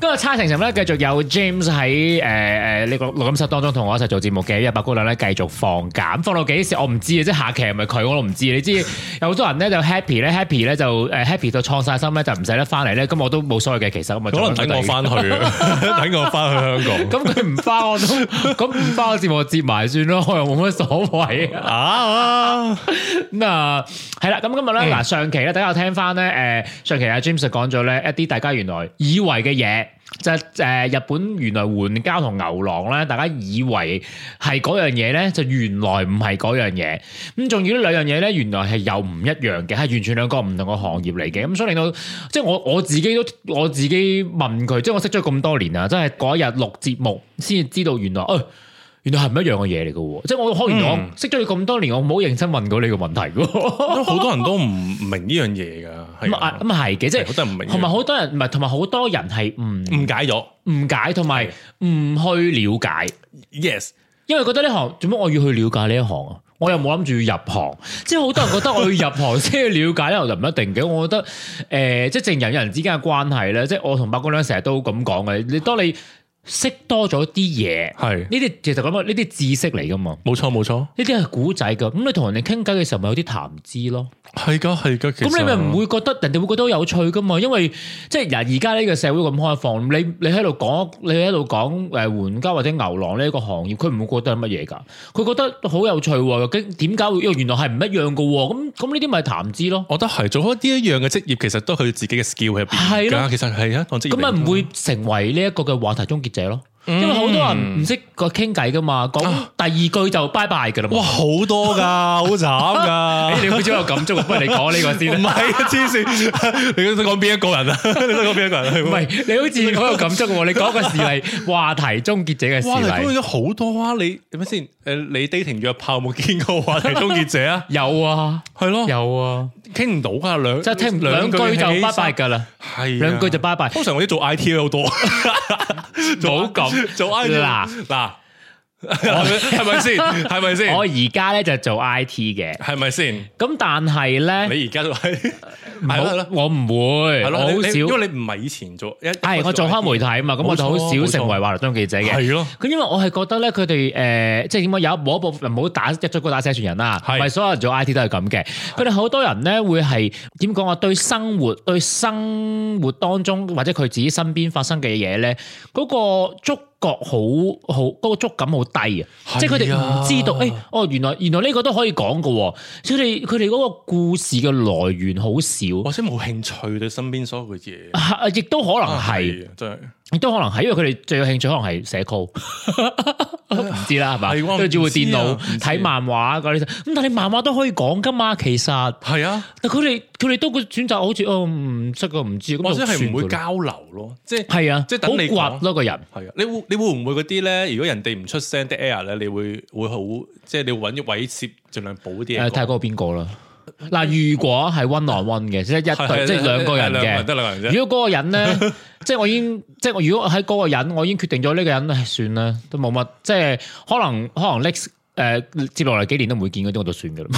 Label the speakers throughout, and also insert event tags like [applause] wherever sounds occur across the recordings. Speaker 1: 今日差成成咧，繼續有 James 喺誒誒呢個錄音室當中同我一齊做節目嘅，因為白姑娘咧繼續放減，放到幾時我唔知啊，即係下期係咪佢我都唔知。你知有好多人咧就 happy 咧，happy 咧就誒 happy 到創晒心咧，就唔使得翻嚟咧。咁我都冇所謂嘅，其實咁啊，
Speaker 2: 可能 [laughs] 等我翻去啊，等我翻去
Speaker 1: [laughs]
Speaker 2: 香
Speaker 1: 咁佢唔翻我都，咁唔翻我節目我接埋算咯，我又冇乜所謂啊
Speaker 2: 港。啊！
Speaker 1: [laughs] 咁啊，係啦，咁今日咧嗱，上期咧，大家有聽翻咧，誒上期阿 James 講咗咧一啲大家原來以為嘅嘢，就係誒日本原來援交同牛郎咧，大家以為係嗰樣嘢咧，就原來唔係嗰樣嘢。咁仲要呢兩樣嘢咧，原來係又唔一樣嘅，係完全兩個唔同嘅行業嚟嘅。咁所以令到即係我我自己都我自己問佢，即係我識咗咁多年啊，真係嗰一日錄節目先至知道原來，誒、原來係唔一樣嘅嘢嚟嘅喎。即係我可能我
Speaker 2: 嗯
Speaker 1: 識咗你咁多年，我冇認真問過呢個問題嘅喎。
Speaker 2: 因為好多人都唔明呢樣嘢噶，係
Speaker 1: 咁啊
Speaker 2: 啊
Speaker 1: 咁啊係嘅，即
Speaker 2: 係
Speaker 1: 係
Speaker 2: 好多人唔明嗯呢樣嘢，
Speaker 1: 同埋好多人唔係，同埋好多人係唔
Speaker 2: 誤解咗。
Speaker 1: 誤解，同埋唔去了解，
Speaker 2: Yes，
Speaker 1: 因為覺得呢行做乜我要去了解呢一行啊？我又冇諗住要入行，即係好多人覺得我要入行先去了解咧，我就唔一定嘅。我覺得誒、呃即係正人與人之間嘅關係咧，即係我同白姑娘成日都咁講嘅。你當你識多咗啲嘢，
Speaker 2: 係
Speaker 1: 呢啲其實咁啊，呢啲知識嚟噶嘛，
Speaker 2: 冇錯冇錯，
Speaker 1: 呢啲係古仔噶。咁你同人哋傾偈嘅時候，咪有啲談資咯。
Speaker 2: 係噶係噶。
Speaker 1: 咁你咪唔會覺得人哋會覺得好有趣噶嘛？因為即係嗱，而家呢個社會咁開放，你你喺度講，你喺度講誒援交或者牛郎呢個行業，佢唔會覺得係乜嘢㗎？佢覺得好有趣喎，究竟點解會？因為原來係唔一樣㗎喎。咁咁呢啲咪談資咯。
Speaker 2: 我覺得係做開呢一樣嘅職業，其實都佢自己嘅 skill 喺入
Speaker 1: 係
Speaker 2: 邊
Speaker 1: 咯
Speaker 2: 㗎。其實係一個職業
Speaker 1: 咁
Speaker 2: 嚟㗎。
Speaker 1: 咪唔會成為呢一個嘅話嗯題終結者咯。因為好多人唔識個傾偈㗎嘛，講第二句就拜拜㗎啦嘛。
Speaker 2: 哇好多㗎，好慘㗎。
Speaker 1: [laughs] 誒！你好似有感觸，不如你講呢個
Speaker 2: 唔
Speaker 1: 先
Speaker 2: 係
Speaker 1: 啦。
Speaker 2: 啊，黐線！你想講邊一個人啊？ [laughs] 你想講邊一個人啊？
Speaker 1: 唔係你好
Speaker 2: [laughs]
Speaker 1: 似好有感觸喎，你講個事例話題終結者嘅
Speaker 2: 哇！你
Speaker 1: 事
Speaker 2: 講
Speaker 1: 例
Speaker 2: 咗好多啊！你係咪先？誒，你 dating 約炮有冇見過話題終結者
Speaker 1: [laughs]
Speaker 2: 啊？
Speaker 1: 有啊。
Speaker 2: 係咯，
Speaker 1: 有啊，
Speaker 2: 傾唔到啊，兩
Speaker 1: 即係聽兩句就拜拜，㗎啦，
Speaker 2: 係啊哦
Speaker 1: 兩句就拜拜，
Speaker 2: 通常我啲做 I T
Speaker 1: [laughs]
Speaker 2: 好多，
Speaker 1: 冇咁。
Speaker 2: 做 I T
Speaker 1: 嗱
Speaker 2: 嗱，係咪
Speaker 1: [laughs]
Speaker 2: 先？係咪先
Speaker 1: 我？而家咧就做 I T 嘅，
Speaker 2: 係咪先？
Speaker 1: 咁但係咧，
Speaker 2: 你而家都係
Speaker 1: 唔好
Speaker 2: [laughs] 係啦
Speaker 1: 我唔會，
Speaker 2: 係
Speaker 1: 我
Speaker 2: 咯，
Speaker 1: 好
Speaker 2: 你你因
Speaker 1: 少，
Speaker 2: 為你唔係以前做，
Speaker 1: 係我做開媒體啊嘛，咁我就好
Speaker 2: 冇錯
Speaker 1: 少
Speaker 2: 冇錯
Speaker 1: 成為話題中記者嘅。
Speaker 2: 係咯，
Speaker 1: 咁因為我係覺得咧，佢哋誒呃即係點講有一冇一部分唔好打一竹篙打寫船人啦，唔
Speaker 2: 係
Speaker 1: 係所有人做 I T 都係咁嘅。佢哋好多人咧會係點講啊？對生活對生活當中或者佢自己身邊發生嘅嘢咧，嗰、個觸覺好好嗰、個觸感好低啊！即係佢哋唔知道，誒、
Speaker 2: 係啊
Speaker 1: 哦，原來原來呢個都可以講嘅喎。佢哋佢哋嗰個故事嘅來源好少。
Speaker 2: 我先冇興趣對身邊所有
Speaker 1: [laughs]
Speaker 2: 嘅嘢，
Speaker 1: 啊亦都可能係，
Speaker 2: 啊真係。
Speaker 1: 亦都可能係，因為佢哋最有興趣可能係寫
Speaker 2: [laughs]
Speaker 1: call，唔知啦係
Speaker 2: 係
Speaker 1: 嘛，
Speaker 2: 喎
Speaker 1: 對住部電腦
Speaker 2: 唔知啊唔知
Speaker 1: 睇漫畫嗰啲，咁但係你漫畫都可以講噶嘛，其實，
Speaker 2: 係啊，
Speaker 1: 但佢哋佢哋都個選擇好似哦唔識啊唔知，咁
Speaker 2: 或
Speaker 1: 就
Speaker 2: 者係唔
Speaker 1: 算
Speaker 2: 會
Speaker 1: 㗎啦，
Speaker 2: 交流咯，即係
Speaker 1: 係啊，
Speaker 2: 即係等你講
Speaker 1: 好倔咯個人，
Speaker 2: 係啊，你會你會唔會嗰啲咧？如果人哋唔出聲的 air 咧，你會會好即係你會揾一位攝，盡量補啲嘢
Speaker 1: 誒睇
Speaker 2: 講。
Speaker 1: 嗰個邊個啦。
Speaker 2: [laughs]
Speaker 1: 嗱，如果係 one on one 嘅，即係一對，即係兩個人
Speaker 2: 係兩啊
Speaker 1: 嘅。
Speaker 2: 得兩 [laughs] 個人啫。
Speaker 1: 如果嗰個人咧，即係我已經，即係我如果喺嗰個人，我已經決定咗呢個人，唉，算啦，都冇乜，即係可能可能 next 誒、接落嚟幾年都唔會見嗰啲，我就算噶啦。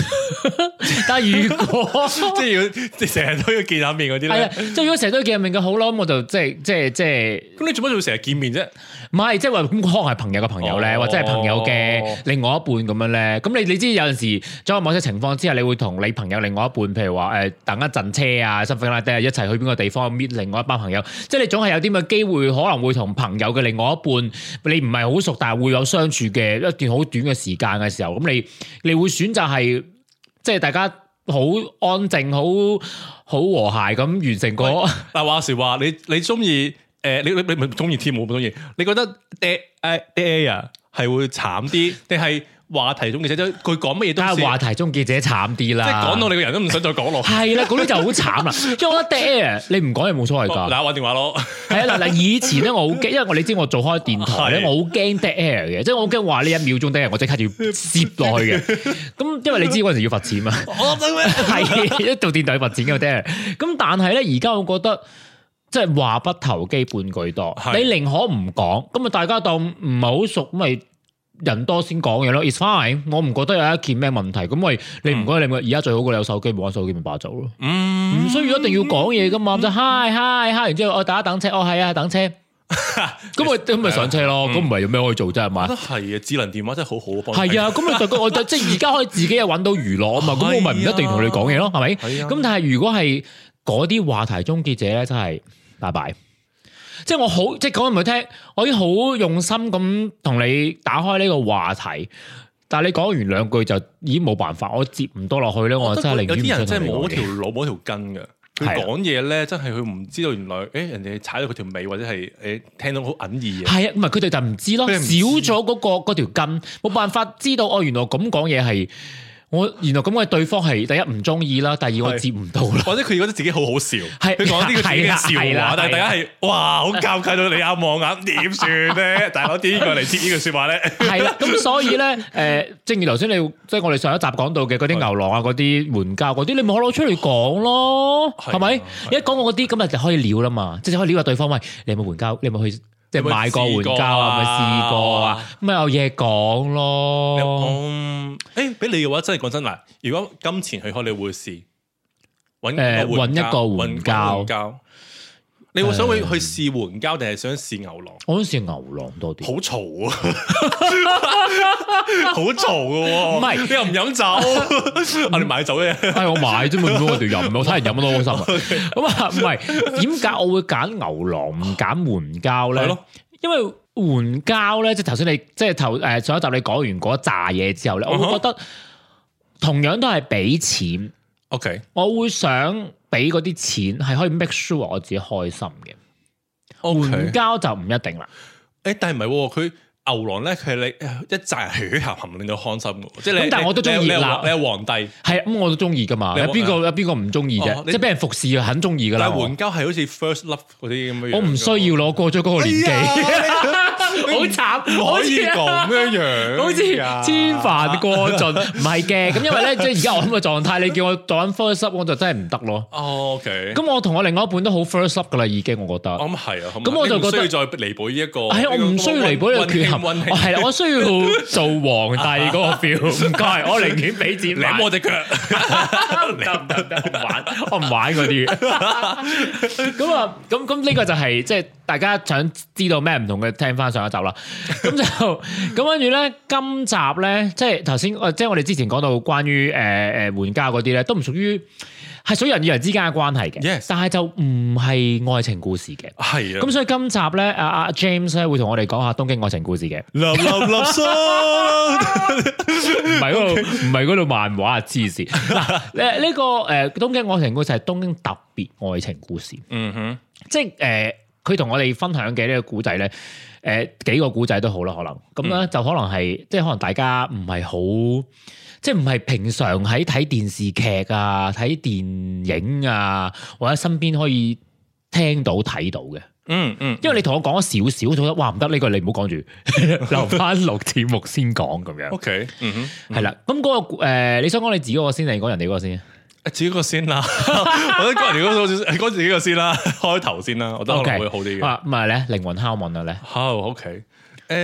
Speaker 1: 但係如果
Speaker 2: [laughs] 即係要即係成日都要見下面嗰啲
Speaker 1: 係啊，
Speaker 2: 咧。
Speaker 1: 即係如果成日都見面嘅好咯，咁我就即係即係即係，
Speaker 2: 咁你做乜要成日見面啫？
Speaker 1: 唔係即係話咁可能係朋友嘅朋友咧，
Speaker 2: 哦
Speaker 1: 或者係朋友嘅另外一半咁樣咧。咁你你知有陣時，在某些情況之下，你會同你朋友另外一半，譬如話誒、等一陣車啊，something like that，一齊去邊個地方 meet 另外一班朋友，即係你總係有啲咁嘅機會，可能會同朋友嘅另外一半，你唔係好熟，但係會有相處嘅一段好短嘅時間嘅時候，咁你你會選擇係即係大家好安靜、好好和諧咁完成嗰。
Speaker 2: 嗱話時話你你中意誒你你你唔中意添，我唔中意。你覺得 dead 誒 dead air 係會慘啲，定係話題中嘅者即係佢講乜嘢都
Speaker 1: 但係
Speaker 2: 是
Speaker 1: 啊話題啊終結者慘啲啦，
Speaker 2: 即係講到你個人都唔想再講落去。
Speaker 1: 係
Speaker 2: [laughs]
Speaker 1: 啦，嗰啲就好慘啦。因為我覺得 dead air 啊你唔講又冇所謂㗎。
Speaker 2: 哦嗱，揾電話咯。
Speaker 1: 係啊，嗱嗱，以前咧我好驚，因為我你知我做開電台咧，
Speaker 2: 係
Speaker 1: 我好驚 dead air 嘅，即係我好驚話呢一秒鐘 dead air，我即刻要攝落去嘅。
Speaker 2: [laughs]
Speaker 1: 咁因為你知嗰陣時要罰錢嘛，
Speaker 2: 我得咩？
Speaker 1: 係一做電台罰錢嘅 dead air。咁但係咧，而家我覺得。即係話不投機半句多，
Speaker 2: 係
Speaker 1: 你寧可唔講，咁啊大家當唔係好熟，咁咪人多先講嘢咯。It's fine，我唔覺得有一件咩問題，咁咪你唔該你咪而家最好過你有手機，冇玩手機咪霸走咯。
Speaker 2: 嗯 [laughs]
Speaker 1: 唔需要一定要講嘢噶嘛，就 hi hi hi，然之後我大家等車，哦係啊等車，咁咪咁咪上車咯，
Speaker 2: 嗯
Speaker 1: 咁唔係有咩可以做啫係
Speaker 2: 我
Speaker 1: 嘛
Speaker 2: 覺？得係啊，智能電話真係好好幫你。
Speaker 1: 係啊，咁咪就我
Speaker 2: [laughs]
Speaker 1: 就即係而家可以自己又揾到娛樂啊嘛，咁我咪唔一定同你講嘢咯，係咪？
Speaker 2: 係啊，
Speaker 1: 咁但係如果係嗰啲話題終結者咧，真係拜拜。即係我好，即係講唔佢聽，我已經好用心咁同你打開呢個話題，但係你講完兩句就已經冇辦法，我接唔多落去咧，我真係寧願
Speaker 2: 有
Speaker 1: 唔
Speaker 2: 啲
Speaker 1: 想
Speaker 2: 人真
Speaker 1: 同
Speaker 2: 係
Speaker 1: 你
Speaker 2: 冇
Speaker 1: 講
Speaker 2: 嗰條
Speaker 1: 嘢。
Speaker 2: 腦冇嗰條筋嘅。
Speaker 1: 係
Speaker 2: 佢
Speaker 1: 啊
Speaker 2: 講嘢咧，真係佢唔知道原來，誒人哋踩到佢條尾，或者係誒聽到好隱意嘅。
Speaker 1: 係啊，唔係佢哋就唔知咯，
Speaker 2: 佢哋唔知
Speaker 1: 少咗嗰、個嗰條筋，冇辦法知道哦。原來咁講嘢係我原來咁嘅對方係第一唔中意啦，第二我
Speaker 2: 係
Speaker 1: 接唔到
Speaker 2: [laughs]
Speaker 1: 啦。
Speaker 2: 或者佢覺得自己好好笑，
Speaker 1: 係
Speaker 2: 佢講呢個自己嘅
Speaker 1: 係
Speaker 2: 笑
Speaker 1: 啦係
Speaker 2: 話
Speaker 1: 啦，
Speaker 2: 但係大家係哇好尷尬到你眼望眼，點算咧？大佬邊個嚟接呢句説話咧？
Speaker 1: 係啦，咁所以咧，誒、正如頭先你即係我哋上一集講到嘅嗰啲牛郎啊、嗰啲援交嗰啲，你咪攞出嚟講咯，
Speaker 2: 係啊
Speaker 1: 係咪
Speaker 2: 係啊？
Speaker 1: 一講我嗰啲，咁啊就可以撩啦嘛，即係可以撩下對方，喂，你有冇援交？你有冇去即係買過援交啊？咪
Speaker 2: 有冇試
Speaker 1: 試過
Speaker 2: 過
Speaker 1: 啊
Speaker 2: 啊？
Speaker 1: 咁咪有嘢講咯，
Speaker 2: 嗯，誒俾你嘅話，真係講真嗱，如果金錢去開，你會試揾
Speaker 1: 誒
Speaker 2: 個援交
Speaker 1: 揾一個援交
Speaker 2: 揾援交你會想去去試援交，定係想試牛郎？
Speaker 1: 我嗰陣時牛郎多啲。
Speaker 2: 好嘈 [laughs] 啊！好嘈嘅喎，
Speaker 1: 唔係
Speaker 2: 你又唔飲酒， [laughs] 我哋買酒嘅。
Speaker 1: 哎係我買啫嘛，咁我哋飲，我睇人飲得開心啊！
Speaker 2: [laughs]
Speaker 1: 咁啊，唔係點解我會揀牛郎唔揀援交
Speaker 2: 係
Speaker 1: 咧
Speaker 2: 咯？
Speaker 1: 因為援交咧，即係頭先你即係頭誒上一集你講完嗰扎嘢之後咧，我
Speaker 2: 嗯哼
Speaker 1: 會覺得同樣都係俾錢，
Speaker 2: OK，
Speaker 1: 我會想俾嗰啲錢係可以 make sure 我自己開心嘅。援交就唔一定啦，
Speaker 2: 誒，但係唔係喎，佢牛郎咧，佢係你一紮血含含令到開心嘅喎，即係你。
Speaker 1: 咁但係我都中意
Speaker 2: 你你
Speaker 1: 熱
Speaker 2: 係
Speaker 1: 鬧
Speaker 2: 你係皇帝，
Speaker 1: 係咁我都中意噶嘛，
Speaker 2: 你
Speaker 1: 有
Speaker 2: 有
Speaker 1: 邊個有邊個唔中意
Speaker 2: 哦
Speaker 1: 啫？
Speaker 2: 你
Speaker 1: 即係俾人服侍就肯中意噶啦
Speaker 2: 但係
Speaker 1: 我
Speaker 2: 援交係好似 first love 嗰啲咁樣。
Speaker 1: 我唔需要。攞過咗嗰個年紀， [laughs] 好慘，
Speaker 2: 哎可
Speaker 1: 好
Speaker 2: 以
Speaker 1: 似啊
Speaker 2: 咁樣樣，
Speaker 1: 好似千帆過盡，唔係嘅。咁因為咧，即係而家我咁嘅狀態，你叫我做緊 first up，我就真係唔得咯。
Speaker 2: 哦 OK，
Speaker 1: 咁我同我另外一半都好 first up 噶啦，已經我覺
Speaker 2: 我
Speaker 1: 得。
Speaker 2: 諗係啊，
Speaker 1: 咁我就覺得
Speaker 2: 你唔需要再彌補呢一個，
Speaker 1: 係啊，我唔需要彌補呢個缺陷，
Speaker 2: 溫馨
Speaker 1: 我係啦，我需要做皇帝嗰個 feel。唔該，我寧願俾錢買
Speaker 2: 舐。我只腳，
Speaker 1: [laughs] 唔得唔得唔得，我唔玩，我唔玩嗰啲。 [laughs] 咁啊，咁咁呢個就係即係大家想知道咩唔同嘅，聽翻上一集 [laughs] 啦。咁就咁跟住咧，今集咧，即係頭先，呃即係我哋之前講到關於誒誒援交嗰啲咧，都唔屬於係屬於人與人之間嘅關係嘅
Speaker 2: Yes
Speaker 1: 但係就唔係愛情故事嘅。
Speaker 2: 係啊
Speaker 1: 咁。所以今集咧，阿、阿、James 咧會同我哋講下東京愛情故事嘅，
Speaker 2: 立立立心，
Speaker 1: 唔係嗰度，唔係嗰度漫畫啊，黐線嗱，誒呢個誒東京愛情故事係東京特別愛情故事。
Speaker 2: 嗯哼，
Speaker 1: 即係誒，佢、同我哋分享嘅呢個古仔咧，誒、幾個古仔都好啦，可能咁咧、就可能係即係可能大家唔係好，即係唔係平常喺睇電視劇啊、睇電影啊，或者身邊可以聽到睇到嘅。
Speaker 2: 嗯嗯，
Speaker 1: 因為你同我講咗少少，我覺得哇唔得呢個你唔好講住， [laughs] 留翻錄節目先講咁樣。
Speaker 2: OK，嗯哼，
Speaker 1: 係啦，咁嗰、個古、誒你想講你自己嗰個先定講人哋嗰個先
Speaker 2: 自己個先啦， [laughs] 我覺得講人哋嗰個講自己個先啦，開頭先啦，我覺得可能會好啲嘅。
Speaker 1: 啊？唔係咧，靈魂拷問啊咧，
Speaker 2: 好 OK，誒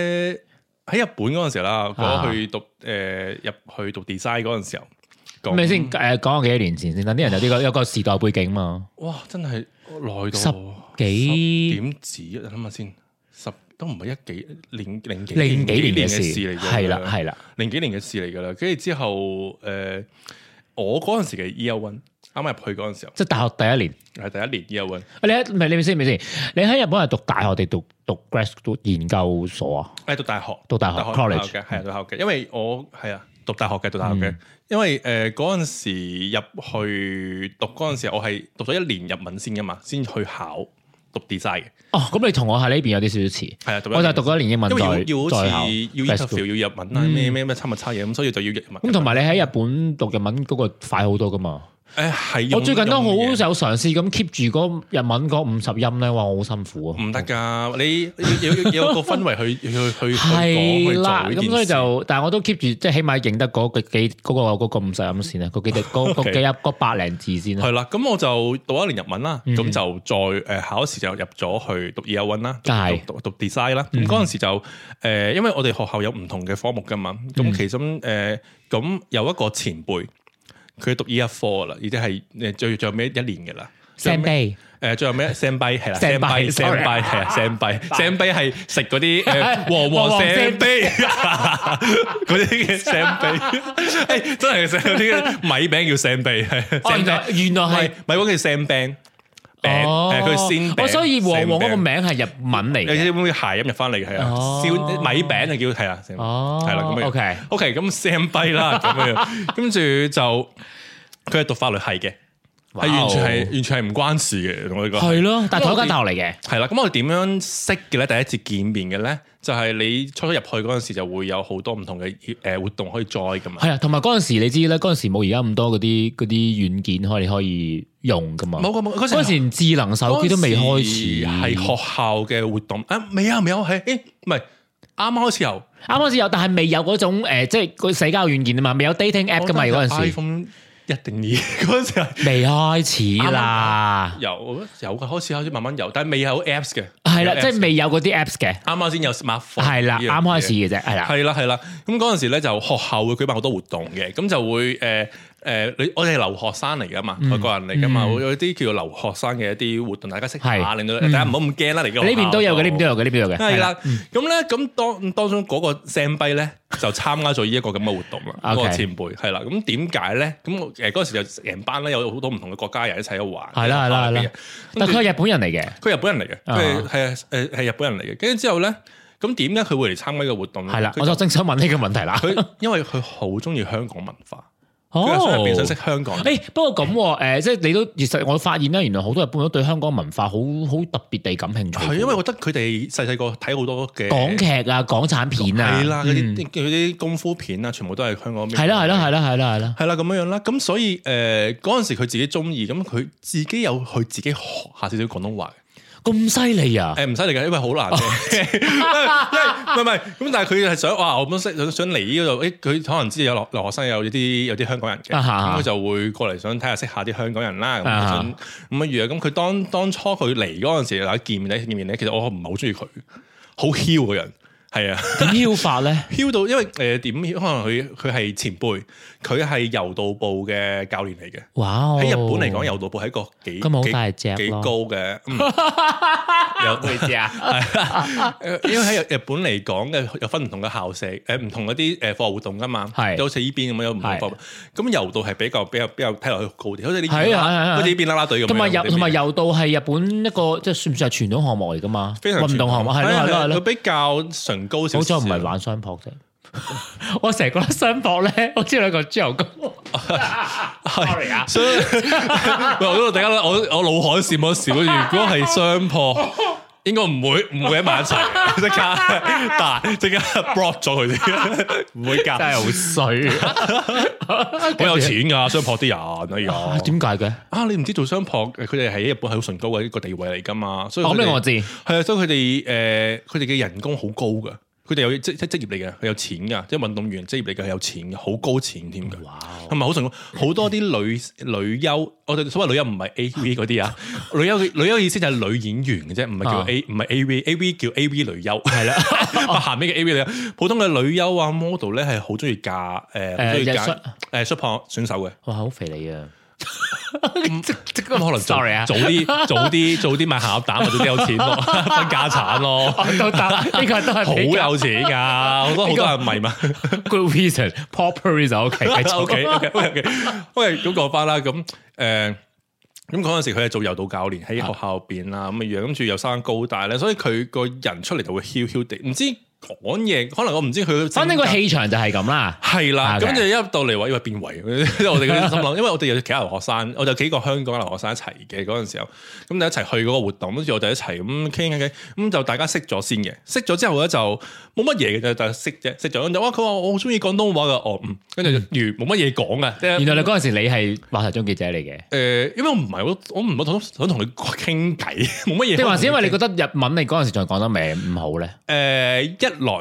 Speaker 2: 喺日本嗰陣時啦，
Speaker 1: 啊
Speaker 2: 我去讀誒入去讀 design 嗰陣時候，
Speaker 1: 咁
Speaker 2: 講
Speaker 1: 你先誒講下幾多年前先，等啲人有呢個有個時代背景嘛。
Speaker 2: 哇，真係耐
Speaker 1: 十
Speaker 2: 到
Speaker 1: 幾
Speaker 2: 點止，諗下先，十都唔係一幾零零幾
Speaker 1: 零幾年嘅事，
Speaker 2: 嚟嘅，
Speaker 1: 係啦係啦，
Speaker 2: 零幾年嘅事嚟噶啦，跟住之後，誒、我嗰陣時嘅 Year One，啱啱入去嗰陣時候
Speaker 1: 即係大學第一年。
Speaker 2: 係第一年 Year One，
Speaker 1: 你喺唔係你咪先咪先？你喺日本係讀大學定讀讀 grad school 研究所啊？
Speaker 2: 誒讀大學，
Speaker 1: 讀大學 college 嗯
Speaker 2: 嘅，係啊讀大學嘅，因為我係啊讀大學嘅，讀大學嘅，因為誒嗰陣時入去讀嗰陣時，我係讀咗一年日文先噶嘛，先去考讀 design 嘅，
Speaker 1: 哦，咁你同我喺呢邊有啲少少似，
Speaker 2: 係啊，讀一
Speaker 1: 我就
Speaker 2: 年
Speaker 1: 係讀咗一年英文
Speaker 2: 因
Speaker 1: 再
Speaker 2: 為要
Speaker 1: 再
Speaker 2: 要好
Speaker 1: 考嗯
Speaker 2: 似
Speaker 1: grad
Speaker 2: 要
Speaker 1: school。
Speaker 2: interview 要日文啊，咩咩咩差咪差嘢咁，所以就要日文。
Speaker 1: 咁同埋你喺日本讀日文嗰個快好多噶嘛？
Speaker 2: 誒係
Speaker 1: 嗯我
Speaker 2: 用
Speaker 1: 最近都好
Speaker 2: 用
Speaker 1: 有
Speaker 2: 嘅
Speaker 1: 嘗試咁 keep 住嗰日文嗰五十音咧，哇！我好辛苦啊。
Speaker 2: 唔得噶，你要要要有個氛圍去去
Speaker 1: [laughs]
Speaker 2: 去去講去
Speaker 1: 係
Speaker 2: 做
Speaker 1: 啦，
Speaker 2: 呢件
Speaker 1: 咁所以
Speaker 2: 事
Speaker 1: 就，但係我都 keep 住，即係起碼認得嗰個幾嗰個嗰個五十音先啦，嗰幾隻嗰嗰
Speaker 2: [laughs] Okay
Speaker 1: 幾一嗰百零字先啦。
Speaker 2: 係啦，咁我就讀一年日文啦，
Speaker 1: 嗯
Speaker 2: 咁就再誒考試就入咗去讀 year one 啦，
Speaker 1: 係嗯
Speaker 2: 讀讀讀 design 啦。咁嗰陣時就誒，因為我哋學校有唔同嘅科目噶嘛，
Speaker 1: 嗯
Speaker 2: 咁其中誒 E 咁有一個前輩，佢讀 year four 啦，已經係誒最最後尾一年嘅啦。最
Speaker 3: sand
Speaker 2: 尾
Speaker 3: day
Speaker 2: 誒最
Speaker 1: [laughs]
Speaker 2: 後尾 sand 幣係啦
Speaker 3: Sand
Speaker 2: ，sand 幣
Speaker 3: bay，
Speaker 2: sand
Speaker 3: sorry
Speaker 2: 幣係啦，sand 幣 sand 幣係食嗰
Speaker 1: [laughs]
Speaker 2: 啲誒黃黃 sand 幣 [laughs] 嗰啲嘅 sand
Speaker 1: [laughs]
Speaker 2: 幣，誒真係食嗰啲嘅米餅叫 sand 幣係
Speaker 1: 哦
Speaker 2: sand
Speaker 1: 原來原來係
Speaker 2: 米米嗰個叫 sand 餅餅
Speaker 1: 哦
Speaker 2: 誒佢鮮
Speaker 1: 哦
Speaker 2: 餅，
Speaker 1: 所以旺旺嗰個
Speaker 2: sand 餅
Speaker 1: 名係日文嚟
Speaker 2: 有
Speaker 1: 嘅。
Speaker 2: 啲會諧音入翻嚟嘅係啊，
Speaker 1: 哦
Speaker 2: 燒米餅就叫係啦，
Speaker 1: 哦
Speaker 2: 係啦咁樣。
Speaker 1: OK
Speaker 2: OK，咁 Sam
Speaker 1: [laughs]
Speaker 2: 跛啦咁樣，跟住就佢係讀法律系嘅，係完全係完全係唔關事嘅，同我哋講。
Speaker 1: 係咯，但係同一間大學嚟嘅。
Speaker 2: 係啦，咁我哋點樣識嘅咧？第一次見面嘅咧，就係你初初入去嗰陣時，就會有好多唔同嘅誒活動可以 join 噶嘛。
Speaker 1: 係啊，同埋嗰陣時你知啦，嗰陣時冇而家咁多嗰啲嗰啲軟件可以可以用噶嘛。
Speaker 2: 冇㗎冇嗰陣時
Speaker 1: 嗰陣時智能手機都未開始，
Speaker 2: 係學校嘅活動啊，未啊未有係誒唔係啱啱開始有
Speaker 1: 啱開始有，但係未有嗰種誒，即係個社交軟件啊嘛，未有 dating app 噶嘛嗰陣時，
Speaker 2: iPhone 一定 [laughs] 二嗰陣時係。
Speaker 1: 未開始
Speaker 2: 啊
Speaker 1: 啦，
Speaker 2: 有有嘅，開始開始慢慢有，但係未有 Apps 嘅。
Speaker 1: 係啦，
Speaker 2: 有
Speaker 1: 即
Speaker 2: apps
Speaker 1: 係未有嗰啲 apps 嘅，
Speaker 2: 啱啱先有 smartphone。
Speaker 1: 係啦，啱開始。嘅啫，係啦，
Speaker 2: 係啦係啦，咁嗰陣時咧就學校會舉辦好多活動嘅，咁就會誒誒，呃呃你我哋係留學生嚟噶嘛，
Speaker 1: 嗯
Speaker 2: 外國人嚟噶嘛，會有啲叫做留學生嘅一啲活動，大家識下，
Speaker 1: 係
Speaker 2: 令到
Speaker 1: 嗯
Speaker 2: 大家唔好咁驚啦嚟嘅。
Speaker 1: 呢邊都有嘅，呢嗯邊都
Speaker 2: 有。
Speaker 1: 有嘅，呢邊都有嘅，
Speaker 2: 哦係啦，咁咧咁當當中嗰個 Sam 跛咧就參加咗呢一個咁嘅活動啦，
Speaker 1: [laughs]
Speaker 2: 嗰
Speaker 1: OK
Speaker 2: 個前輩係啦，咁點解咧？咁我誒嗰陣時就成班咧有好多唔同嘅國家人一齊去玩。
Speaker 1: 係啦係啦係啦
Speaker 2: 咁
Speaker 1: 但
Speaker 2: 跟住
Speaker 1: 佢係日本人嚟嘅，
Speaker 2: 佢日本人嚟嘅，
Speaker 1: 啊
Speaker 2: 佢係係誒係日本人嚟嘅。跟住之後咧，咁點解佢會嚟參加呢個活動咧？
Speaker 1: 係啦，
Speaker 2: 嗯佢
Speaker 1: 我就正想問呢個問題啦。
Speaker 2: 佢 [laughs] 因為佢好中意香港文化，佢係想入
Speaker 1: 哦
Speaker 2: 邊想識香港人。
Speaker 1: 誒，不過咁喎誒，即係你都其實我發現咧，原來好多日本人都對香港文化好好特別地感興趣。
Speaker 2: 係因為我覺得佢哋細細個睇好多嘅
Speaker 1: 港劇啊、港產片啊，
Speaker 2: 係啦，嗰啲
Speaker 1: 嗯
Speaker 2: 嗰啲功夫片啊，全部都係香港。
Speaker 1: 係啦，係啦，係啦，係啦，係啦，
Speaker 2: 係啦，咁樣樣啦，咁所以誒嗰陣時佢自己中意，咁佢自己有佢自己學下少少廣東話
Speaker 1: 咁犀利啊！
Speaker 2: 嘅，誒唔犀利嘅，因為好難嘅，因為 [laughs] 因為唔係唔係，咁但係佢係想哇，我本身想想嚟呢度，誒佢可能知有留留學生有啲有啲香港人嘅，
Speaker 1: 啊哈
Speaker 2: 咁
Speaker 1: 哈
Speaker 2: 佢就會過嚟想睇下識下啲香港人啦，
Speaker 1: 啊
Speaker 2: 咁樣
Speaker 1: 哈
Speaker 2: 想咁樣樣，咁佢當當初佢嚟嗰陣時，大家見面咧見面咧，其實我唔係好中意佢，好囂嘅人，係啊。 [laughs]
Speaker 1: 點囂法咧？
Speaker 2: 飄到，因為誒點、可能佢佢係前輩，佢係柔道部嘅教練嚟嘅。
Speaker 1: 哇！哦
Speaker 2: 喺日本
Speaker 1: [laughs]
Speaker 2: 嚟講，柔道部係一個幾
Speaker 1: 咁咪好
Speaker 2: 幾
Speaker 1: 大隻
Speaker 2: 幾
Speaker 1: 咯
Speaker 2: 高嘅。
Speaker 1: [laughs]
Speaker 2: 嗯有
Speaker 1: 知啊？
Speaker 2: 誒因為喺日日本嚟講嘅 [laughs] 有分唔同嘅校舍，誒唔同嗰啲誒課外活動噶嘛，
Speaker 1: 係
Speaker 2: 就好似依邊咁樣有唔同
Speaker 1: 係
Speaker 2: 課外活動。咁柔道係比較比較比較睇落去高啲，好似呢邊
Speaker 1: 係啊係啊係啊
Speaker 2: 好似呢邊啦啦隊咁樣。
Speaker 1: 同埋
Speaker 2: 呢
Speaker 1: 柔
Speaker 2: 邊
Speaker 1: 同埋柔道係日本一個即係算唔算係傳統項目嚟噶嘛？
Speaker 2: 非常
Speaker 1: 運動項目係咯係咯係
Speaker 2: 佢
Speaker 1: 咯，
Speaker 2: 比較崇高啊少
Speaker 1: 好彩
Speaker 2: 少。
Speaker 1: 唔係玩雙撲啫。 [laughs] 我成日覺得雙撲咧，好似兩個豬油公。Sorry 啊！
Speaker 2: 所以 [laughs] 喂我嗰度大家我我腦海閃一閃，如果係相破，應該唔會唔會喺
Speaker 1: [laughs]
Speaker 2: 埋一齊，即刻彈，即刻 block 咗佢哋，唔會
Speaker 1: 真係
Speaker 2: 㗎。
Speaker 1: 好
Speaker 2: [laughs]
Speaker 1: 衰啊，
Speaker 2: 好有錢㗎，相破啲人哎呀
Speaker 1: 啊！點解嘅？
Speaker 2: 啊！你唔知做相撲，佢哋喺日本係好崇高嘅一個地位嚟㗎嘛，所以
Speaker 1: 哦
Speaker 2: 佢哋
Speaker 1: 咁呢我知
Speaker 2: 係啊，所以佢哋誒呃佢哋嘅人工好高㗎，佢哋有職職職業嚟嘅，佢有錢㗎，即係運動員職業嚟嘅係有錢嘅，好高錢添㗎。
Speaker 1: 哇！哦
Speaker 2: 同埋好崇高，好多啲女女優，我哋所謂女優唔係 A V 嗰啲啊， [laughs] 女優嘅女優意思就係女演員嘅啫，唔係叫
Speaker 1: 啊
Speaker 2: A 唔係 A V，A V 叫 A V 女優係啦， [laughs] 下面嘅 A V 女優，普通嘅女優啊 model 咧係好中意嫁誒，
Speaker 1: 誒
Speaker 2: 好中意
Speaker 1: 日
Speaker 2: 嫁
Speaker 1: 摔
Speaker 2: 誒摔撲選手嘅，
Speaker 1: 哇！好肥你啊！ [laughs]
Speaker 2: 咁可能早
Speaker 1: Sorry 啊
Speaker 2: 早啲早啲早啲買鹹鴨蛋或者啲有錢
Speaker 1: [laughs]
Speaker 2: 咯，分家產咯，
Speaker 1: 哦都得，呢個都係
Speaker 2: 好啊
Speaker 1: 比較
Speaker 2: 有錢㗎，好多好
Speaker 1: 呢個
Speaker 2: 多人迷嘛。
Speaker 1: good reason, proper reason。OK，繼
Speaker 2: [laughs]
Speaker 1: 續
Speaker 2: O K O K O K O K，咁講翻啦，咁誒，咁嗰陣時佢係做柔道教練喺
Speaker 1: 啊
Speaker 2: 學校入邊啦，咁嘅樣，跟住又生高大咧，所以佢個人出嚟就會囂囂地，唔知講嘢，可能我唔知佢嘅性格。
Speaker 1: 反正個氣場就係咁啦。
Speaker 2: 啊係啦，
Speaker 1: OK
Speaker 2: 咁就一入到嚟話，因為 [laughs] 變位，我哋嗰啲心諗，因為我哋有其他留學生，我哋有幾個香港留學生一齊嘅嗰陣時候，咁就一齊去嗰個活動，跟住我哋一齊咁傾傾傾，咁就大家識咗先嘅，識咗之後咧就冇乜嘢嘅就就識啫，識咗咁就哇，佢話我好中意廣東話嘅，哦，嗯，跟住就完冇乜嘢講嘅，即係
Speaker 1: 原來你嗰陣時你係話題終結者嚟嘅，
Speaker 2: 誒、因為我唔係我我唔我想同佢傾偈，冇乜嘢。 [laughs]
Speaker 1: 定還是因為你覺得日文你嗰陣時仲係講得未唔好咧？
Speaker 2: 呃誒、一一來，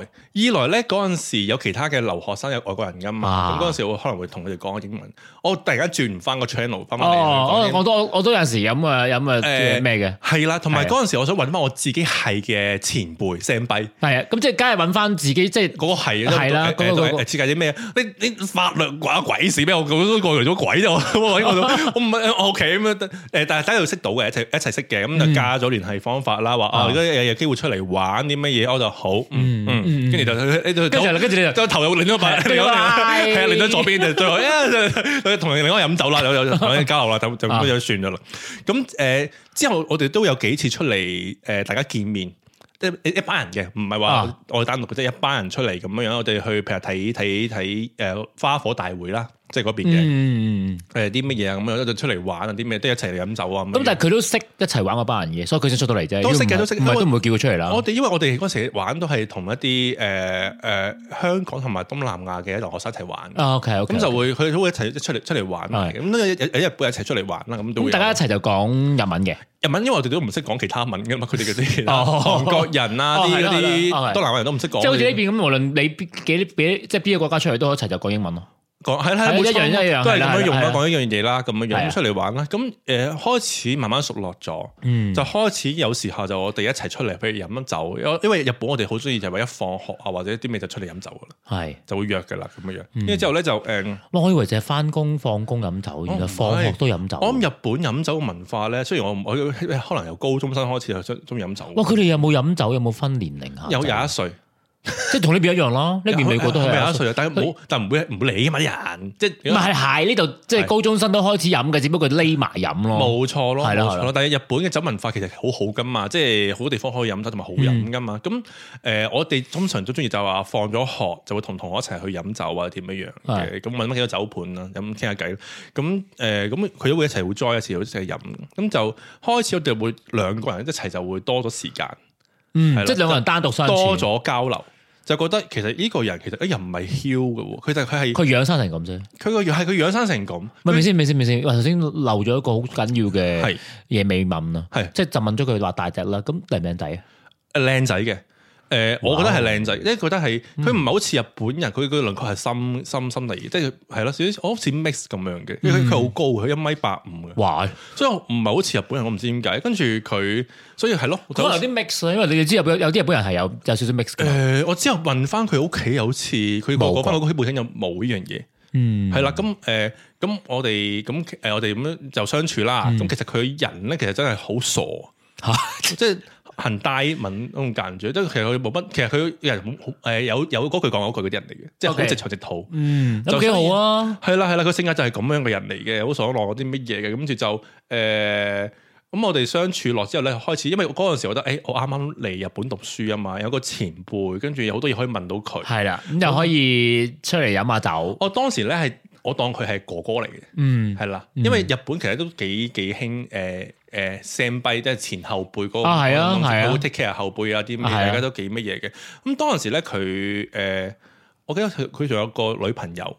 Speaker 2: 二來咧嗰陣時有其他嘅留學生有外國人噶嘛，
Speaker 1: 啊
Speaker 2: 咁嗰陣時我可能會同佢哋講英文。我突然間轉唔翻個 channel 翻翻嚟
Speaker 1: 哦，
Speaker 2: 啊講
Speaker 1: 我我
Speaker 2: 英文。
Speaker 1: 都我都有陣時飲啊飲啊
Speaker 2: 誒
Speaker 1: 咩嘅。
Speaker 2: 係啦，同埋
Speaker 1: 係
Speaker 2: 嗰陣時我想揾翻我自己係嘅前輩聲幣。
Speaker 1: 係啊，咁即係梗係揾翻自己，即係
Speaker 2: 嗰個係
Speaker 1: 係啦
Speaker 2: 嗰
Speaker 1: 嗰個嗰
Speaker 2: 個
Speaker 1: 個
Speaker 2: 設計啲咩？你你法律關我鬼事咩？我咁都過嚟咗鬼啫，我我
Speaker 1: [laughs]
Speaker 2: 我我唔係我屋企咁樣誒，但係大家又識到嘅，一齊一齊識嘅，咁就加咗聯繫方法啦。話啊，
Speaker 1: 嗯啊
Speaker 2: 如果有有機會出嚟玩啲乜嘢，我就好嗯
Speaker 1: 嗯
Speaker 2: 嗯，
Speaker 1: 嗯
Speaker 2: 跟住就你就
Speaker 1: 跟住就跟住你就
Speaker 2: 就頭又擰咗擺，另一個
Speaker 1: 拜
Speaker 2: 係啊，擰咗左邊就最後，啊同另外飲酒啦，有有同人交流啦，就
Speaker 1: 啊
Speaker 2: 就咁樣就算咗啦。咁誒之後我哋都有幾次出嚟誒，大家見面。即係一班人嘅，唔係話
Speaker 1: 啊
Speaker 2: 我哋單獨嘅，即係一班人出嚟咁樣樣。我哋去譬如睇睇睇誒花火大會啦，即係嗰邊嘅
Speaker 1: 嗯，
Speaker 2: 誒啲乜嘢啊咁樣，就出嚟玩啊啲咩，都一齊嚟飲酒啊咁樣。
Speaker 1: 咁但係佢都識一齊玩嗰班人嘅，所以佢先出到嚟啫。
Speaker 2: 都識嘅
Speaker 1: 如果唔係
Speaker 2: 都識
Speaker 1: 唔係都唔會叫佢出嚟啦。
Speaker 2: 我哋因為我哋嗰時玩都係同一啲誒誒香港同埋東南亞嘅留學生一齊玩嘅，
Speaker 1: 啊 OK OK，
Speaker 2: 咁就會佢都會一齊出嚟出嚟玩嘅，
Speaker 1: 係
Speaker 2: 咁都有有有日本一齊出嚟玩啦，咁都會
Speaker 1: 咁
Speaker 2: 有。
Speaker 1: 大家一齊就講日文嘅。
Speaker 2: 日文，因為我哋都唔識講其他文噶嘛，佢哋嗰啲
Speaker 1: 哦
Speaker 2: 韓國人啊，
Speaker 1: 哦
Speaker 2: 啲
Speaker 1: 係
Speaker 2: 嗰
Speaker 1: 啦
Speaker 2: 啲
Speaker 1: 係啦哦係
Speaker 2: 東南亞人都唔識講。
Speaker 1: 即係好似呢邊咁，無論你邊幾幾即係邊個國家出去，都一齊就講英文咯。
Speaker 2: 講係啦，
Speaker 1: 係
Speaker 2: 冇錯
Speaker 1: 一樣一樣
Speaker 2: 都係
Speaker 1: 係
Speaker 2: 咁
Speaker 1: 啦
Speaker 2: 樣用
Speaker 1: 係
Speaker 2: 啦，
Speaker 1: 啦
Speaker 2: 講一樣嘢啦，咁樣
Speaker 1: 係
Speaker 2: 樣
Speaker 1: 啊
Speaker 2: 出嚟玩啦。咁誒開始慢慢熟落咗，
Speaker 1: 嗯
Speaker 2: 就開始有時候就我哋一齊出嚟，譬如飲酒，因為因為日本我哋好中意就係話一放學啊或者啲咩就出嚟飲酒噶啦，
Speaker 1: 係。
Speaker 2: 就會約噶啦咁樣樣。跟住之後咧就誒，
Speaker 1: 哇！我以為就係翻工放工飲酒，原來放學都飲酒。
Speaker 2: 哦我諗日本飲酒嘅文化咧，雖然我唔我可能由高中生開始就中中意飲酒，
Speaker 1: 哇！佢哋有冇飲酒？有冇分年齡啊？
Speaker 2: 有廿一歲，
Speaker 1: 即係同呢邊一樣咯。呢邊美國都
Speaker 2: 係
Speaker 1: 係
Speaker 2: 廿
Speaker 1: 廿
Speaker 2: 一
Speaker 1: 一歲。
Speaker 2: 歲啊，但係冇但唔會唔會理啊嘛啲人，即
Speaker 1: 唔係係呢度，即
Speaker 2: 係
Speaker 1: 係高中生都開始飲嘅，只不過匿埋飲咯。
Speaker 2: 冇錯咯，冇
Speaker 1: 係啦
Speaker 2: 錯
Speaker 1: 係
Speaker 2: 咯
Speaker 1: 啦。
Speaker 2: 但係日本嘅酒文化其實好好噶嘛，即係好多地方可以飲得同埋好飲噶嘛。咁誒、呃我哋通常都中意就話放咗學就會同同學一齊去飲酒啊，點樣樣嘅。
Speaker 1: 係
Speaker 2: 咁揾翻幾個酒伴啦，咁傾下偈。咁誒咁佢都會一齊會 join 一齊一齊飲。咁就開始我哋會兩個人一齊就會多咗時間，
Speaker 1: 嗯
Speaker 2: 係啦，
Speaker 1: 即係兩個人單獨相處，
Speaker 2: 多咗交流。就覺得其實呢個人其實誒又唔係囂嘅喎，佢就佢係
Speaker 1: 佢養生成咁啫。
Speaker 2: 佢個樣係佢養生成咁，
Speaker 1: 咪咪先咪先咪先，喂頭先漏咗一個好緊要嘅
Speaker 2: 係
Speaker 1: 嘢未問啊，
Speaker 2: 係
Speaker 1: 即係就問咗佢話大隻啦，咁靚唔靚仔啊？
Speaker 2: 呃靚仔嘅。誒、我覺得係靚仔，因為覺得係佢
Speaker 1: 嗯
Speaker 2: 唔係好似日本人，佢佢輪廓係深深深嚟嘅，即係係咯，少少我好似 mix 咁樣
Speaker 1: 嗯
Speaker 2: 嘅，因為佢佢好高，佢一米八五嘅，
Speaker 1: 哇！
Speaker 2: 所以我唔係好似日本人，我唔知點解。跟住佢，所以係咯，
Speaker 1: 可能有啲 mix 啦，因為你哋知日本有啲日本人係有有少少 mix
Speaker 2: 誒、
Speaker 1: 嘅，
Speaker 2: 呃我之後問翻佢屋企，有次佢
Speaker 1: 冇
Speaker 2: 講翻
Speaker 1: 講
Speaker 2: 佢屋企本身有冇呢樣嘢。
Speaker 1: 嗯， [laughs]
Speaker 2: 係啦，咁誒，咁我哋咁誒，我哋咁樣就相處啦。
Speaker 1: 嗯
Speaker 2: 咁其實佢人咧，其實真係好傻，即係行大文咁間住，即係其實佢冇乜，其實佢人好誒有有嗰句講嗰句嗰啲人嚟嘅，即係好
Speaker 1: OK
Speaker 2: 直腸直肚。
Speaker 1: 嗯，
Speaker 2: 就
Speaker 1: 咁幾好啊，
Speaker 2: 係啦係啦，佢性格就係咁樣嘅人嚟嘅，好爽朗嗰啲乜嘢嘅，跟住就誒。咁我哋相處落之後咧，開始因為嗰陣時我覺得，誒、我啱啱嚟日本讀書啊嘛，有個前輩，跟住有好多嘢可以問到佢。
Speaker 1: 係啦，咁又可以出嚟飲下酒，
Speaker 2: 我當時咧係，我當佢係哥哥嚟嘅。
Speaker 1: 嗯，
Speaker 2: 係啦，因為日本其實都幾幾興誒誒 sam 跛，即係前後輩嗰個
Speaker 1: 啊係啊
Speaker 2: 嗰個東西
Speaker 1: 係啊
Speaker 2: 佢會 take care 後輩啊啲咩，
Speaker 1: 啊係啊
Speaker 2: 大家都幾乜嘢嘅。咁當陣時咧，佢誒，我記得佢佢仲有個女朋友，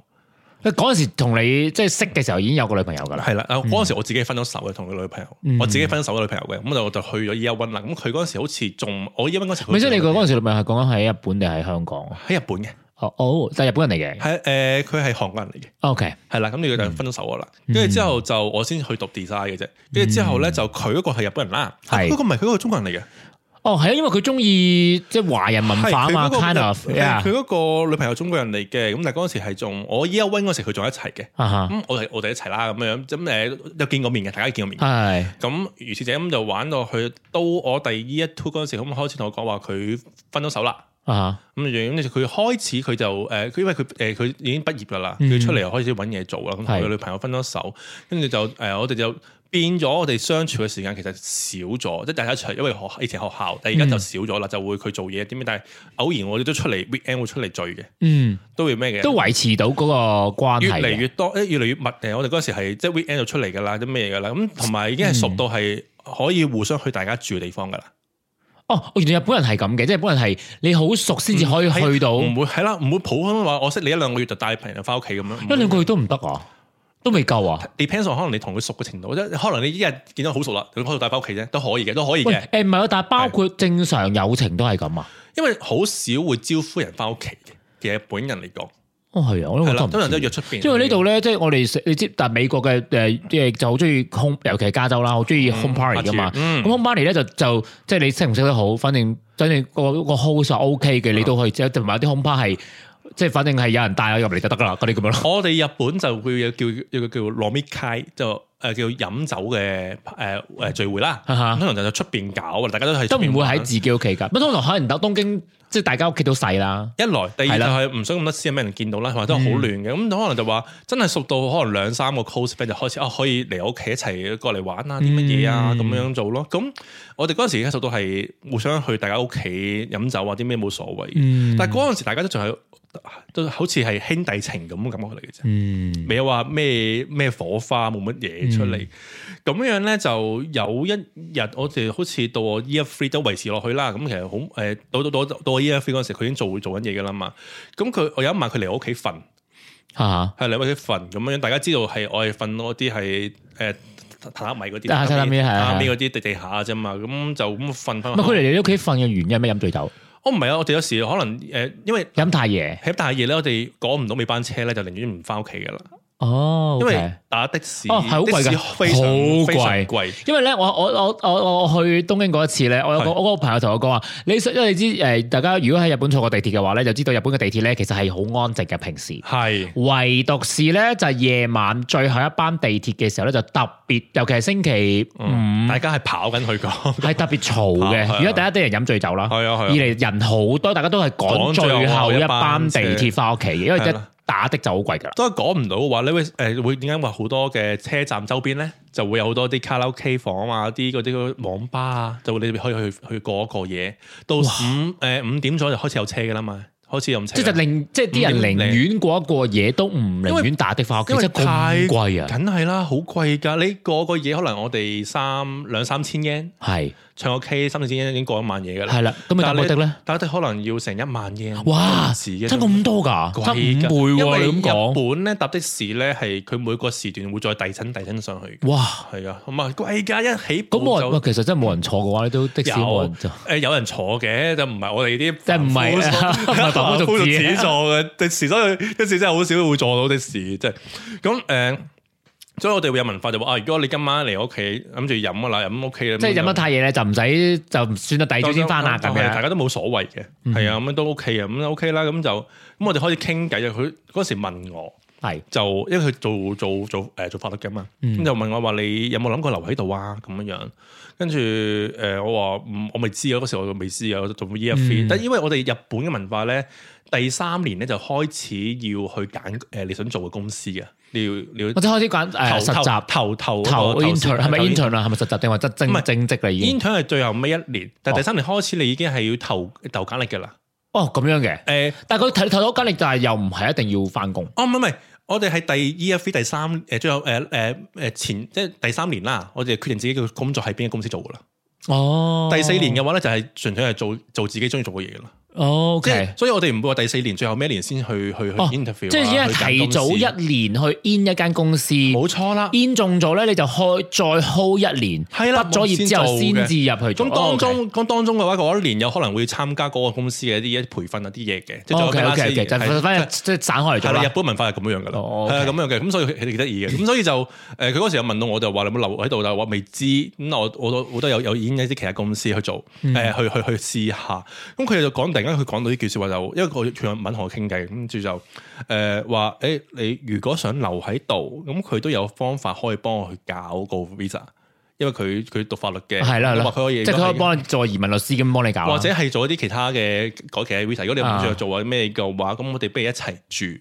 Speaker 1: 佢嗰陣時同你即係識嘅時候已經有個女朋友㗎啦，
Speaker 2: 係啦。啊嗰陣時我自己分咗手嘅，同佢女朋友，
Speaker 1: 嗯
Speaker 2: 我自己分咗手嘅女朋友嘅，咁就我就去咗 year one 啦。咁佢嗰陣時好似仲我 year one 嗰陣時，
Speaker 1: 咪即係你個嗰陣時女朋友係講緊喺日本定喺香港啊？
Speaker 2: 喺日本嘅，
Speaker 1: 哦哦，但係日本人嚟嘅
Speaker 2: 係誒佢係韓國人嚟嘅。
Speaker 1: ，OK，
Speaker 2: 係啦，咁你就分咗手我啦，
Speaker 1: 嗯
Speaker 2: 跟住之後就我先去讀 design 嘅啫，跟住之後咧就佢嗰個係日本人啦，啊
Speaker 1: 係
Speaker 2: 嗰個唔係佢嗰個中國人嚟嘅，
Speaker 1: 哦係啊，因為佢中意即係華人文
Speaker 2: 係
Speaker 1: 化啊嘛
Speaker 2: 佢嗰個
Speaker 1: ，kind of，
Speaker 2: 係
Speaker 1: yeah
Speaker 2: 佢嗰個女朋友中國人嚟嘅，咁但係嗰陣時係仲我 year one 嗰時佢仲一齊嘅，
Speaker 1: 啊哈
Speaker 2: 咁我哋我哋一齊啦咁樣，咁誒有見過面嘅，大家見過面嘅。
Speaker 1: 係
Speaker 2: 咁如是者咁就玩到去到我第 year two 嗰陣時，咁開始同我講話佢分咗手啦。
Speaker 1: 啊
Speaker 2: 咁樣咁佢開始佢就呃誒，佢、因為佢誒佢已經畢業噶啦，佢、
Speaker 1: 嗯
Speaker 2: 出嚟又開始揾嘢做啦，咁同
Speaker 1: 係
Speaker 2: 佢女朋友分咗手，跟住就誒、呃我哋就變咗我哋相處嘅時間其實少咗，即係大家一齊，因為學以前學校，但係而家
Speaker 1: 嗯
Speaker 2: 就少咗啦，就會佢做嘢點樣，但係偶然我哋都出嚟 weekend 會出嚟聚嘅，
Speaker 1: 嗯，
Speaker 2: 都會咩嘅，
Speaker 1: 都維持到嗰個關係
Speaker 2: 越
Speaker 1: 啊
Speaker 2: 嚟
Speaker 1: 嘅。
Speaker 2: 越多，誒呃越嚟越密誒，我哋嗰時係即係 weekend 就出嚟噶啦，啲咩嘢噶啦，咁同埋已經係
Speaker 1: 嗯
Speaker 2: 熟到係可以互相去大家住嘅地方噶啦。
Speaker 1: 哦，原來日本人係咁嘅，即係日本人係你好熟先至可以去到，
Speaker 2: 唔會嗯係啦，唔會普通話，我識你一兩個月就帶朋友翻屋企咁樣，唔
Speaker 1: 一
Speaker 2: 會
Speaker 1: 兩個月都唔得啊，都未夠啊。
Speaker 2: depends on 可能你同佢熟嘅程度，即係可能你一日見到好熟啦，你可以帶翻屋企啫，都可以嘅，都可以
Speaker 1: 喂，
Speaker 2: 嘅。
Speaker 1: 誒唔係啊，但係包括正常友情都係咁啊，
Speaker 2: 因為好少會招呼人翻屋企嘅嘅日本人嚟講，
Speaker 1: 哦係啊，我都
Speaker 2: 係
Speaker 1: 覺
Speaker 2: 啦，
Speaker 1: 得
Speaker 2: 通常
Speaker 1: 唔知
Speaker 2: 都係約出邊。
Speaker 1: 因為呢度咧，即係我哋食你知，但係美國嘅誒，即係就好中意 home，尤其係加州啦，好中意 home party 噶嘛。咁
Speaker 2: 嗯
Speaker 1: home party 咧就就即係你識唔識得好，反正反正個個 host 係 OK
Speaker 2: 嗯
Speaker 1: 嘅，你都去。即係同埋有啲 home party 係即係反正係有人帶我入嚟就得噶啦，嗰啲咁樣
Speaker 2: [laughs]
Speaker 1: 咯。
Speaker 2: 我哋日本就會有叫有個叫 Nomikai，就誒叫飲酒嘅誒誒聚會啦。
Speaker 1: 哈哈
Speaker 2: 通常就喺出邊搞，大家都係
Speaker 1: 啊都
Speaker 2: 出邊
Speaker 1: 唔會喺
Speaker 2: 玩
Speaker 1: 自己屋
Speaker 2: 嗯
Speaker 1: 企㗎。乜通常可能得東京，即係大家屋企都細啦。
Speaker 2: 一來，第
Speaker 1: 係
Speaker 2: 二就
Speaker 1: 啦嗯
Speaker 2: 係唔想咁多私隱俾人見到啦，同埋都係好亂嘅。咁、可能就話真係熟到可能兩三個 close friend 就開始啊，可以嚟我屋企一齊過嚟玩啊，啲乜嘢啊
Speaker 1: 嗯
Speaker 2: 咁樣做咯。咁我哋嗰陣時而家熟到係互相去大家屋企飲酒啊，啲咩冇所謂。
Speaker 1: 嗯
Speaker 2: 但係嗰陣時大家都仲係都好似係兄弟情咁嘅感覺嚟嘅啫。
Speaker 1: 嗯，
Speaker 2: 未有話咩咩火花，冇乜嘢出嚟。咁、樣咧就有一日，我哋好似到我 Year Three 都維持落去啦。咁其實好誒、呃到到到到我 Year Three 嗰陣時，佢已經做做緊嘢噶啦嘛。咁佢我有一晚佢嚟我屋企瞓，
Speaker 1: 嚇
Speaker 2: 係嚟我屋企瞓咁樣。大家知道係我係瞓嗰啲係誒榻榻米嗰啲，
Speaker 1: 啊榻榻米係係
Speaker 2: 榻榻米嗰啲地地下啫嘛。咁就咁瞓
Speaker 1: 嚇。乜佢
Speaker 2: 翻。
Speaker 1: 嚟你屋企瞓嘅原因係咩？飲醉酒，
Speaker 2: 我唔係啊，我哋有時可能誒、呃因為
Speaker 1: 飲太夜。
Speaker 2: 喺大夜咧，我哋趕唔到尾班車咧，就寧願唔翻屋企噶啦。
Speaker 1: 哦，
Speaker 2: 因
Speaker 1: OK，
Speaker 2: 為打的士，
Speaker 1: 哦係好貴㗎
Speaker 2: 的士非常
Speaker 1: 好貴
Speaker 2: 非常貴。
Speaker 1: 因為咧，我我我我我去東京嗰一次咧，我有個
Speaker 2: 係
Speaker 1: 我個朋友同我講話，你想因為你知誒，大家如果喺日本坐過地鐵嘅話咧，就知道日本嘅地鐵咧其實係好安靜嘅平時。
Speaker 2: 係
Speaker 1: 唯獨是咧，就係夜晚最後一班地鐵嘅時候咧，就特別，尤其係星期五
Speaker 2: 嗯大家係跑緊去講，
Speaker 1: [laughs] 係特別嘈嘅。
Speaker 2: 係啊
Speaker 1: 如果第一啲人飲醉酒啦，
Speaker 2: 係啊係啊
Speaker 1: 二嚟人好多，大家都係趕
Speaker 2: 趕最後
Speaker 1: 最後一班
Speaker 2: 班啊
Speaker 1: 地
Speaker 2: 車
Speaker 1: 鐵翻屋企嘅，因為
Speaker 2: 係
Speaker 1: 一
Speaker 2: 啦
Speaker 1: 打的就好貴㗎啦。
Speaker 2: 都係講唔到嘅話咧，會誒會點解話好多嘅車站周邊咧，就會有好多啲卡拉 OK 房啊，啲嗰啲網吧啊，就會你哋可以去去過一過夜。到五誒五點左右就開始有車嘅啦嘛，開始有車
Speaker 1: 即
Speaker 2: 啦。
Speaker 1: 係就寧，即係啲人寧願過一過夜都唔寧願打的翻屋企，
Speaker 2: 因為
Speaker 1: 即係咁貴啊！
Speaker 2: 梗係啦，好貴㗎！你過個夜可能我哋三兩三千 yen，
Speaker 1: 係
Speaker 2: 唱個 K 三四千 yen 已經過一晚嘢㗎啦。
Speaker 1: 係啦，咁咪搭
Speaker 2: 但係
Speaker 1: 摩
Speaker 2: 你
Speaker 1: 的咧？
Speaker 2: 打的可能要成一萬 yen。
Speaker 1: 哇，
Speaker 2: 時嘅
Speaker 1: 差咁多㗎，差五
Speaker 2: 貴㗎
Speaker 1: 倍喎！你咁
Speaker 2: 因
Speaker 1: 講，
Speaker 2: 為日本咧搭的士咧係佢每個時段會再遞增遞增上去嘅，
Speaker 1: 哇！
Speaker 2: 係啊，咁啊貴㗎，一起步
Speaker 1: 咁我喂
Speaker 2: 就
Speaker 1: 其實真係冇人坐嘅話，你都的士冇人坐
Speaker 2: 有。誒有人坐嘅，就唔係我哋啲
Speaker 1: 即係唔係
Speaker 2: 凡
Speaker 1: [laughs] 唔
Speaker 2: 夫 [laughs]
Speaker 1: 係凡夫俗子
Speaker 2: 俗子坐嘅的士，所
Speaker 1: [laughs]
Speaker 2: 以的士真係好少會坐到的士，即係咁誒。所以我哋會有文化就話啊，如果你今晚嚟我屋企諗住飲噶啦，飲屋企啦，
Speaker 1: 即係飲得太夜咧，就唔使就唔算啦，第二朝先翻啦咁
Speaker 2: 係大
Speaker 1: 樣。嗯
Speaker 2: 家都冇所謂嘅，係啊，咁樣都 OK 啊，咁都 OK 啦，咁就咁我哋開始傾偈啊。佢嗰時問我。
Speaker 1: 係
Speaker 2: 就因為佢做做做誒、呃做法律嘅嘛，咁、
Speaker 1: 嗯
Speaker 2: 就問我話你有冇諗過留喺度啊咁樣樣，跟住誒我話唔我未知啊，嗰時我未知啊，我做 E F
Speaker 1: 嗯
Speaker 2: V，但因為我哋日本嘅文化咧，第三年咧就開始要去揀誒、呃你想做嘅公司嘅，你要你要
Speaker 1: 我即係開始揀誒實習
Speaker 2: 投投
Speaker 1: 投 intern 係咪
Speaker 2: intern
Speaker 1: intern 啦？係咪實習定話真
Speaker 2: 唔
Speaker 1: 正
Speaker 2: 係
Speaker 1: 正職啦啊已經？
Speaker 2: intern 係最後尾一年，但係第三年開始你已經係要投投簡歷嘅啦，
Speaker 1: 哦，咁樣嘅
Speaker 2: 誒、。
Speaker 1: 但係佢睇睇到簡歷，但係又唔係一定要翻工。
Speaker 2: 哦，唔係唔係，我哋係第 E F V 第三誒，最後誒誒誒前即係第三年啦，我哋決定自己嘅工作喺邊間公司做噶啦。
Speaker 1: 哦，
Speaker 2: 第四年嘅話咧，就係純粹係做做自己中意做嘅嘢噶啦。
Speaker 1: 哦
Speaker 2: 即
Speaker 1: ，OK
Speaker 2: 係。所以我哋唔會話第四年最後咩年先去去去
Speaker 1: 哦
Speaker 2: interview，
Speaker 1: 即係
Speaker 2: 係
Speaker 1: 已經係提早一年去 in 一間公司
Speaker 2: 冇錯啦。
Speaker 1: ，in 中咗咧你就開再 hold 一年，
Speaker 2: 係啦
Speaker 1: 畢咗業之後先
Speaker 2: 先做嘅
Speaker 1: 至入去做。哦
Speaker 2: 咁當中咁當中嘅話，嗰一年有可能會參加嗰個公司嘅一啲嘢培訓啊啲嘢嘅，即係做
Speaker 1: O
Speaker 2: 咗
Speaker 1: K O K O K，
Speaker 2: freelance
Speaker 1: 哦就
Speaker 2: 嘅係
Speaker 1: 反正即係散開嚟
Speaker 2: 係
Speaker 1: 做
Speaker 2: 啦，日
Speaker 1: 啦。
Speaker 2: 本文化係咁樣樣噶啦，
Speaker 1: 哦
Speaker 2: 係啊咁樣嘅，咁所以佢哋幾得意嘅，咁所以就誒佢嗰時又問到我就話你有冇留喺度，就話未知，咁我我都我都有有已經有啲其他公司去做，誒、
Speaker 1: 嗯
Speaker 2: 去去去試下，咁佢就講突然間佢講到呢句説話就，因為佢佢用文同我傾偈，跟住就誒話誒你如果想留喺度，咁佢都有方法可以幫我去搞個 visa，因為佢佢讀法律嘅，
Speaker 1: 係啦，係
Speaker 2: 咁
Speaker 1: 啦
Speaker 2: 話佢可以
Speaker 1: 即係佢可以
Speaker 2: 幫。
Speaker 1: 幫你啊做移民律師咁幫你搞啊啦，
Speaker 2: 或者係做一啲其他嘅改期嘅 visa，如果你唔想做啊咩嘅話，咁我哋不如一齊住。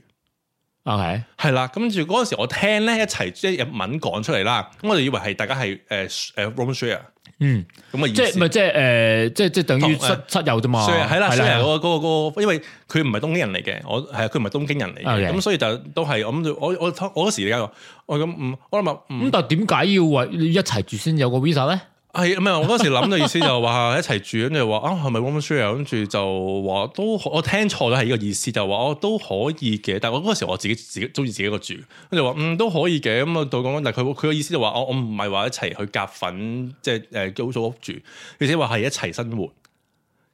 Speaker 1: O K
Speaker 2: 係啦，跟住嗰陣時我聽咧一齊即係日文講出嚟啦，咁我就以為係大家係呃誒誒 room share
Speaker 1: 嗯，
Speaker 2: 咁啊嘅意
Speaker 1: 即係
Speaker 2: 思。
Speaker 1: 咪即係誒，即係即係等於
Speaker 2: 同
Speaker 1: 室室友啫嘛。
Speaker 2: share 係啦
Speaker 1: 係啦
Speaker 2: ，share 嗰個嗰個嗰個，因為佢唔係東京人嚟嘅，我係啊佢唔係東京人嚟
Speaker 1: OK
Speaker 2: 嘅，咁所以就都係我諗住我我我嗰時間我咁嗯我諗話
Speaker 1: 咁
Speaker 2: 嗯
Speaker 1: 但係點解要為一齊住先有個 visa
Speaker 2: [laughs]
Speaker 1: 咧？
Speaker 2: 係唔係我嗰時諗嘅意思就話 [laughs] 一齊住，跟住話啊係咪 room share，跟住就話都可我聽錯咗係呢個意思，就話我都可以嘅，但係我嗰時我自己自己中意自己一個住，跟住話嗯都可以嘅，咁啊到講，但係佢佢嘅意思就話哦我我唔係話一齊去夾呃粉，即係誒租租屋住，而且話係一齊生活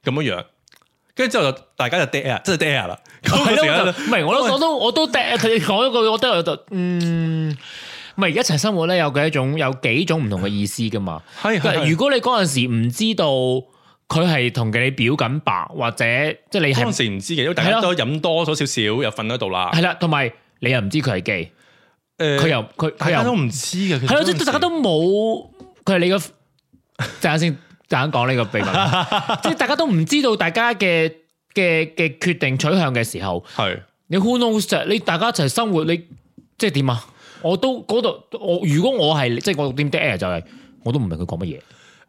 Speaker 2: 咁樣樣。跟跟住之後就大家就 dead air，真係 dead air 啦。咁
Speaker 1: 係
Speaker 2: 我成日
Speaker 1: 咯，
Speaker 2: 都
Speaker 1: 唔係我都我都我都佢哋講一句，我都有度嗯。唔係一齊生活咧，有幾種有幾種唔同嘅意思噶嘛。
Speaker 2: [laughs] 係係係
Speaker 1: 如果你嗰陣時唔知道佢係同你表緊白，或者即係你
Speaker 2: 嗰
Speaker 1: 係
Speaker 2: 陣時唔知嘅，因為大家都飲多咗少少，又瞓喺度啦。
Speaker 1: 係啦，同埋你又唔知佢係 gay，
Speaker 2: 誒
Speaker 1: 佢又佢
Speaker 2: 大
Speaker 1: 佢
Speaker 2: 家
Speaker 1: 又
Speaker 2: 都唔知嘅，其實
Speaker 1: 係咯，即
Speaker 2: 嗰陣
Speaker 1: 係
Speaker 2: 時
Speaker 1: 大家都冇佢係你個，陣間先陣間講呢個秘密，即
Speaker 2: [laughs]
Speaker 1: 係大家都唔知道大家嘅嘅嘅決定取向嘅時候，
Speaker 2: 係
Speaker 1: 你 who knows 啫你大家一齊生活，你即係點啊？我都嗰度，我如果我係即係我點 dead air 就係、我都唔明佢講乜嘢，
Speaker 2: 誒，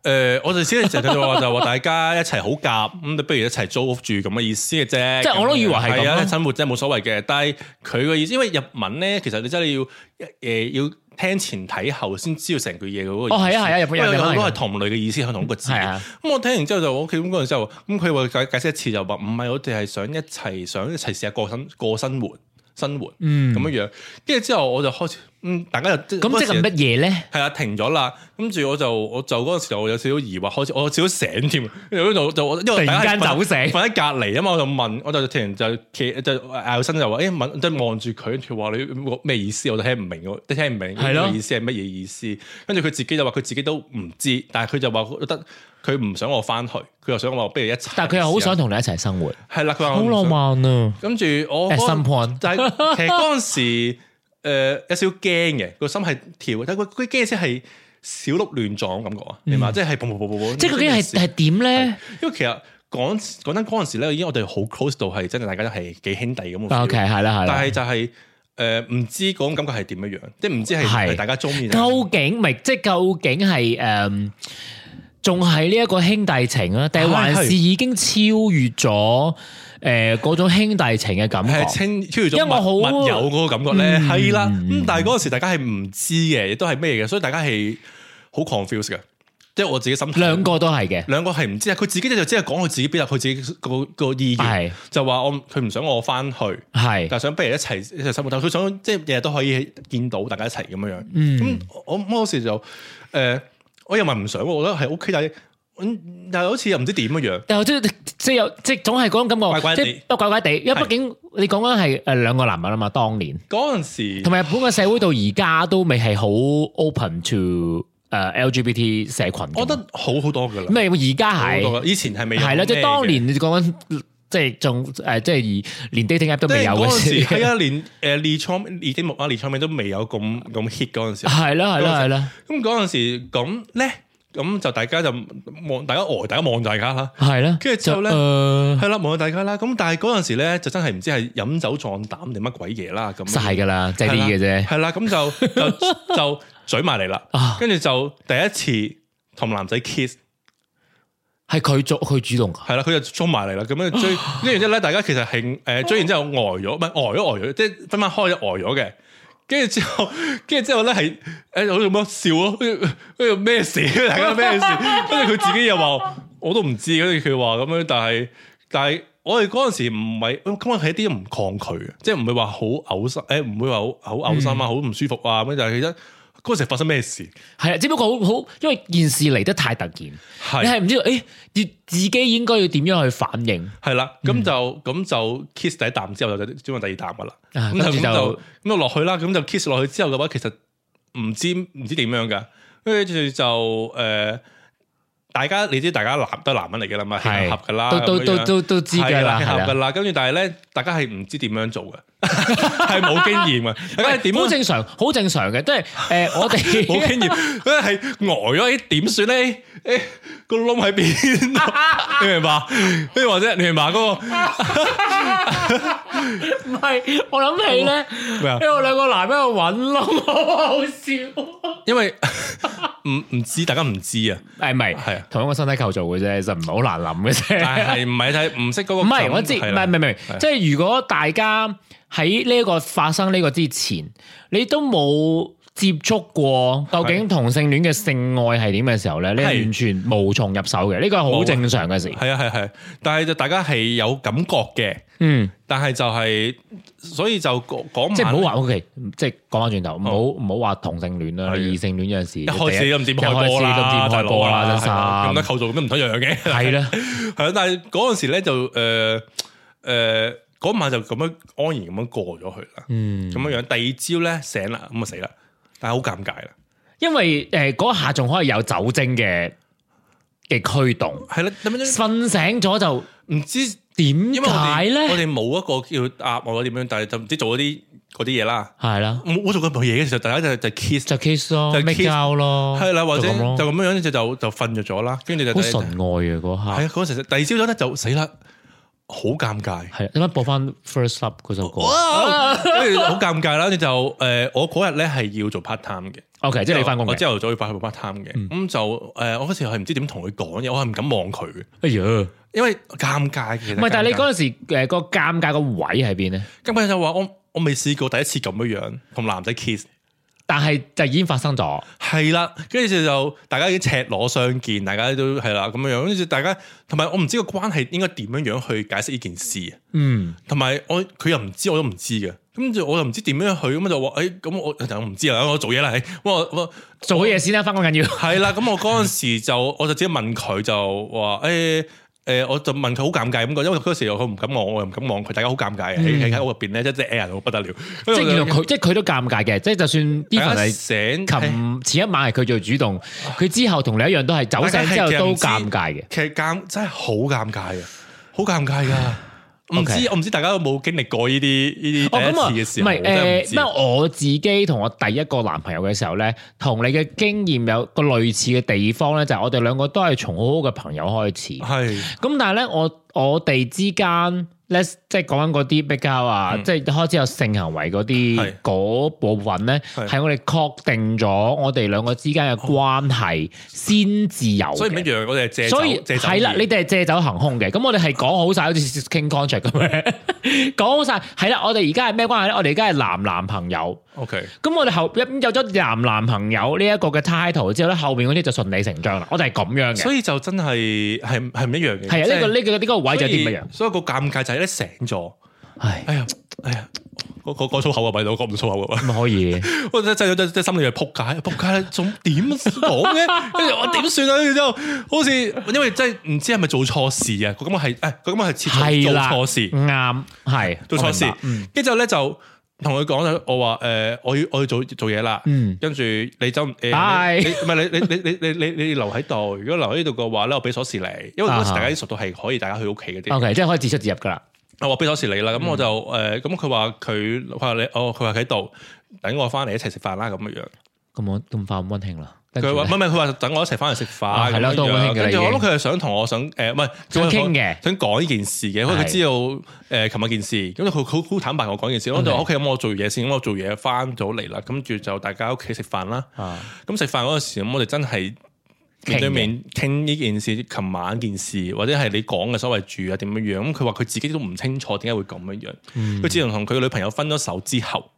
Speaker 2: 呃我哋先係成日就話就話大家一齊好夾，咁你不如一齊租屋住咁嘅意思嘅啫。
Speaker 1: 即係我都以為係咁咯
Speaker 2: 係啊，生活真係冇所謂嘅。但係佢個意思，因為日文咧，其實你真係要誒要聽前睇後先知道成句嘢嘅嗰個意思。
Speaker 1: 哦係啊係啊日本
Speaker 2: 因為
Speaker 1: 日本
Speaker 2: 有好多
Speaker 1: 係
Speaker 2: 係同類嘅意思，係同一個字。
Speaker 1: 係啊
Speaker 2: 咁我聽完之後就 OK，咁嗰陣時候，咁佢話解解釋一次就話唔係，我哋係想一齊想一齊試下過生過生活生活咁樣樣。跟住之後我就開始，嗯，大家就
Speaker 1: 嗯咁即係乜嘢咧？
Speaker 2: 係啊，停咗啦。跟住我就我就嗰陣時候我有少少疑惑，開始我有少少醒添。跟住就就因為
Speaker 1: 突然
Speaker 2: 大家
Speaker 1: 間
Speaker 2: 係
Speaker 1: 走醒
Speaker 2: 瞓瞓喺隔離啊嘛，我就問，我就突然就企就拗身就話，誒問即係望住佢，佢話你咩意思？我就聽唔明，我都聽唔明
Speaker 1: 係咯
Speaker 2: 呢個意思係乜嘢意思。跟住佢自己就話佢自己都唔知，但係佢就話覺得佢唔想我翻去，佢又想我話不如一齊試下。
Speaker 1: 但係佢又好想同你一齊生活，
Speaker 2: 係啦，佢話我
Speaker 1: 好
Speaker 2: 唔想
Speaker 1: 浪漫啊
Speaker 2: 跟住我
Speaker 1: ！At
Speaker 2: 嗰
Speaker 1: some point，
Speaker 2: 但係其實嗰陣時，誒有少少驚嘅，個心係跳嘅，但係佢驚先係小鹿亂撞感覺啊，明嘛？即係砰砰砰砰砰，
Speaker 1: 嗯即係究竟係係點咧
Speaker 2: 因為其實講講真嗰陣時咧，已經我哋好 close 到係真係大家都係幾兄弟咁嘅
Speaker 1: 啊？OK，
Speaker 2: feel，
Speaker 1: 係啦係啦
Speaker 2: 但。係就係誒唔知嗰種感覺係點樣樣，即係唔知係
Speaker 1: 係
Speaker 2: 係大家中意定係
Speaker 1: 究竟咪即係究竟係诶，誒仲係呢一個兄弟情啊，定係還
Speaker 2: 係係
Speaker 1: 是已經超越咗诶嗰種兄弟情嘅感
Speaker 2: 係
Speaker 1: 覺？
Speaker 2: 清超越咗
Speaker 1: 因為我好嗯
Speaker 2: 密密友嗰個感覺咧，係啦。咁但係嗰陣時大家係唔知嘅，亦都係咩嘅，所以大家係好 confuse 嘅。即係我自己心態
Speaker 1: 兩個都係嘅，
Speaker 2: 兩個係唔知啊，佢自己就只係講佢自己表達佢自己個個意見，
Speaker 1: 係
Speaker 2: 就話我唔佢唔想我翻去，
Speaker 1: 係
Speaker 2: 但係想不如一齊一齊生活，但係佢想即係日日都可以見到大家一齊咁樣樣。咁、
Speaker 1: 嗯
Speaker 2: 我我嗰時就誒、呃我又唔係唔想，我覺得係 O K，但係嗯但係好似又唔知點樣樣。
Speaker 1: 但係即係即係有即係總係嗰種感覺，
Speaker 2: 怪怪地
Speaker 1: 即係不過怪怪地，因為
Speaker 2: 係
Speaker 1: 畢竟你講緊係诶兩個男人啊嘛，當年
Speaker 2: 嗰陣時
Speaker 1: 同埋日本嘅社會到而家都未係好 open to 诶 LGBT 社群㗎嘛，
Speaker 2: 我覺得好好多噶啦，
Speaker 1: 咩而家
Speaker 2: 好
Speaker 1: 係
Speaker 2: 多㗎以前係未有
Speaker 1: 係啦，即係
Speaker 2: 咩
Speaker 1: 當
Speaker 2: 嘅
Speaker 1: 年你講緊即係仲誒，即係而連 dating app 都
Speaker 2: 即
Speaker 1: 未
Speaker 2: 係
Speaker 1: 有
Speaker 2: 嗰
Speaker 1: 嘅
Speaker 2: 陣時
Speaker 1: 時，
Speaker 2: 係啊，連誒列倉列啲木啊列倉名都未有咁咁 hit 嗰陣
Speaker 1: [laughs]
Speaker 2: 時。
Speaker 1: 係啦係啦係啦
Speaker 2: 咁嗰陣時咁咧，咁就大家就望大家呆，大家望大家啦，
Speaker 1: 係啦，
Speaker 2: 跟住之後咧
Speaker 1: 就呃誒
Speaker 2: 係啦，望大家啦。咁但係嗰陣時咧，就真係唔知係飲酒壯膽定乜鬼嘢啦咁。
Speaker 1: 晒㗎啦，即係啲嘢啫，
Speaker 2: 嗯係啦，咁就就就嘴埋嚟啦
Speaker 1: 啊，
Speaker 2: 跟住就第一次同男仔 kiss，
Speaker 1: 係佢做佢主動啊㗎，
Speaker 2: 係啦，佢就衝埋嚟啦，
Speaker 1: [sighs]
Speaker 2: 咁樣追，跟住之後咧，大家其實係
Speaker 1: 哦
Speaker 2: 誒追完之後呆咗，唔係呆咗呆咗，即係分翻開咗呆咗嘅。跟住之後， [laughs] 跟住之後咧係誒好似咁樣笑咯，跟住跟住咩事？ [laughs] 大家咩事？跟住佢自己又話我都唔知，跟住佢話咁樣，但係但係我哋嗰陣時唔係咁，我係一啲都唔抗拒嘅，即係唔會話好嘔心，誒唔會話好好嘔心
Speaker 1: 嗯
Speaker 2: 啊，好唔舒服啊咁樣。但係其實嗰陣時發生咩事？
Speaker 1: 係啊，只不過好好，因為件事嚟得太突然，你
Speaker 2: 係
Speaker 1: 係唔知道誒，要自己應該要點樣去反應
Speaker 2: 係啦，
Speaker 1: 嗯
Speaker 2: 咁就咁就 kiss 第一啖之後就轉第二啖噶啦。
Speaker 1: 啊，
Speaker 2: 咁
Speaker 1: 跟
Speaker 2: 就
Speaker 1: 住
Speaker 2: 咁就
Speaker 1: 就
Speaker 2: 咁就落去啦，咁就 kiss 落去之後嘅話，其實唔知唔知點樣噶，跟住就誒、呃大家你知大家男都係男人嚟嘅啦嘛，
Speaker 1: 係
Speaker 2: 合噶啦，
Speaker 1: 都都
Speaker 2: 咁
Speaker 1: 都
Speaker 2: 樣
Speaker 1: 都都知㗎啦，
Speaker 2: 合噶
Speaker 1: 係啦。
Speaker 2: 啦，跟住但係咧，大家係唔知點樣做嘅， [laughs] 係冇經驗啊，大家係點
Speaker 1: 好
Speaker 2: 樣
Speaker 1: 正常，好正常嘅，即係誒，我
Speaker 2: 冇 [laughs]
Speaker 1: 哋
Speaker 2: 經驗，佢係呆咗，咦點算咧？誒個窿喺邊 [laughs] 度？你明白？跟住或者你明白嗰個
Speaker 1: [laughs] 唔係，我諗起
Speaker 2: [laughs]
Speaker 1: 咧，
Speaker 2: 咩啊
Speaker 1: 因為我兩個男喺度揾窿，好 [laughs] 好笑。
Speaker 2: 因為 [laughs] 唔唔知，大家唔知啊。
Speaker 1: 誒唔係，
Speaker 2: 係啊
Speaker 1: 同一個身體構造嘅啫，其實唔係好難諗嘅啫。
Speaker 2: [laughs] 但係唔係睇唔識嗰個
Speaker 1: 唔係
Speaker 2: 感
Speaker 1: 我知，唔
Speaker 2: 係啦
Speaker 1: 係唔係唔
Speaker 2: 係
Speaker 1: 係，即係如果大家喺呢一個發生呢個之前，你都冇接觸過究竟同性戀嘅性愛係點嘅時候咧，你係
Speaker 2: 係
Speaker 1: 完全無從入手嘅，呢個係好正常嘅事。
Speaker 2: 係啊係係，但係就大家係有感覺嘅，
Speaker 1: 嗯，
Speaker 2: 但係就係、所以就嗰嗰晚
Speaker 1: 即係唔好話 OK，即係講翻轉頭，唔好
Speaker 2: 好
Speaker 1: 唔好話同性戀啦，
Speaker 2: 係
Speaker 1: 異性戀有陣時
Speaker 2: 一開始都唔知開波啦，啊
Speaker 1: 一開始都唔知開波啦，真
Speaker 2: 咁多
Speaker 1: 心
Speaker 2: 構造咁都唔一樣嘅，
Speaker 1: 係啦，
Speaker 2: [laughs] 係啊，但係嗰陣時咧就誒誒嗰晚就咁樣安然咁樣過咗去啦，
Speaker 1: 嗯
Speaker 2: 咁。樣樣第二朝咧醒啦，咁啊死啦，但係好尷尬啦，
Speaker 1: 因為誒嗰、下仲可以有酒精嘅嘅驅動，
Speaker 2: 係啦，咁
Speaker 1: 瞓醒咗就
Speaker 2: 樣唔知。因
Speaker 1: 點
Speaker 2: 為我
Speaker 1: 解
Speaker 2: 哋我
Speaker 1: 咧？
Speaker 2: 哋冇一個叫答案或者點樣，但係就唔知做嗰啲嗰啲嘢啦。
Speaker 1: 係啦，
Speaker 2: 冇冇做過任何嘢嘅時候，大家就就 kiss
Speaker 1: 就 kiss 咯
Speaker 2: 就
Speaker 1: ，make
Speaker 2: kiss，
Speaker 1: out 咯，
Speaker 2: 係啦，或者
Speaker 1: 就咁咯
Speaker 2: 就咁樣樣就就就瞓着咗啦。跟住就
Speaker 1: 好
Speaker 2: 係
Speaker 1: 純愛啊嗰
Speaker 2: 啊
Speaker 1: 下，，
Speaker 2: 嗰陣時第二朝早咧就死啦，好尷尬，
Speaker 1: 係啊點解播翻 first love 嗰首歌啊
Speaker 2: 哇跟住好尷尬啦。跟住就誒，我嗰日咧係要做 part time 嘅，
Speaker 1: ？OK，即係你翻工
Speaker 2: 我
Speaker 1: 嘅，嗯
Speaker 2: 朝頭早要翻去 part time 嘅，咁就誒我嗰時係唔知點同佢講嘢，我係唔敢望佢嘅，
Speaker 1: 哎呀，唔
Speaker 2: 因為尷尬嘅。唔
Speaker 1: 係，但係你嗰陣時誒個尷尬個位喺邊咧？
Speaker 2: 尷尬就話我我未試過第一次咁樣樣同男仔 kiss。
Speaker 1: 但係就已經發生咗，
Speaker 2: 係啦，跟住就大家已經赤裸相見，大家都係啦咁樣樣，跟住大家同埋我唔知個關係應該點樣樣去解釋呢件事，啊
Speaker 1: 嗯，
Speaker 2: 同埋我佢又唔知，我都唔知嘅，咁就我又唔知點樣去，咁就話誒，咁、我我就唔知啦，我做嘢啦，係我我
Speaker 1: 做好嘢先啦，翻工緊 [laughs] 要。
Speaker 2: 係啦，咁我嗰陣時就我就只係問佢就話誒。誒，我就問佢好尷尬咁講，因為嗰時佢唔敢望我，我又唔敢望佢，大家好尷尬嘅喺喺屋入邊咧，即係 air 到不得了。即
Speaker 1: 嗯即係原來佢，即係佢都尷尬嘅，即係就算 even 係
Speaker 2: 醒，
Speaker 1: 琴前一晚係佢做主動，佢之後同你一樣都係走醒之後都尷尬嘅。
Speaker 2: 其實尷真係好尷尬嘅，好尷尬噶。唔
Speaker 1: OK
Speaker 2: 知我唔知大家有冇經歷過呢啲呢
Speaker 1: 哦，咁啊，
Speaker 2: 啲
Speaker 1: 唔
Speaker 2: 第一次嘅時候，
Speaker 1: 係
Speaker 2: 我真係唔
Speaker 1: 誒，
Speaker 2: 知
Speaker 1: 因為我自己同我第一個男朋友嘅時候咧，同你嘅經驗有個類似嘅地方咧，就係我哋兩個都係從好好嘅朋友開始。
Speaker 2: 啊係
Speaker 1: 咁但係咧，我我哋之間咧，即係講緊嗰啲比較啊，
Speaker 2: 嗯
Speaker 1: 即係開始有性行為嗰啲
Speaker 2: 係
Speaker 1: 嗰部分咧，
Speaker 2: 係哦
Speaker 1: 係我哋確定咗我哋兩個之間嘅關係先至有嘅。
Speaker 2: 所以唔一樣，我哋係借
Speaker 1: 所以
Speaker 2: 借
Speaker 1: 係啦，你哋係借酒行空嘅，咁我哋係講好晒，好似傾 contract 咁樣， [laughs] 講好晒。係啦，我哋而家係咩關係咧？我哋而家係男男朋友，
Speaker 2: OK
Speaker 1: 咁我哋後一有咗男男朋友呢一個嘅 title 之後咧，後面嗰啲就順理成章啦。我哋係咁樣嘅，
Speaker 2: 所以就真係係係唔一樣嘅。
Speaker 1: 係啊，呢個呢個呢個位
Speaker 2: 位
Speaker 1: 就係啲乜樣？
Speaker 2: 所以個尷尬就係咧醒咗，
Speaker 1: 唉，
Speaker 2: 哎呀哎呀，嗰嗰嗰粗口啊，咪到講唔到粗口啊。 [laughs]
Speaker 1: 咁可以，
Speaker 2: 我真真真真心裏係仆街，仆街咧，仲點講嘅？ [laughs] 跟住我點算啊？跟住之後，好似因為真係唔知係咪做錯事啊？咁我係誒，咁我係切
Speaker 1: 係
Speaker 2: 做
Speaker 1: 啦，
Speaker 2: 錯事，
Speaker 1: 啱係
Speaker 2: 做錯
Speaker 1: 我明白嗯
Speaker 2: 事。跟住之後咧就同佢講就我話誒，我要我要做做嘢啦。
Speaker 1: 嗯，
Speaker 2: 跟住你就誒，
Speaker 1: Bye
Speaker 2: 你唔係你你你你你你留喺度。如果留喺呢度嘅話咧，我俾鎖匙你，因為嗰時大家啲熟到係可以大家去屋企嗰啲。
Speaker 1: ，OK，即係可以自出自入噶啦。
Speaker 2: 我話俾咗匙你啦，咁我就誒，咁佢話佢佢話你，哦，佢話佢喺度等我翻嚟一齊食飯啦，咁樣樣。
Speaker 1: 咁我咁快咁溫馨啦，跟住
Speaker 2: 佢話
Speaker 1: 呢
Speaker 2: 唔係唔係，佢話等我一齊翻嚟食
Speaker 1: 啊
Speaker 2: 飯
Speaker 1: 係啦
Speaker 2: 咁
Speaker 1: 都好
Speaker 2: 樣
Speaker 1: 溫馨嘅啦
Speaker 2: 跟住
Speaker 1: 已
Speaker 2: 我
Speaker 1: 經
Speaker 2: 諗佢係想同我想誒，唔係
Speaker 1: 想傾嘅
Speaker 2: 想講呢件事嘅，因為佢
Speaker 1: 係
Speaker 2: 知道誒琴日件事，咁佢好好坦白我講件事，我就
Speaker 1: OK
Speaker 2: OK 咁我做嘢先，咁我做嘢翻咗嚟啦，跟住就大家喺屋企食飯啦。
Speaker 1: 啊
Speaker 2: 咁食飯嗰陣時，咁我哋真係面對面傾呢件事，琴晚件事，或者係你講嘅所謂住啊點樣樣。咁佢話佢自己都唔清楚點解會咁樣樣。佢、
Speaker 1: 嗯
Speaker 2: 自從同佢女朋友分咗手之後，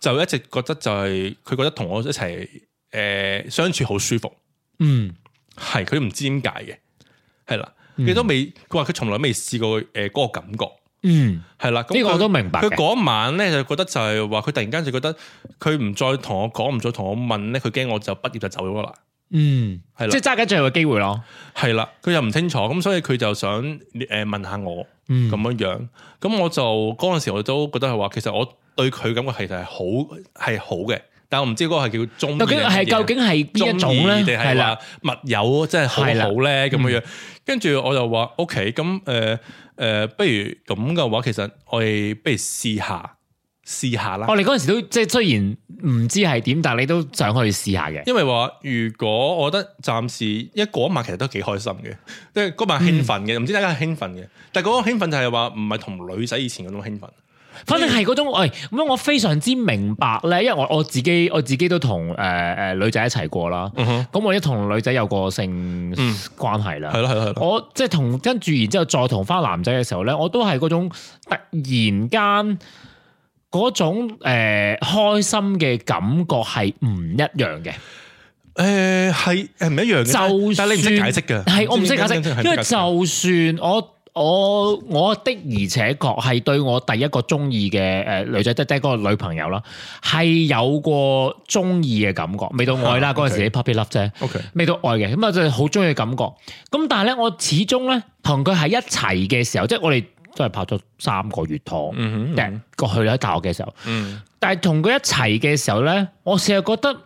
Speaker 2: 就一直覺得就係、佢覺得同我一齊誒、呃相處好舒服，
Speaker 1: 嗯，
Speaker 2: 係佢唔知點解嘅，係啦，佢都未，佢話佢從來未試過呃誒嗰、個感覺，
Speaker 1: 嗯，
Speaker 2: 係啦。咁
Speaker 1: 呢個我
Speaker 2: 佢
Speaker 1: 都明白
Speaker 2: 佢
Speaker 1: 嘅。
Speaker 2: 嗰晚咧就覺得就係話佢突然間就覺得佢唔再同我講，唔再同我問咧，佢驚我就畢業就走咗啦。
Speaker 1: 嗯，
Speaker 2: 係啦
Speaker 1: 即係揸緊最後嘅機會咯。
Speaker 2: 係啦，佢又唔清楚，咁所以佢就想誒、呃、問下我
Speaker 1: 嗯
Speaker 2: 咁樣樣，咁我就嗰陣時我都覺得係話，其實我對佢感覺其實係好係好嘅，但我唔知嗰個係叫中意
Speaker 1: 究竟係
Speaker 2: 定乜嘢
Speaker 1: 究竟係邊一種
Speaker 2: 中意
Speaker 1: 咧？
Speaker 2: 定
Speaker 1: 係
Speaker 2: 係
Speaker 1: 啦嗯
Speaker 2: 話，密友真係好好咧咁樣樣，跟住我就話 OK，咁誒誒，不如咁嘅話，其實我哋不如試下試下啦。
Speaker 1: 我哋嗰陣時都即係雖然唔知係點，但係你都想去試下嘅。
Speaker 2: 因為話如果我覺得暫時，因為嗰晚其實都幾開心嘅，即係嗰晚興奮
Speaker 1: 嗯
Speaker 2: 嘅，唔、知大家係興奮嘅，但係嗰個興奮就係話唔係同女仔以前嗰種
Speaker 1: 啊
Speaker 2: 興奮，
Speaker 1: 反正係嗰種，喂，咁我非常之明白咧，因為我我自己我自己都同誒誒女仔一齊過啦。
Speaker 2: 嗯哼
Speaker 1: 咁我一同女仔有個性
Speaker 2: 嗯
Speaker 1: 關係啦。
Speaker 2: 係咯係咯係咯，
Speaker 1: 我即係同跟住，然之後再同翻男仔嘅時候咧，我都係嗰種突然間嗰嗰種誒、呃、開心嘅感覺係唔一樣嘅。
Speaker 2: 誒係誒唔一樣嘅，
Speaker 1: 就
Speaker 2: 但係你唔識
Speaker 1: 算
Speaker 2: 解釋嘅，
Speaker 1: 係我唔識解
Speaker 2: 真係
Speaker 1: 釋，
Speaker 2: 唔
Speaker 1: 因為
Speaker 2: 識解釋
Speaker 1: 就算我我我的而且確係對我第一個中意嘅誒女仔，即係嗰個女朋友啦，係有過中意嘅感覺，未到愛啦，
Speaker 2: 啊
Speaker 1: 嗰陣時啲 puppy love 啫。
Speaker 2: OK
Speaker 1: 未到愛嘅，咁啊就係好中意嘅感覺。咁但係咧，我始終咧同佢喺一齊嘅時候，即係我哋都係拍咗三個月拖，
Speaker 2: 嗯哼嗯
Speaker 1: 即係過去喺大學嘅時候。
Speaker 2: 嗯
Speaker 1: 但係同佢一齊嘅時候咧，我成日覺得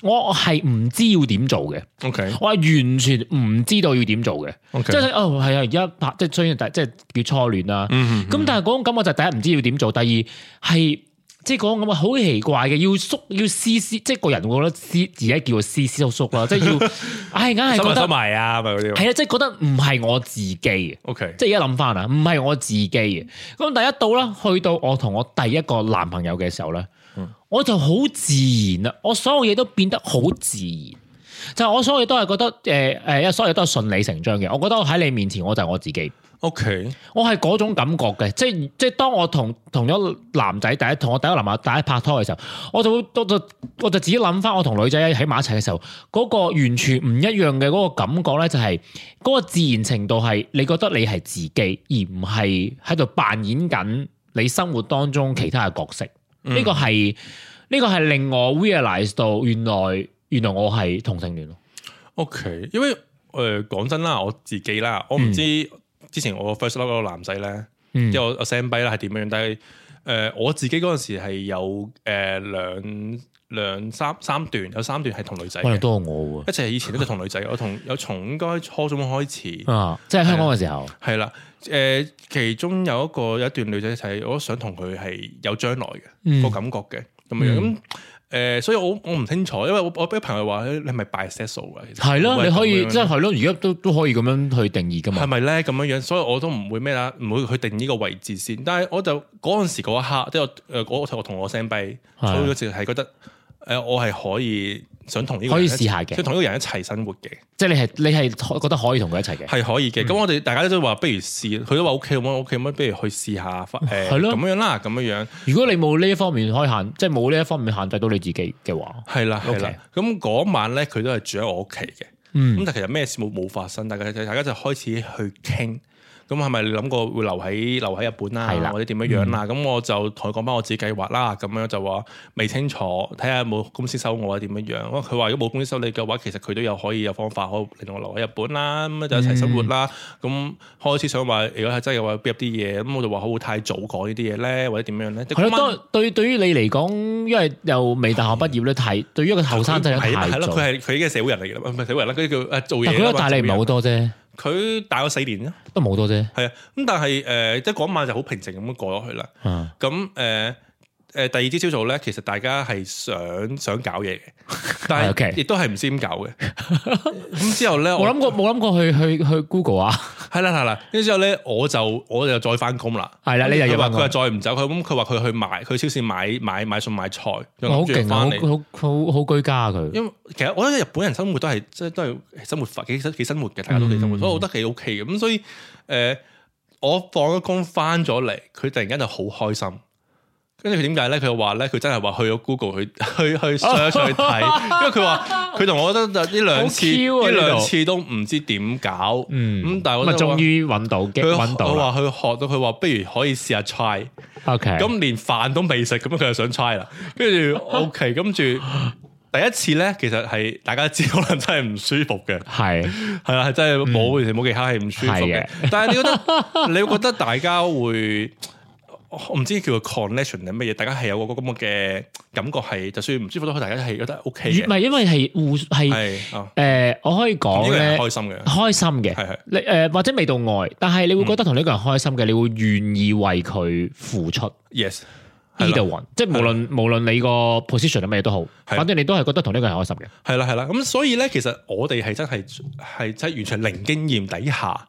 Speaker 1: 我我係唔知要點做嘅，
Speaker 2: OK
Speaker 1: 我係完全唔知道要點做嘅。
Speaker 2: OK，
Speaker 1: 即係哦，係啊，而家拍即係雖然但即係叫初戀啦。
Speaker 2: 嗯
Speaker 1: 咁但係嗰種感覺就第一唔知要點做，第二係即係嗰種咁嘅好奇怪嘅，要縮要絲絲，即係個人會覺得絲而家叫做絲絲縮縮啦，即係
Speaker 2: [laughs]
Speaker 1: 要，唉，硬係
Speaker 2: 收
Speaker 1: 覺
Speaker 2: 埋收
Speaker 1: 得
Speaker 2: 埋啊，咪嗰啲
Speaker 1: 係啊，即係覺得唔係我自己嘅。
Speaker 2: OK
Speaker 1: 即係而家諗翻啊，唔係我自己嘅。咁第一到啦，去到我同我第一個男朋友嘅時候咧，我就好自然啦，我所有嘢都變得好自然。就係我所有嘢都係覺得誒誒，呃所有嘢都係順理成章嘅。我覺得我喺你面前，我就係我自己。
Speaker 2: OK
Speaker 1: 我係嗰種感覺嘅，即係即係當我同同咗男仔第一同我第一個男朋友第一拍拖嘅時候，我就會我就我就自己諗翻我同女仔喺埋一齊嘅時候，嗰、個完全唔一樣嘅嗰個感覺咧、就係嗰個自然程度係你覺得你係自己，而唔係喺度扮演緊你生活當中其他嘅角色。
Speaker 2: 嗯
Speaker 1: 呢、個係呢、個係令我 realize 到原來原來我係同性戀咯。
Speaker 2: OK，因為誒講真啦，我自己啦，我唔知之前我 first love 嗰個男仔咧，
Speaker 1: 嗯
Speaker 2: 即係我我 send 啦係點樣，但係誒我自己嗰陣時係有誒兩兩三三段，有三段係同女仔
Speaker 1: 我哋
Speaker 2: 嘅，
Speaker 1: 多過我
Speaker 2: 一齊係以前都係
Speaker 1: [laughs]
Speaker 2: 同女仔，我同有從應該初中開始
Speaker 1: 喎，。啊！即係香港嘅時候，
Speaker 2: 係啦，誒、其中有一個有一段女仔就係我想同佢係有將來嘅、
Speaker 1: 嗯
Speaker 2: 個感覺嘅咁樣，咁誒、呃所以我我唔清楚，因為我我俾朋友話你係咪 bisexual 啊？其實
Speaker 1: 係咯，
Speaker 2: 會
Speaker 1: 你
Speaker 2: 係
Speaker 1: 可以
Speaker 2: 咁樣
Speaker 1: 即係係咯，而家都都可以咁樣去定義噶
Speaker 2: 係
Speaker 1: 嘛。
Speaker 2: 咪咧咁樣樣？所以我都唔會咩啦，唔會去定呢個位置先。但係我就嗰陣時嗰一刻，即係我誒我我同我 send 幣，
Speaker 1: 係
Speaker 2: 所以嗰時係覺得誒、呃我係可以想同呢個
Speaker 1: 可以
Speaker 2: 人一齊
Speaker 1: 試下嘅
Speaker 2: 想同呢個人一齊生活嘅。
Speaker 1: 即係你係你係覺得可以同佢一齊嘅。嗯
Speaker 2: 係可以嘅。咁、我哋大家都話不如試，佢都話 OK 咁樣 OK 咁樣，不如去試下誒
Speaker 1: 係
Speaker 2: 咁
Speaker 1: 咯
Speaker 2: 樣啦，咁樣樣
Speaker 1: 如果你冇呢一方面可以限，即係冇呢一方面限制到你自己嘅話，
Speaker 2: 係啦係
Speaker 1: OK
Speaker 2: 啦。咁嗰晚咧，佢都係住喺我屋企嘅。咁
Speaker 1: 嗯，
Speaker 2: 但其實咩事冇冇發生，大家大家就開始去傾。咁係咪你諗過會留喺留喺日本
Speaker 1: 係
Speaker 2: 啦，
Speaker 1: 啦嗯
Speaker 2: 或者點樣樣啦？咁、我就同佢講翻我自己計劃啦。咁樣就話未清楚，睇下有冇公司收我啊點樣樣。哇佢話如果冇公司收你嘅話，其實佢都有可以有方法可以令我留喺日本啦，咁就一齊生活啦。
Speaker 1: 嗯
Speaker 2: 咁、開始想話，如果係真嘅話，入啲嘢，咁我就話好唔好太早講呢啲嘢咧，或者點樣咧？啊
Speaker 1: 係咯。當對對於你嚟講，因為又未大學畢業咧，太對於一個後生仔嚟
Speaker 2: 嗯係
Speaker 1: 講太
Speaker 2: 係咯，
Speaker 1: 早
Speaker 2: 佢。係佢已經係社會人嚟嘅啦，唔係社會人啦，佢叫誒做嘢
Speaker 1: 但佢
Speaker 2: 啦嘛。
Speaker 1: 都大你唔係好多啫，
Speaker 2: 做嘢佢大我四年啦。
Speaker 1: 都冇多啫。
Speaker 2: 係啊，咁但係誒、呃即係嗰晚就好平靜咁樣過咗去啦。
Speaker 1: 啊
Speaker 2: 咁誒誒，第二朝朝早咧，其實大家係想想
Speaker 1: [laughs]
Speaker 2: 搞嘢嘅，但
Speaker 1: 啊 OK
Speaker 2: 係亦都係唔知點搞
Speaker 1: [laughs]
Speaker 2: 嘅。咁之後咧，
Speaker 1: 我
Speaker 2: 我
Speaker 1: 諗過冇諗過去去去 Google 啊，
Speaker 2: 係啦係啦，跟住之後咧，我就我就再翻工啦。
Speaker 1: 係啦，你又
Speaker 2: 佢
Speaker 1: 要啊
Speaker 2: 話
Speaker 1: 問
Speaker 2: 佢話
Speaker 1: 我，
Speaker 2: 再唔走，佢咁佢話佢去買，佢超市買買買餸買菜，
Speaker 1: 我好
Speaker 2: 跟
Speaker 1: 勁
Speaker 2: 住
Speaker 1: 啊，
Speaker 2: 翻嚟。
Speaker 1: 好好好好居家啊佢。
Speaker 2: 因為其實我覺得日本人生活都係即係都係生活法幾幾生活嘅，大家都幾
Speaker 1: 嗯
Speaker 2: 生活，所以我覺得幾 OK 嘅。咁所以誒、呃我放咗工翻咗嚟，佢突然間就好開心。跟住佢點解咧？佢話咧，佢真係話去咗 Google 去 [laughs] 去去 search 去睇，
Speaker 1: [laughs]
Speaker 2: 因為佢話佢同我覺得呢兩次
Speaker 1: 好 Q 啊
Speaker 2: 呢
Speaker 1: 呢度
Speaker 2: 兩次都唔知點搞。
Speaker 1: 嗯
Speaker 2: 咁但係我
Speaker 1: 咁啊，
Speaker 2: 覺得話
Speaker 1: 終於揾到嘅，
Speaker 2: 佢
Speaker 1: 揾到
Speaker 2: 我
Speaker 1: 啦。
Speaker 2: 話佢學到，佢話不如可以試下 try。
Speaker 1: OK，咁
Speaker 2: 咁連飯都未食，咁佢就想 try 啦。
Speaker 1: [laughs]
Speaker 2: 跟住 OK，跟住第一次咧，其實係大家知可能真係唔舒服嘅，
Speaker 1: 係
Speaker 2: 係啊啦，係真係冇完全冇技巧係唔舒
Speaker 1: 嗯
Speaker 2: 服
Speaker 1: 係
Speaker 2: 嘅
Speaker 1: 嘅。
Speaker 2: 但係你覺
Speaker 1: [laughs]
Speaker 2: 得你會覺得大家會？我唔知叫做 connection 定乜嘢，大家係有個咁嘅感覺係，就算唔舒服都好，大家係覺得 OK
Speaker 1: 唔
Speaker 2: 嘅，
Speaker 1: 係因為係互係。
Speaker 2: 係啊，
Speaker 1: 誒、呃我可以
Speaker 2: 呢
Speaker 1: 講
Speaker 2: 個人
Speaker 1: 咧
Speaker 2: 係，開心嘅，
Speaker 1: 開心
Speaker 2: 係
Speaker 1: 嘅
Speaker 2: 係，
Speaker 1: 你誒、呃或者未到愛，但係你會覺得同呢個人開心嘅，你會願意為佢付出。
Speaker 2: yes，係
Speaker 1: either
Speaker 2: 啦
Speaker 1: one，即係無論無論你個 position 係乜嘢都好，
Speaker 2: 係
Speaker 1: 反正你都係覺得同呢個人開心嘅。
Speaker 2: 係啦，係啦，咁所以咧，其實我哋係真係係真係完全零經驗底下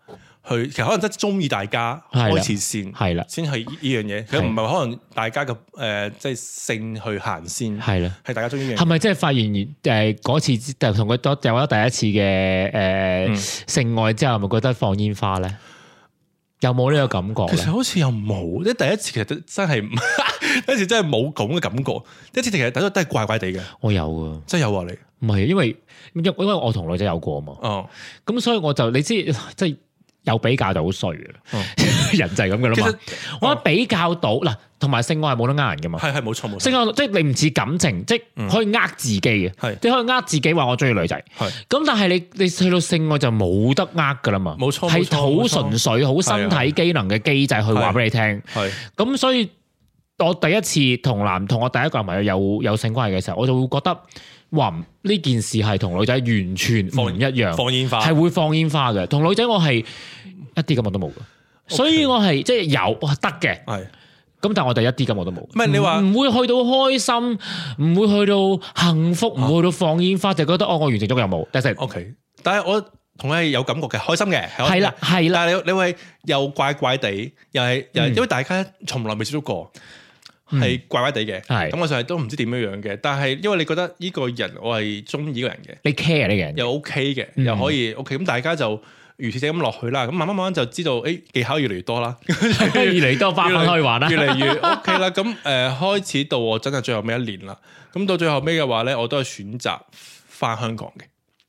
Speaker 2: 去，其實可能真係中意大家
Speaker 1: 係啦
Speaker 2: 開始先，
Speaker 1: 係啦，
Speaker 2: 先係呢樣嘢。佢唔係可能大家嘅誒、呃即係性去行先，
Speaker 1: 係啦。
Speaker 2: 係大家中意嘅
Speaker 1: 係。咪即係發現誒嗰、次之就同佢多有咗第一次嘅誒、呃
Speaker 2: 嗯
Speaker 1: 性愛之後，咪覺得放煙花咧？有冇呢個感覺
Speaker 2: 其
Speaker 1: 咧
Speaker 2: 實？好似又冇，即係第一次其實真係唔 [laughs] 有時真係冇咁嘅感覺，即係其實大家都係怪怪地嘅，
Speaker 1: 我有啊，
Speaker 2: 真係有啊你，
Speaker 1: 唔係因為因因為我同女仔有過嘛，
Speaker 2: 哦，
Speaker 1: 咁所以我就你知 [laughs] 即係有比較就好衰嘅啦，
Speaker 2: 嗯
Speaker 1: [laughs] 人就係咁嘅
Speaker 2: 其
Speaker 1: 啦
Speaker 2: 實哦
Speaker 1: 嘛。我一比較到嗱，同埋性愛係冇得呃人嘅嘛，
Speaker 2: 係係冇錯冇
Speaker 1: 性
Speaker 2: 錯，
Speaker 1: 愛即係你唔似感情，即係
Speaker 2: 嗯
Speaker 1: 可以呃自己嘅，
Speaker 2: 係
Speaker 1: 你可以呃自己話我中意女仔，
Speaker 2: 係
Speaker 1: 咁但係你你去到性愛就冇得呃噶啦嘛，
Speaker 2: 冇錯冇
Speaker 1: 係
Speaker 2: 錯
Speaker 1: 好
Speaker 2: 冇錯啊
Speaker 1: 純粹好身體機能嘅機制去話俾你聽。
Speaker 2: 係
Speaker 1: 咁所以我第一次同男同我第一個男朋友有有性關係嘅時候，我就會覺得哇唔呢件事係同女仔完全唔一樣，
Speaker 2: 放煙花，
Speaker 1: 係會放煙花嘅。同女仔我係一啲感覺都冇嘅，所以我係即係有哇得嘅，
Speaker 2: 係
Speaker 1: 咁但係我就一啲感覺都冇。唔
Speaker 2: 係你話
Speaker 1: 唔會去到開心，唔會去到幸福，唔會去到放煙花，就覺得哦我完成咗個任務。但係
Speaker 2: 啊 OK，但係我同你係有感覺嘅，開心嘅，係開心嘅
Speaker 1: 係啦係啦，
Speaker 2: 但係你你會又怪怪地，又係又係
Speaker 1: 嗯
Speaker 2: 因為大家從來未接觸過，
Speaker 1: 嗯
Speaker 2: 係怪怪地嘅。
Speaker 1: 係
Speaker 2: 咁我上日都唔知點樣樣嘅，但係因為你覺得呢個人我係中意呢個人嘅，
Speaker 1: 你 care 呢個人，
Speaker 2: 又 OK 嘅，
Speaker 1: 嗯
Speaker 2: 又可以 OK，咁大家就如是者咁落去啦。咁慢慢慢慢就知道，誒技巧越嚟越
Speaker 1: [laughs]
Speaker 2: 多啦，
Speaker 1: 越嚟多花粉可以玩啊啦
Speaker 2: 越。嚟越 OK 啦。
Speaker 1: [laughs]
Speaker 2: 咁誒、呃、開始到我真係最後尾一年啦。咁到最後尾嘅話咧，我都係選擇翻香港嘅。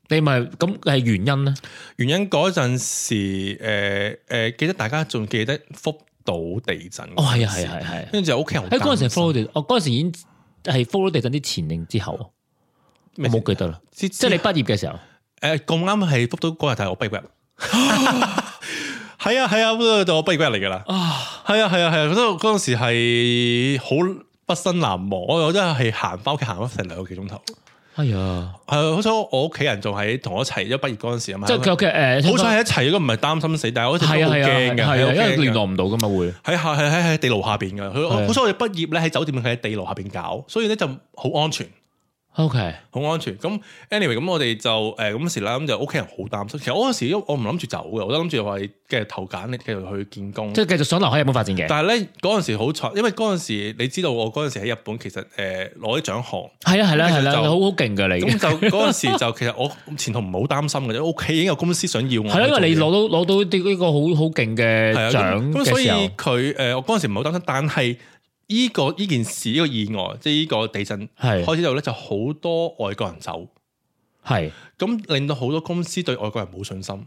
Speaker 1: 你咪咁係原因咧？
Speaker 2: 原因嗰陣時，誒、呃、誒、記得大家仲記得福島地震，
Speaker 1: 哦係啊係啊係啊係啊。
Speaker 2: 跟住就屋企人好
Speaker 1: 喺嗰陣時
Speaker 2: 擔心
Speaker 1: follow 地，我嗰陣時已經係 follow 地震之前定之後啊，我
Speaker 2: 咩啊
Speaker 1: 冇記得啦。
Speaker 2: 即
Speaker 1: 即係你畢業嘅時候，
Speaker 2: 誒呃咁啱係福島嗰日係我
Speaker 1: [laughs]
Speaker 2: 畢業日，係啊係啊，嗰日就我畢業日嚟㗎啦，係啊係啊係啊，嗰陣嗰陣時係好畢生難忘，我我真係行翻屋企行咗成兩個幾鐘頭，
Speaker 1: 哎呀，
Speaker 2: 係啊好彩我屋企人仲喺同我一齊，因為畢業嗰陣時啊嘛，
Speaker 1: 即係佢嘅誒，
Speaker 2: 好彩喺一齊，如果唔係擔心死，但係我一直都好
Speaker 1: 係啊係啊
Speaker 2: 驚
Speaker 1: 係
Speaker 2: 嘅，
Speaker 1: 啊，
Speaker 2: 係好
Speaker 1: 因為
Speaker 2: 驚㗎
Speaker 1: 聯絡唔到噶嘛會。
Speaker 2: 喺下係喺喺地牢下邊嘅，佢
Speaker 1: 係啊
Speaker 2: 好彩我哋畢業咧喺酒店佢喺地牢下邊搞，所以咧就好安全，
Speaker 1: OK，
Speaker 2: 好安全。咁 anyway 咁我哋就誒咁時啦，咁就屋企人好擔心。其實我嗰時因為我唔諗住走嘅，我都諗住話繼續投簡歷，繼續去見工
Speaker 1: 即。係繼續想留喺日本發展嘅。
Speaker 2: 但係咧嗰陣時好彩，因為嗰陣時你知道我嗰陣時喺日本其實誒攞啲獎項，
Speaker 1: 係啊係啦係啦，
Speaker 2: 咁其實就
Speaker 1: 你好好勁㗎你。
Speaker 2: 咁就嗰陣時就其實我 [laughs] 前途唔係好擔心嘅啫，屋企已經有公司想要我
Speaker 1: [laughs]
Speaker 2: 去做嘢。
Speaker 1: 係啦，因為你攞到攞到啲呢個好好勁嘅
Speaker 2: 係啊，
Speaker 1: 獎
Speaker 2: 咁咁所
Speaker 1: 嘅
Speaker 2: 以
Speaker 1: 時候，
Speaker 2: 佢誒、呃我嗰陣時唔係好擔心，但係依、個依件事，呢、個意外，即係呢個地震
Speaker 1: 係
Speaker 2: 開始到咧，就好多外國人走，
Speaker 1: 係
Speaker 2: 咁令到好多公司對外國人冇信心，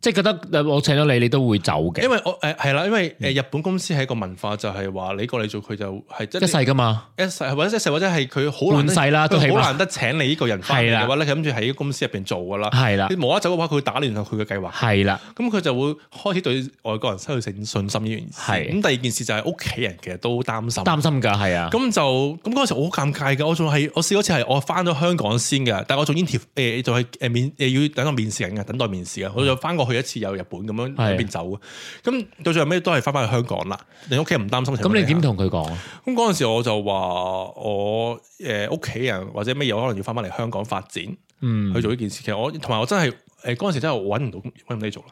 Speaker 1: 即係覺得我請咗你，你都會走嘅
Speaker 2: 因，為我誒係啦，因為
Speaker 1: 嗯
Speaker 2: 誒日本公司係一個文化，就係話你過嚟做佢就係即
Speaker 1: 一世
Speaker 2: 係
Speaker 1: 㗎嘛。
Speaker 2: 一世或者一世或者係佢好難得
Speaker 1: 嗯換世啦都起
Speaker 2: 佢
Speaker 1: 碼
Speaker 2: 好難得請你呢個人翻嚟
Speaker 1: 係啦啊
Speaker 2: 嘅話咧，佢諗住喺公司入邊做噶啦，
Speaker 1: 係啦
Speaker 2: 你無啦啦走嘅話，佢會打亂佢嘅計劃。
Speaker 1: 係啦，
Speaker 2: 咁佢就會開始對外國人失去信信心呢件事。
Speaker 1: 係
Speaker 2: 咁第二件事就係屋企人其實都擔心。
Speaker 1: 擔心㗎係啊。
Speaker 2: 咁就咁嗰陣時我好尷尬嘅，我仲係我試嗰次係我翻咗香港先嘅，但係我仲 interview 誒仲係誒面誒要等我面試緊嘅，等待面試嘅，我就翻過去一次有日本咁樣
Speaker 1: 係
Speaker 2: 嗰邊走嘅，咁到最後尾都係翻翻去香港啦。你屋企人唔擔心情況
Speaker 1: 咁你點
Speaker 2: 底下？
Speaker 1: 同佢講啊？
Speaker 2: 咁嗰陣時我就話我誒屋企人或者咩嘢可能要翻翻嚟香港發展去
Speaker 1: 嗯，
Speaker 2: 做呢件事，其實我同埋我真係誒嗰陣時真係揾唔到揾唔到嘢做啦，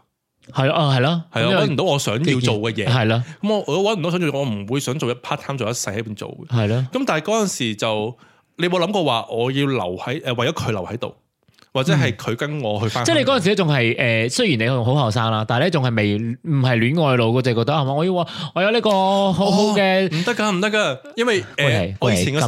Speaker 1: 係啊係啦，
Speaker 2: 係啊揾唔到我想要做嘅嘢，咁
Speaker 1: 係啦
Speaker 2: 我我揾唔到想做，我唔會想做一 part time 做一世喺邊做嘅。
Speaker 1: 係啦。
Speaker 2: 咁但係嗰陣時就你有冇諗過話我要留喺誒、呃、為咗佢留喺度，或者係佢跟我去翻、
Speaker 1: 嗯即係你嗰陣時咧，仲係誒，雖然你仲好後生啦，但係咧仲係未唔係戀愛路嗰隻，覺得係嘛？我要話我有呢個好好嘅，
Speaker 2: 唔得噶，唔得噶，因為誒、呃
Speaker 1: 喂係
Speaker 2: 我以前
Speaker 1: 喂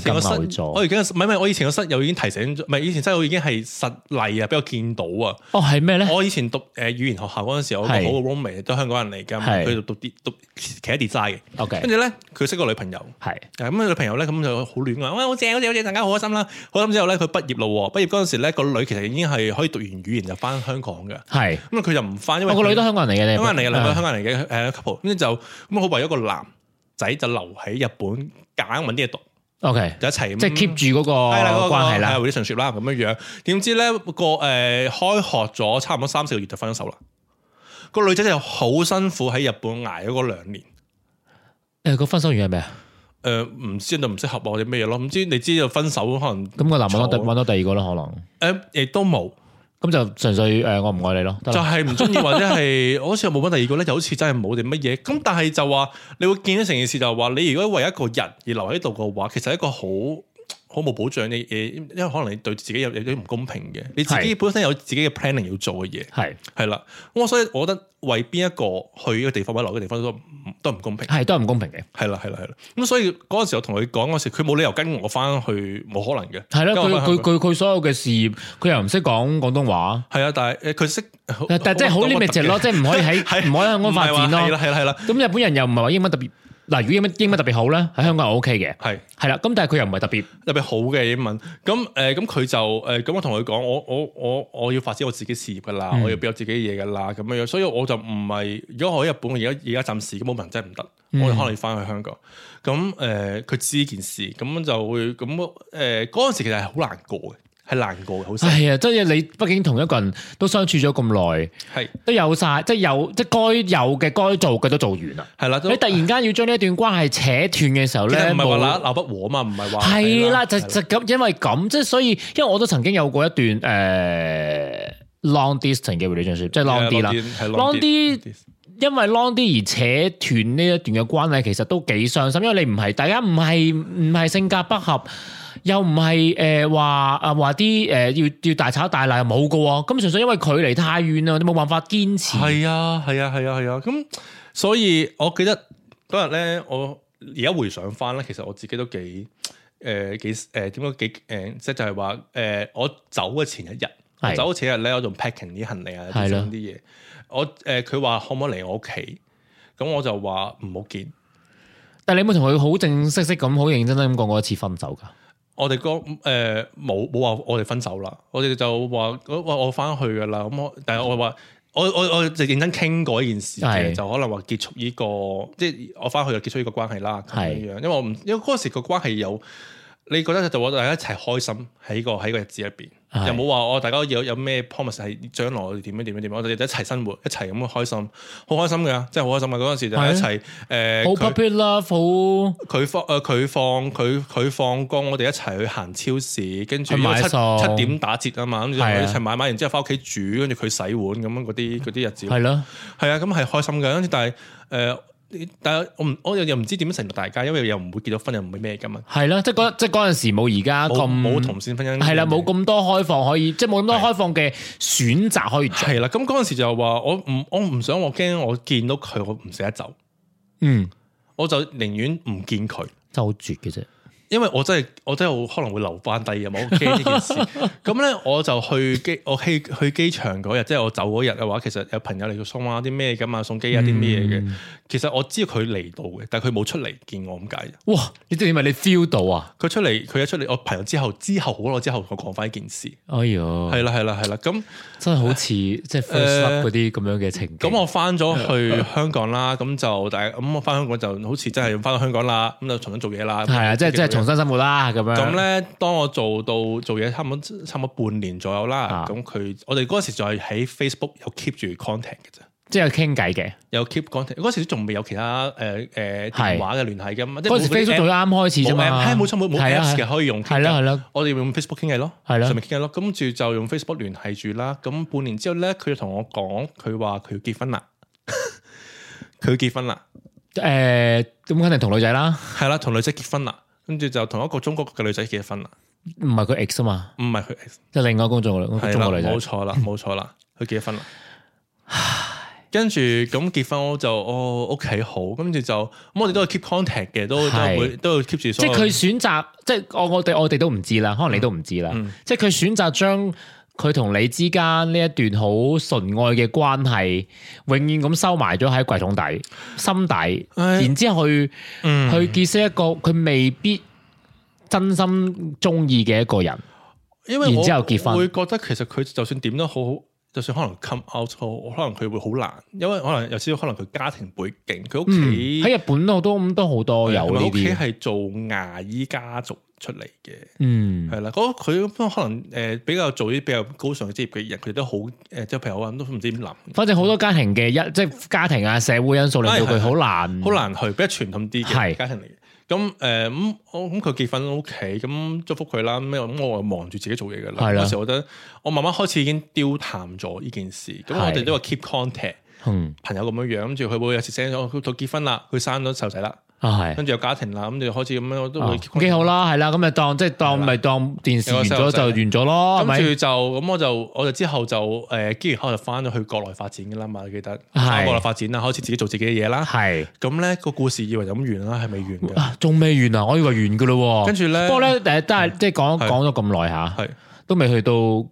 Speaker 1: 係金喂係
Speaker 2: 個室，我以前個室
Speaker 1: 金牛，座
Speaker 2: 我而家唔係唔係，我以前個室友已經提醒咗，唔係以前室友已經係實例啊，俾我見到啊。
Speaker 1: 哦係咩咧？
Speaker 2: 我以前讀誒、呃、語言學校嗰陣時，我有個好
Speaker 1: 係
Speaker 2: 嘅 roommate 都香港人嚟㗎，
Speaker 1: 係
Speaker 2: 佢就讀啲讀其他 design 嘅，
Speaker 1: OK，
Speaker 2: 跟住咧佢識個女朋友。啊
Speaker 1: 係
Speaker 2: 咁佢女朋友咧，咁就好亂啊！哇，好正好正好正，大家好開心啦！開心之後咧，佢畢業咯喎，畢業嗰陣時咧，個女其實已經係可以讀完語言就翻香港嘅。
Speaker 1: 係，
Speaker 2: 咁佢就唔翻，因為
Speaker 1: 我哦個女都香港人嚟嘅，
Speaker 2: 香港人嚟嘅，兩個
Speaker 1: 啊
Speaker 2: 香港人嚟嘅誒 couple，咁就咁好為咗個男仔就留喺日本，夾硬揾啲嘢讀，
Speaker 1: ，OK，
Speaker 2: 就一齊咁
Speaker 1: 即係 keep 住嗰個關係啦。
Speaker 2: r e l a t i o n s 啦咁樣樣。點知咧個誒開學咗差唔多三四個月就分咗手啦。個女仔就好辛苦喺日本捱咗嗰兩年，
Speaker 1: 誒個分手原因係咩啊？
Speaker 2: 誒唔知就唔適合我或者咩嘢咯，唔知你知道分手可能
Speaker 1: 咁個男揾到
Speaker 2: 錯
Speaker 1: 揾到第二個啦，可
Speaker 2: 誒亦都冇，
Speaker 1: 能咁就純粹誒我唔愛你咯， [laughs] 得
Speaker 2: 就
Speaker 1: 啦
Speaker 2: 係唔中意或者係我好似又冇乜第二個咧，就好似真係冇定乜嘢。咁但係就話你會見到成件事就係話，你如果為一個人而留喺度嘅話，其實係一個好好冇保障嘅嘢，因為可能你對自己有有啲唔公平嘅，你自己
Speaker 1: 係
Speaker 2: 本身有自己嘅 planning 要做嘅嘢，
Speaker 1: 係
Speaker 2: 係啦。咁我所以我覺得為邊一個去一個地方或者留嘅地方都唔都唔公平。
Speaker 1: 係都係唔公平嘅。
Speaker 2: 係啦，係啦，係啦。咁所以嗰陣時我同佢講嗰時，佢冇理由跟我翻去，冇可能嘅。
Speaker 1: 係咯，
Speaker 2: 跟
Speaker 1: 佢
Speaker 2: 我返香
Speaker 1: 佢
Speaker 2: 港
Speaker 1: 佢佢所有嘅事業，佢又唔識講廣東話，
Speaker 2: 係啊，但係誒佢識，
Speaker 1: 但但即係好 limit 咯，即係唔可以喺
Speaker 2: [laughs] 係
Speaker 1: 唔可以喺香港發展
Speaker 2: 係啦，
Speaker 1: 咯。
Speaker 2: 係啦，係啦，
Speaker 1: 咁日本人又唔係話英文特別嗱，如果英文英文特別好咧，喺香港係 O K 嘅，
Speaker 2: 係。
Speaker 1: 係啦。咁但係佢又唔係特別
Speaker 2: 特別好嘅英文，咁誒咁佢就誒咁、我同佢講，我我我我要發展我自己事業噶啦，
Speaker 1: 嗯
Speaker 2: 我要俾我自己嘢噶啦咁樣樣，所以我就唔係如果我喺日本，我而家而家暫時咁冇文真係唔得，
Speaker 1: 嗯
Speaker 2: 我就可能要翻去香港。咁誒佢知呢件事，咁就會咁誒嗰陣時其實係好難過嘅，係難過嘅，好辛
Speaker 1: 係啊，即係你畢竟同一個人都相處咗咁耐，
Speaker 2: 係
Speaker 1: 都有晒，即係有即係該有嘅該做嘅都做完啦。
Speaker 2: 係啦，都
Speaker 1: 你突然間要將呢一段關係扯斷嘅時候
Speaker 2: 其實
Speaker 1: 咧，
Speaker 2: 唔係話
Speaker 1: 冇
Speaker 2: 鬧鬧不和啊嘛，唔係話
Speaker 1: 係啦，就就
Speaker 2: 係
Speaker 1: 咁，因為咁，即係所以，因為我都曾經有過一段誒、呃 long distance 嘅 relationship，即係 long 啲啦。
Speaker 2: 係啊
Speaker 1: long 啲
Speaker 2: long
Speaker 1: 因為 long 啲而扯斷呢一段嘅關係，其實都幾傷心，因為你唔係大家唔係唔係性格不合，又唔係誒話啊話啲誒要要大吵大鬧又冇嘅喎，咁純粹因為距離太遠啦，你冇辦法堅持。
Speaker 2: 係啊，係啊，係啊，係啊。咁所以我記得嗰日咧，我而家回想翻咧，其實我自己都幾誒幾誒點講幾誒，即係就係話誒，我走嘅前一日，
Speaker 1: 係
Speaker 2: 我走嘅前一日咧，我仲 packing 啲行李啊，
Speaker 1: 係
Speaker 2: 啲
Speaker 1: 咯
Speaker 2: 啲嘢。我誒佢話可唔可以嚟我屋企？咁我就話唔好見。
Speaker 1: 但係你有冇同佢好正式式咁好認真真咁講過一次分手㗎？
Speaker 2: 我哋講誒冇冇話我哋分手啦，我哋就話我我我翻去噶啦，咁我但係我話我我我就認真傾過呢件事嘅，
Speaker 1: 係
Speaker 2: 就可能話結束呢、個即係我翻去就結束呢個關係啦咁
Speaker 1: 係
Speaker 2: 樣樣，因為我唔因為嗰時個關係有你覺得就我大家一齊開心喺個喺個日子入邊，
Speaker 1: 係
Speaker 2: 又冇話哦我大家有有咩 promise 係將來我哋點樣點樣點樣，我哋就一齊生活一齊咁樣開心，好開心㗎，真係好開心㗎嗰陣時就係一齊
Speaker 1: 啊
Speaker 2: 呃誒
Speaker 1: 好
Speaker 2: 佢
Speaker 1: puppy love，好
Speaker 2: 佢放誒佢放佢佢放工，我哋一齊去行超市，跟住
Speaker 1: 去買
Speaker 2: 因為七
Speaker 1: 餸
Speaker 2: 七點打折啊嘛，跟住我
Speaker 1: 係啊
Speaker 2: 哋一齊買買完之後翻屋企煮，跟住佢洗碗咁樣嗰啲嗰啲日子，
Speaker 1: 係咯。
Speaker 2: 係啊，咁係開心嘅。跟住但係誒、呃但係我唔我又又唔知點樣承諾大家，因為又唔會結咗婚，又唔會咩噶嘛，
Speaker 1: 係啦，即係嗰即係嗰陣時冇而家
Speaker 2: 冇
Speaker 1: 咁
Speaker 2: 冇同性婚姻
Speaker 1: 係啦，冇咁多開放可以，即係冇咁多開放嘅選擇可以做。
Speaker 2: 係啦。咁嗰陣時就話我唔我唔想我驚我見到佢我唔捨得走，
Speaker 1: 嗯，
Speaker 2: 我就寧願唔見佢。
Speaker 1: 真係好絕嘅啫。
Speaker 2: 因為我真係我真係可能會留翻第二日，我好
Speaker 1: [laughs]
Speaker 2: 驚呢件事。咁咧我就去機我去去機場嗰日，即係我走嗰日嘅話，其實有朋友嚟送啊啲咩噶嘛，送機啊啲咩嘢
Speaker 1: 嗯
Speaker 2: 嘅。其實我知道佢嚟到嘅，但係佢冇出嚟見我咁解啫。
Speaker 1: 哇！你知唔知點解你 feel 到啊？
Speaker 2: 佢出嚟，佢一出嚟，我朋友之後之後好耐之後同我講翻呢件事，
Speaker 1: 哎喲，
Speaker 2: 係啦係啦係啦。咁
Speaker 1: 真係好似即係 first love 嗰啲咁樣嘅情景。
Speaker 2: 咁我翻咗去香港啦，咁就但係咁我翻香港就好似真係翻到香港啦，咁就重新做嘢啦。
Speaker 1: 係啊，即係即係重新生活啦，咁樣。
Speaker 2: 咁咧，當我做到做嘢差唔多差唔多半年左右啦
Speaker 1: 啊，
Speaker 2: 咁佢、我哋嗰時就係喺 Facebook 有 keep 住 contact 嘅啫，
Speaker 1: 即係傾偈嘅。
Speaker 2: 有 keep contact。嗰時仲未有其他誒誒電
Speaker 1: 係
Speaker 2: 話嘅聯繫嘅嘛，即係
Speaker 1: 嗰時
Speaker 2: 冇嗰啲
Speaker 1: Facebook 仲
Speaker 2: app，
Speaker 1: 啱開始啫
Speaker 2: 冇 app，
Speaker 1: 嘛。
Speaker 2: 係冇錯冇冇
Speaker 1: 係啊係
Speaker 2: apps 嘅
Speaker 1: 啊
Speaker 2: 可以用傾偈。
Speaker 1: 係啦係啦，
Speaker 2: 我哋用 Facebook 傾偈咯，
Speaker 1: 係咯
Speaker 2: 上面傾偈咯，跟住就用 Facebook 聯繫住啦。咁半年之後咧，佢就同我講，佢話佢要結婚啦， [laughs] 佢要結婚啦。
Speaker 1: 誒咁肯定同女仔啦，
Speaker 2: 係啦，同女仔結婚啦，跟住就同一個中國嘅女仔結婚啦，
Speaker 1: 唔係佢 ex 啊嘛，
Speaker 2: 唔係佢
Speaker 1: 即係另外一個中國女
Speaker 2: 係啦
Speaker 1: 中國女
Speaker 2: 冇
Speaker 1: 仔。[laughs]
Speaker 2: 錯啦，冇錯啦，佢結咗婚啦。跟住咁結婚我就哦屋企好，跟住就咁我哋都有 keep contact 嘅，都都
Speaker 1: 係
Speaker 2: 會都有 keep 住所
Speaker 1: 即
Speaker 2: 有。
Speaker 1: 係佢選擇，即係我我哋我哋都唔知啦，可能你都唔知啦。
Speaker 2: 嗯
Speaker 1: 即係佢選擇將佢同你之間呢一段好純愛嘅關係，永遠咁收埋咗喺櫃桶底、心底，
Speaker 2: 唉
Speaker 1: 然之後去、
Speaker 2: 嗯
Speaker 1: 去結識一個佢未必真心中意嘅一個人。
Speaker 2: 因為我
Speaker 1: 然之後結婚
Speaker 2: 會覺得其實佢就算點都好，就算可能 come out，可能佢會好難，因為可能有少少可能佢家庭背景，佢屋
Speaker 1: 嗯，
Speaker 2: 企
Speaker 1: 喺日本我都咁都好多有
Speaker 2: 佢
Speaker 1: 呢
Speaker 2: 屋企
Speaker 1: 啲。
Speaker 2: 係做牙醫家族出嚟嘅。
Speaker 1: 嗯，
Speaker 2: 係啦，嗰佢可能誒比較做啲比較高尚嘅職業嘅人，佢哋都好誒，即係譬如我諗都唔知點諗，
Speaker 1: 反正好多家庭嘅一即係家庭啊、社會因素令到
Speaker 2: 係係
Speaker 1: 佢好難，
Speaker 2: 好難去，比較傳統啲嘅
Speaker 1: 嗯係
Speaker 2: 家庭嚟嘅。咁誒咁我咁佢結婚 O K，咁祝福佢啦。咩咁我又忙住自己做嘢㗎啦。
Speaker 1: 係啦
Speaker 2: 嗰時我覺得我慢慢開始已經丟淡咗呢件事。咁
Speaker 1: 係
Speaker 2: 我哋都有 keep contact
Speaker 1: 嗯
Speaker 2: 哦朋友咁樣樣，跟住佢會有時 send 咗佢佢結婚啦，佢生咗細路仔啦，
Speaker 1: 啊係。
Speaker 2: 跟住有家庭啦，咁就開始咁樣都
Speaker 1: 啊
Speaker 2: 會
Speaker 1: 咁幾好啦，係啦，咁咪當即係當
Speaker 2: 係啦
Speaker 1: 咪當電視完
Speaker 2: 有個細路
Speaker 1: 咗
Speaker 2: 仔
Speaker 1: 就完咗咯，啊係
Speaker 2: 跟
Speaker 1: 咪？
Speaker 2: 住就咁，我就我就之後就呃誒，跟住後就翻咗去國內發展嘅啦嘛，記得
Speaker 1: 係
Speaker 2: 翻國內發展啦，開始自己做自己嘅嘢啦。
Speaker 1: 係
Speaker 2: 咁咧個故事以為就咁完啦，係咪完嘅？
Speaker 1: 啊，仲未完啊！我以為完噶咯喎。
Speaker 2: 跟住咧
Speaker 1: 不過咧，誒，但係即係講
Speaker 2: 係
Speaker 1: 講咗咁耐嚇，
Speaker 2: 係
Speaker 1: 都未去到誒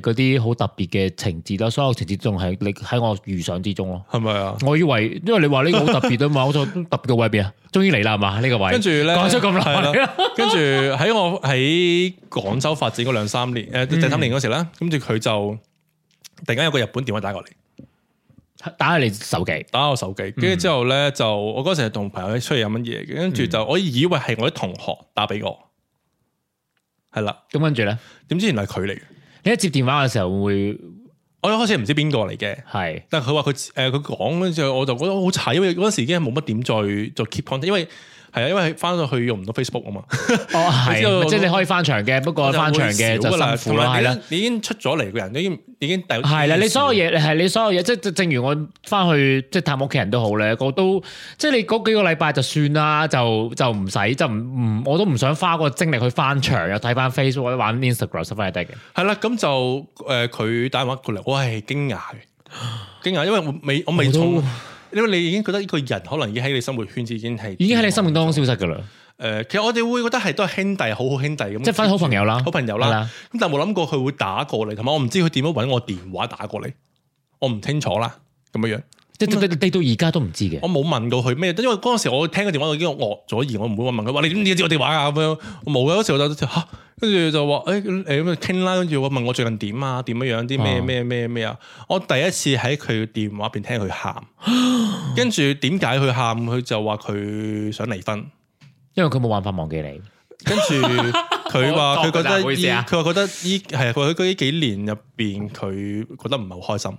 Speaker 1: 嗰啲好特別嘅情節啦。所有情節仲係你喺我預想之中咯。
Speaker 2: 係咪啊？
Speaker 1: 我以為，因為你話呢個好特別
Speaker 2: [laughs]
Speaker 1: 啊嘛，我就特別嘅位邊啊，終於嚟啦係嘛呢個位。
Speaker 2: 跟住咧
Speaker 1: 講咗咁
Speaker 2: 係
Speaker 1: 耐
Speaker 2: 啦，跟住喺我喺廣州發展嗰兩三年，
Speaker 1: 嗯
Speaker 2: 誒第三年嗰時啦，跟住佢就突然間有個日本電話打過嚟，
Speaker 1: [laughs] 打喺你手機，
Speaker 2: 打我手機，
Speaker 1: 嗯
Speaker 2: 跟住之後咧就我嗰陣時係同朋友出去飲乜嘢嘅，跟住
Speaker 1: 嗯
Speaker 2: 就我以為係我啲同學打俾我，係啦，
Speaker 1: 咁跟住咧，
Speaker 2: 點知原來係佢嚟嘅，
Speaker 1: 你一接電話嘅時候會
Speaker 2: 我一開始唔知邊個嚟嘅。
Speaker 1: 係
Speaker 2: 但係佢話佢誒佢講嗰陣時候，我就覺得好慘，因為嗰陣時已經係冇乜點再再 keep contact，因為係啊，因為翻到去用唔到 Facebook 啊嘛，
Speaker 1: 哦
Speaker 2: 你知道
Speaker 1: 係，即係你可以翻牆嘅，不過翻牆嘅就辛苦啦，係
Speaker 2: 係
Speaker 1: 啦
Speaker 2: 啦。，你已經出咗嚟個人，已經已經第
Speaker 1: 係啦，你所有嘢係你所有嘢，即係正如我翻去即係探屋企人都好咧，我都即係你嗰幾個禮拜就算啦，就就唔使就唔唔，我都唔想花嗰個精力去翻牆，又睇翻 Facebook 或者玩 Instagram 十分係得嘅。
Speaker 2: 係啦，咁就誒佢打電話過嚟，我係驚訝嘅，驚訝，因為我未我未
Speaker 1: 我都
Speaker 2: 從，因為你已經覺得呢個人可能已經喺你生活圈子已經係
Speaker 1: 已經喺你生命當中消失㗎啦，
Speaker 2: 誒，其實我哋會覺得係都係兄弟，好好兄弟咁，
Speaker 1: 即係分好朋友啦，
Speaker 2: 嗯好朋友
Speaker 1: 係
Speaker 2: 啦。，咁但係冇諗過佢會打過嚟，同埋我唔知佢點樣揾我電話打過嚟，我唔清楚啦，咁啊哦樣樣。
Speaker 1: 即係你到而家都唔知嘅。
Speaker 2: 我冇問過佢咩，因為嗰陣時我聽個電話我已經惡咗，而我唔會問佢話你點知我電話啊咁樣，我冇嘅嗰時我就嚇，跟住就話誒誒咁樣傾啦，跟住我問我最近點啊，點樣樣啲咩
Speaker 1: 哦
Speaker 2: 咩咩咩啊，我第一次喺佢電話入邊聽佢喊，
Speaker 1: 啊
Speaker 2: 跟住點解佢喊？佢就話佢想離婚，
Speaker 1: 因為佢冇辦法忘記你。
Speaker 2: 跟住
Speaker 1: [laughs]
Speaker 2: 佢話佢覺
Speaker 1: 我覺得
Speaker 2: 得
Speaker 1: 唔好意
Speaker 2: 依
Speaker 1: 思啊
Speaker 2: 佢話覺得依係佢佢呢幾年入邊佢覺得唔係好開心。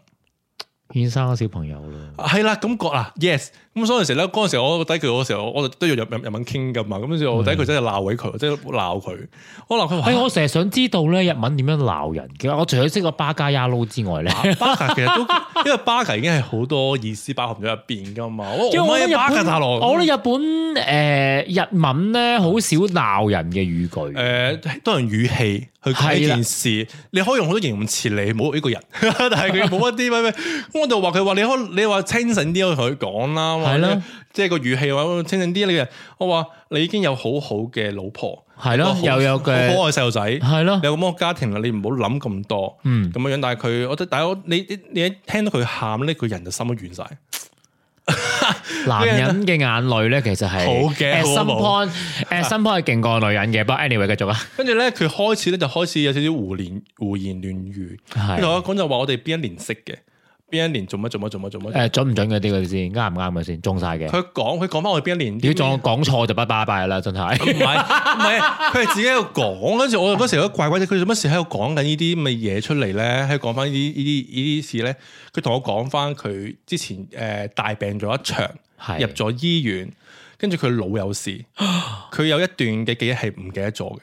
Speaker 1: 已生咗小朋友咯，
Speaker 2: 係啦，感覺啦，yes。咁所以嗰陣時咧，嗰陣時我抵佢嗰時候，我都要日日日文傾噶嘛。咁跟住我抵佢真係鬧鬼佢，即係鬧佢。我鬧佢
Speaker 1: 係
Speaker 2: 話
Speaker 1: 我成日想知道咧日文點樣鬧人嘅。我除咗識個巴加亞撈之外咧，
Speaker 2: 巴格其
Speaker 1: [laughs]
Speaker 2: 實都，因為巴格已經係好多意思包含咗入邊噶嘛。我
Speaker 1: 因為
Speaker 2: 我
Speaker 1: 我覺
Speaker 2: 媽
Speaker 1: 得
Speaker 2: 巴格
Speaker 1: 日
Speaker 2: 大
Speaker 1: 本，
Speaker 2: 羅，
Speaker 1: 我覺得日本誒、呃日文咧好少鬧人嘅語句，
Speaker 2: 誒當然語氣去講呢
Speaker 1: 係啦
Speaker 2: 件事，你可以用好多形容詞嚟冇呢個人， [laughs] 但係佢冇一啲咩咩。咁我就話佢話你可你話清醒啲去同佢講啦，
Speaker 1: 係啦
Speaker 2: 或者即係個語氣話清醒啲你嘅。我話你已經有好好嘅老婆，
Speaker 1: 係咯
Speaker 2: 一個好
Speaker 1: 又有嘅
Speaker 2: 好可愛細路仔。
Speaker 1: 係咯，
Speaker 2: 有個摩家庭啦，你唔好諗咁多，
Speaker 1: 嗯
Speaker 2: 咁樣樣。但係佢，我覺得，但係我你你你一聽到佢喊咧，佢人就心都軟晒。
Speaker 1: 男人嘅眼淚咧其實係
Speaker 2: 好嘅
Speaker 1: at some
Speaker 2: 好
Speaker 1: point，at some point 係勁過女人嘅。不過 anyway
Speaker 2: [laughs]
Speaker 1: 繼續啊，
Speaker 2: 跟住咧，佢開始咧就開始有少少胡言胡言亂語，跟住
Speaker 1: 係
Speaker 2: 我講就話我哋邊一年識嘅，邊一年做乜做乜做乜做乜。
Speaker 1: 誒準唔準嗰啲嗰啲先，啱唔啱嘅先，中晒嘅。
Speaker 2: 佢講佢講翻我哋邊一年。
Speaker 1: 如果仲講錯就拜拜拜啦，真係。
Speaker 2: 唔係唔係，佢係自己喺度講，跟
Speaker 1: [laughs]
Speaker 2: 住我嗰時都怪怪哋，佢做乜事喺度講緊呢啲咁嘅嘢出嚟咧？喺度講翻呢啲呢啲呢啲事咧，佢同我講翻佢之前誒、呃大病咗一場，
Speaker 1: 係
Speaker 2: 入咗醫院，跟住佢腦
Speaker 1: [gasps]
Speaker 2: 有事，佢有一段嘅記憶係唔記得咗嘅，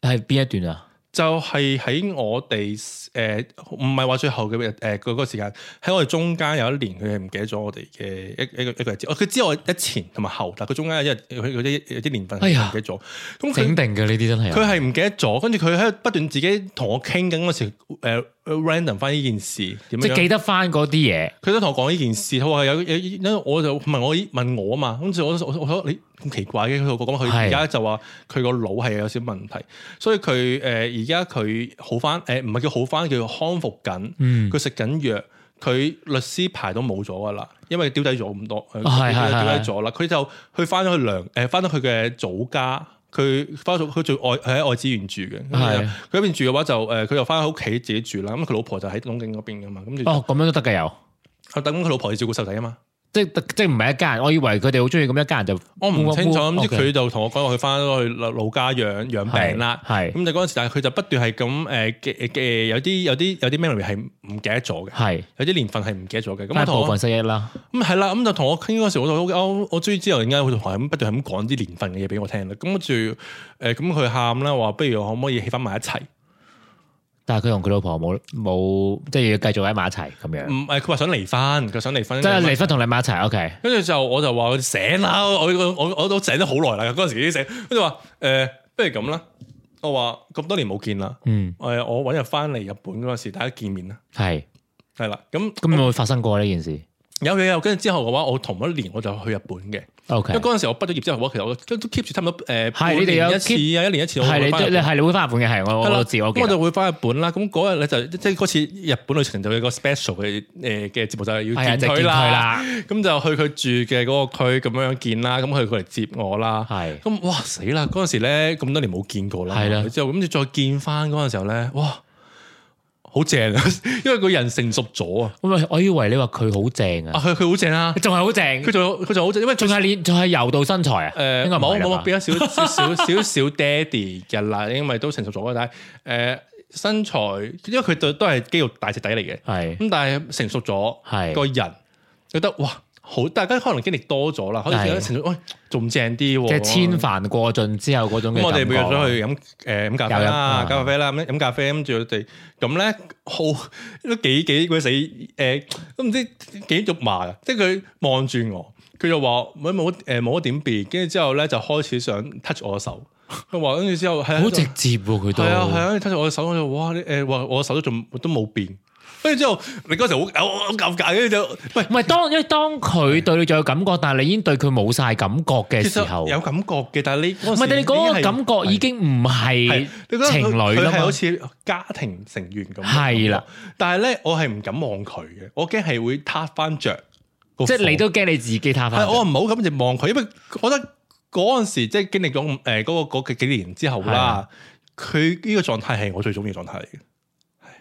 Speaker 1: 係邊一段啊？
Speaker 2: 就係、喺我哋誒唔係話最後嘅誒嗰個時間，喺我哋中間有一年佢係唔記得咗我哋嘅一一個一個日子，哦佢知我一前同埋後，但係佢中間有一日佢佢啲有啲年份係
Speaker 1: 哎呀哎
Speaker 2: 唔記得咗，咁佢
Speaker 1: 整定嘅呢啲真係有。
Speaker 2: 佢係唔記得咗，跟住佢喺度不斷自己同我傾緊嗰時，誒、random 翻呢件事點
Speaker 1: 即係記
Speaker 2: 樣？
Speaker 1: 得翻嗰啲嘢，
Speaker 2: 佢都同我講呢件事，佢話有有，因為我就問我問我啊嘛，跟住我我我我你咁奇怪嘅，佢同我講佢
Speaker 1: 係
Speaker 2: 而家就話佢個腦係有少少問題，所以佢誒而家佢好翻誒，唔係叫好翻，叫康復緊，
Speaker 1: 嗯，
Speaker 2: 佢食緊藥。佢律師牌都冇咗噶啦，因為丟低咗咁多，呃
Speaker 1: 哦係係
Speaker 2: 丟
Speaker 1: 係
Speaker 2: 低咗啦。佢就佢翻咗去娘，誒翻咗佢嘅祖家，佢翻咗佢住外佢喺外資園住嘅。咁
Speaker 1: 係
Speaker 2: 就佢嗰邊住嘅話就呃誒，佢又翻喺屋企自己住啦。咁佢老婆就喺東京嗰邊噶嘛，咁就
Speaker 1: 哦咁樣都得嘅有，
Speaker 2: 啊等佢老婆要照顧細路仔啊嘛。
Speaker 1: 即即唔係一家人，我以為佢哋好中意咁一家人就
Speaker 2: 我唔清楚，咁
Speaker 1: OK
Speaker 2: 即係佢就同我講話佢翻咗去老老家養養病啦。
Speaker 1: 係
Speaker 2: 咁就嗰陣時，但係佢就不斷係咁誒嘅嘅有啲有啲有啲 memory 係唔記得咗嘅，
Speaker 1: 係，
Speaker 2: 有啲年份係唔記得咗嘅。咁
Speaker 1: 咁
Speaker 2: 我同
Speaker 1: 部
Speaker 2: 我
Speaker 1: 分失憶啦，
Speaker 2: 咁係啦，咁就同我傾嗰時，我就我我終於知道點解佢同我係咁不斷係咁講啲年份嘅嘢俾我聽啦。咁跟住誒，咁佢喊啦，話不如我可唔可以起翻埋一齊？
Speaker 1: 但係佢同佢老婆冇冇即係要繼續喺埋一齊咁樣，
Speaker 2: 唔係佢話想離婚，佢想離婚，
Speaker 1: 即係離婚同你埋一齊，OK。
Speaker 2: 跟住就我就話我醒啦，我我我我都醒咗好耐啦，嗰陣時已經醒。跟住話誒，不如咁啦，我話咁多年冇見啦，
Speaker 1: 嗯，
Speaker 2: 誒、我揾日翻嚟日本嗰陣時，大家見面啦，
Speaker 1: 係。
Speaker 2: 係啦。咁
Speaker 1: 咁有冇發生過呢件事
Speaker 2: 有嘢有，跟住之後嘅話，我同一年我就去日本嘅，
Speaker 1: ？OK。
Speaker 2: 因為嗰陣時我畢咗業之後嘅話，其實我都都 keep 住差唔多誒，
Speaker 1: 係
Speaker 2: 半
Speaker 1: 你哋有
Speaker 2: 年一次啊，一年一次我
Speaker 1: 係
Speaker 2: 會
Speaker 1: 你
Speaker 2: 返日
Speaker 1: 即
Speaker 2: 本
Speaker 1: 你係你會翻日本嘅係我
Speaker 2: 係啦
Speaker 1: 我知我記
Speaker 2: 咁我
Speaker 1: 得
Speaker 2: 就會翻日本啦。咁嗰日咧就即係嗰次日本旅程就有個 special 嘅誒嘅節目就
Speaker 1: 係
Speaker 2: 係要
Speaker 1: 啊
Speaker 2: 見
Speaker 1: 就
Speaker 2: 佢
Speaker 1: 見佢
Speaker 2: 啦。
Speaker 1: 啦，
Speaker 2: 咁就去佢住嘅嗰個區咁樣見啦。咁佢過嚟接我啦。
Speaker 1: 係
Speaker 2: 咁哇死啦！嗰陣時咧咁多年冇見過啦，
Speaker 1: 係啦
Speaker 2: 之後咁你再見翻嗰陣時候咧，哇！好正啊！ [laughs] 因為個人成熟咗啊，
Speaker 1: 咁啊我以為你話佢好正
Speaker 2: 啊
Speaker 1: 啊，
Speaker 2: 佢佢好正啊，
Speaker 1: 仲係好正，
Speaker 2: 佢仲有佢仲有好正，因為呃
Speaker 1: 仲係練仲係柔道身材啊，
Speaker 2: 誒
Speaker 1: 應該唔係
Speaker 2: 冇冇
Speaker 1: 啦
Speaker 2: 冇
Speaker 1: 嘛
Speaker 2: 變咗少少少少少爹哋嘅啦，因為都成熟咗啦，但係誒呃身材，因為佢都都係肌肉大隻底嚟嘅，
Speaker 1: 係
Speaker 2: 咁但係成熟咗，
Speaker 1: 係
Speaker 2: 個人覺得哇好，大家可能經歷多咗啦，可能
Speaker 1: 係
Speaker 2: 覺得成熟，喂仲正啲
Speaker 1: 即係
Speaker 2: 喎，
Speaker 1: 千帆過盡之後嗰種嘅
Speaker 2: 咁我哋
Speaker 1: 感
Speaker 2: 每
Speaker 1: 覺
Speaker 2: 日
Speaker 1: 啊
Speaker 2: 都去飲誒飲咖啡啦，
Speaker 1: 又飲啊
Speaker 2: 咖啡啦，咁飲咖啡咁住我哋咁咧，好 [laughs] 都幾幾鬼死誒，都唔知幾肉麻啊嘅，即係佢望住我，佢就話冇冇誒冇一點變，跟住之後咧就開始想 touch 我手，佢話跟住之後係啊
Speaker 1: 好直接喎佢都
Speaker 2: 係啊係啊，touch 我手，我就哇誒話我手都仲都冇變，跟住之後你嗰時好好好尷尬，跟住就喂
Speaker 1: 唔係當因為當佢對你仲有感覺，但係你已經對佢冇晒感覺嘅
Speaker 2: 其
Speaker 1: 時候，
Speaker 2: 實有
Speaker 1: 唔
Speaker 2: 感覺嘅，但係你唔
Speaker 1: 係但係你嗰個感覺已經唔係
Speaker 2: 係你覺得佢
Speaker 1: 情侶
Speaker 2: 佢
Speaker 1: 啦
Speaker 2: 係好
Speaker 1: 嘛，
Speaker 2: 似家庭成員咁。
Speaker 1: 係啦，
Speaker 2: 但係咧，我係唔敢望佢嘅，我驚係會撻翻着個火。
Speaker 1: 即係你都驚你自己攤翻
Speaker 2: 係我唔好咁直望佢，因為我覺得嗰陣時即係經歷咗誒嗰個嗰幾年之後
Speaker 1: 啊
Speaker 2: 啦，佢呢個狀態係我最中意嘅狀態嚟嘅，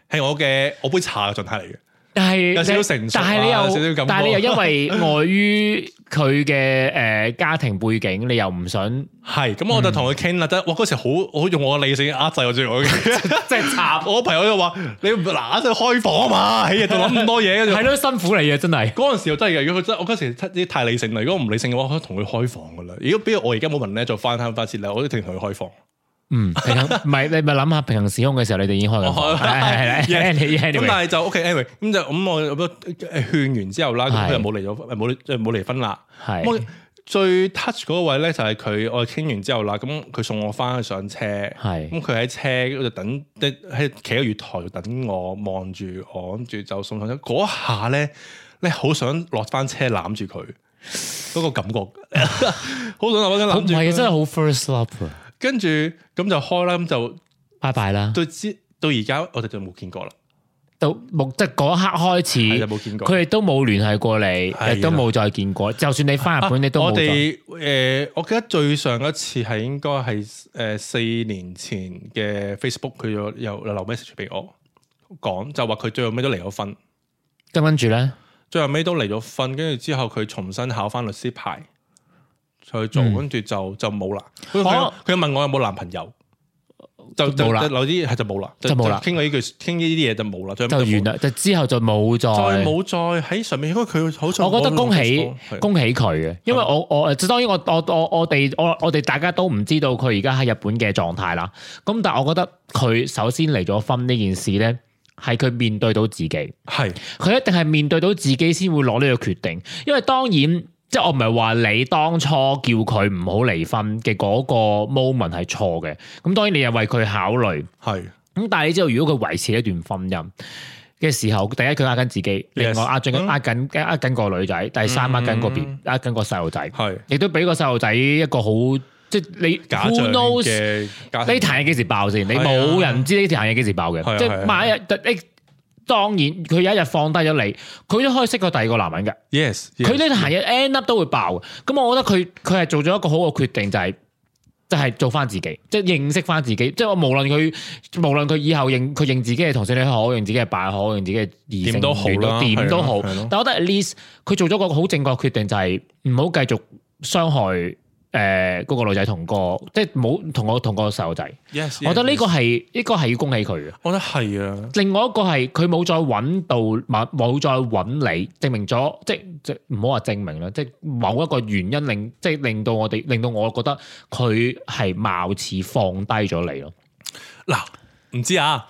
Speaker 2: 係我嘅我杯茶嘅狀態嚟嘅。
Speaker 1: 但係
Speaker 2: 有少少成熟啊
Speaker 1: 但係你
Speaker 2: 有少
Speaker 1: 又
Speaker 2: 少感覺
Speaker 1: 但係你又因為礙於佢嘅誒家庭背景，你又唔
Speaker 2: [laughs]
Speaker 1: 想
Speaker 2: 係咁，
Speaker 1: 嗯
Speaker 2: 我就同佢傾啦，得哇嗰時好，我用我嘅理性壓制我最我嘅。
Speaker 1: 即係插，
Speaker 2: [laughs] 我朋友就話：你唔嗱就開房啊嘛，喺日度諗咁多嘢，跟住
Speaker 1: 係咯，辛苦你啊，真
Speaker 2: [laughs]
Speaker 1: 係
Speaker 2: 嗰陣時又真係嘅，如果佢真，我嗰時啲太理性啦。如果唔理性嘅話，我同佢開房噶啦。如果比如我而家冇問咧，就翻攤翻切啦，我都一定同佢開房。
Speaker 1: 嗯，平衡唔係你咪諗下平行時空嘅時候，你哋已經開緊
Speaker 2: 我
Speaker 1: 房，
Speaker 2: 開
Speaker 1: 係係係係
Speaker 2: Yes
Speaker 1: anyway-
Speaker 2: 咁
Speaker 1: anyway，
Speaker 2: 但係就 OK，anyway，咁就咁我有勸完之後啦，咁
Speaker 1: 係
Speaker 2: 佢又冇離咗，冇即係冇離婚啦。
Speaker 1: 係
Speaker 2: 咁我最 touch 嗰位咧就係佢，我傾完之後啦，咁佢送我翻去上車，咁
Speaker 1: 係
Speaker 2: 佢喺車嗰度等，即係喺企喺月台度等我，望住我，跟住就送上車。嗰下咧，你好想落翻車攬住佢，嗰個感覺， [laughs] 好想落翻
Speaker 1: 好唔
Speaker 2: 車攬住
Speaker 1: 係啊，
Speaker 2: 佢。
Speaker 1: 真係好 first love 啊！
Speaker 2: 跟住咁就開啦，咁就
Speaker 1: 拜拜啦，
Speaker 2: 到之到而家我哋就冇見過啦，
Speaker 1: 到目即係嗰一刻
Speaker 2: 係
Speaker 1: 開
Speaker 2: 就
Speaker 1: 始，
Speaker 2: 冇見過。
Speaker 1: 佢哋都冇聯繫過
Speaker 2: 係啊
Speaker 1: 你，亦都冇再見過。就算你翻日本，你都
Speaker 2: 我
Speaker 1: 冇再。
Speaker 2: 哋誒、我記得最上一次係應該係誒四年前嘅 Facebook，佢有有留 message 俾我講，就話佢最後尾都離咗婚，
Speaker 1: 咁跟住咧，
Speaker 2: 最後尾都離咗婚，跟住之後佢重新考翻律師牌去做，
Speaker 1: 嗯
Speaker 2: 跟住就就冇啦。佢佢
Speaker 1: 哦
Speaker 2: 佢問我有冇男朋友，就就
Speaker 1: 冇啦
Speaker 2: 就有啲係就冇啦，
Speaker 1: 就冇啦
Speaker 2: 傾過呢句傾呢啲嘢就冇啦，最後
Speaker 1: 就
Speaker 2: 尾冇
Speaker 1: 完啦，就之後就冇再。
Speaker 2: 再冇再喺上面，因為佢好似
Speaker 1: 我覺得恭喜
Speaker 2: 係
Speaker 1: 恭喜佢嘅，因為我我即係當然我我我我哋我我哋大家都唔知道佢而家喺日本嘅狀態啦。咁但係我覺得佢首先離咗婚呢件事咧，係佢面對到自己，佢
Speaker 2: 係
Speaker 1: 一定係面對到自己先會攞呢個決定。因為當然即係我唔係話你當初叫佢唔好離婚嘅嗰個 moment 係錯嘅，咁當然你又為佢考慮。
Speaker 2: 係
Speaker 1: 咁但係你知道，如果佢維持一段婚姻嘅時候，第一佢呃緊自己，另外呃緊
Speaker 2: 嗯
Speaker 1: 呃緊呃緊個女仔，第三呃緊個 B，
Speaker 2: 嗯
Speaker 1: 呃緊個細路仔，
Speaker 2: 係
Speaker 1: 亦都俾個細路仔一個好即係你
Speaker 2: 假象
Speaker 1: who knows
Speaker 2: 嘅家
Speaker 1: 呢
Speaker 2: 庭
Speaker 1: 壇嘢幾時爆先？你
Speaker 2: 啊係啊
Speaker 1: 冇人知呢壇嘢幾時爆
Speaker 2: 係啊
Speaker 1: 嘅，即
Speaker 2: 係啊
Speaker 1: 係萬一日你當然佢有一日放低咗你，佢都可以識過第二個男人嘅。
Speaker 2: Yes，
Speaker 1: 佢呢
Speaker 2: yes
Speaker 1: 壇嘢 end up 都會爆嘅。咁我覺得佢佢係做咗一個好嘅決定，就係、就係做翻自己，即係認識翻自己。即係我無論佢無論佢以後認佢認自己係同性戀好，認自己係拜好，認自己係異性
Speaker 2: 點都好
Speaker 1: 戀
Speaker 2: 啦
Speaker 1: 點都好
Speaker 2: 係咯係咯。
Speaker 1: 但我覺得 at least 佢做咗個好正確嘅決定，就係唔好繼續傷害誒嗰、個女仔同個即係冇同我同個細路仔。
Speaker 2: yes，
Speaker 1: 我覺得呢個
Speaker 2: yes，
Speaker 1: 係呢個係要恭喜佢嘅。
Speaker 2: 我覺得係啊，
Speaker 1: 另外一個係佢冇再揾到，冇冇再揾你，證明咗即即唔好話證明啦，即某一個原因令即令到我哋，令到我覺得佢係貌似放低咗你咯。
Speaker 2: 嗱，唔知啊，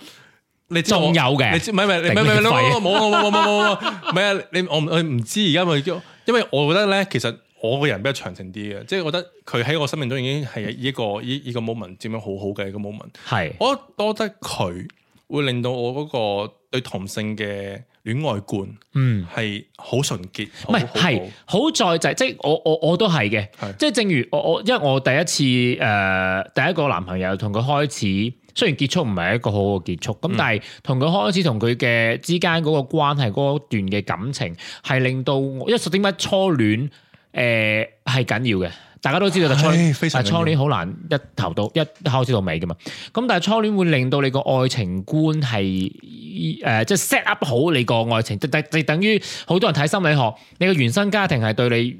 Speaker 2: 你知道我
Speaker 1: 仲有嘅
Speaker 2: 你知唔係唔係唔係唔係
Speaker 1: 頂你肺
Speaker 2: 冇冇冇冇冇冇冇冇，唔係啊！你我唔我唔知而家咪叫，因為我覺得咧，其實我個人比較長情啲嘅，即係我覺得佢喺我生命中已經係呢個呢呢個 moment 佔咗好好嘅一個 moment。
Speaker 1: 係
Speaker 2: 我多得佢會令到我嗰個對同性嘅戀愛觀
Speaker 1: 嗯。
Speaker 2: 係好純潔，
Speaker 1: 唔係，
Speaker 2: 好
Speaker 1: 係好在就係即係我我我都係嘅
Speaker 2: 係，
Speaker 1: 即係正如我我因為我第一次誒、呃第一個男朋友同佢開始，雖然結束唔係一個好好嘅結束，
Speaker 2: 嗯
Speaker 1: 咁、但係同佢開始同佢嘅之間嗰個關係嗰段嘅感情係令到我，因為點解初戀誒係緊要嘅。大家都知道，但初
Speaker 2: 唉
Speaker 1: 戀
Speaker 2: 非
Speaker 1: 但
Speaker 2: 常緊
Speaker 1: 初
Speaker 2: 要
Speaker 1: 戀好難一頭到一開始到尾噶嘛。咁但係初戀會令到你個愛情觀係誒、呃即係 set up 好你個愛情，即等即等於好多人睇心理學，你個原生家庭係對你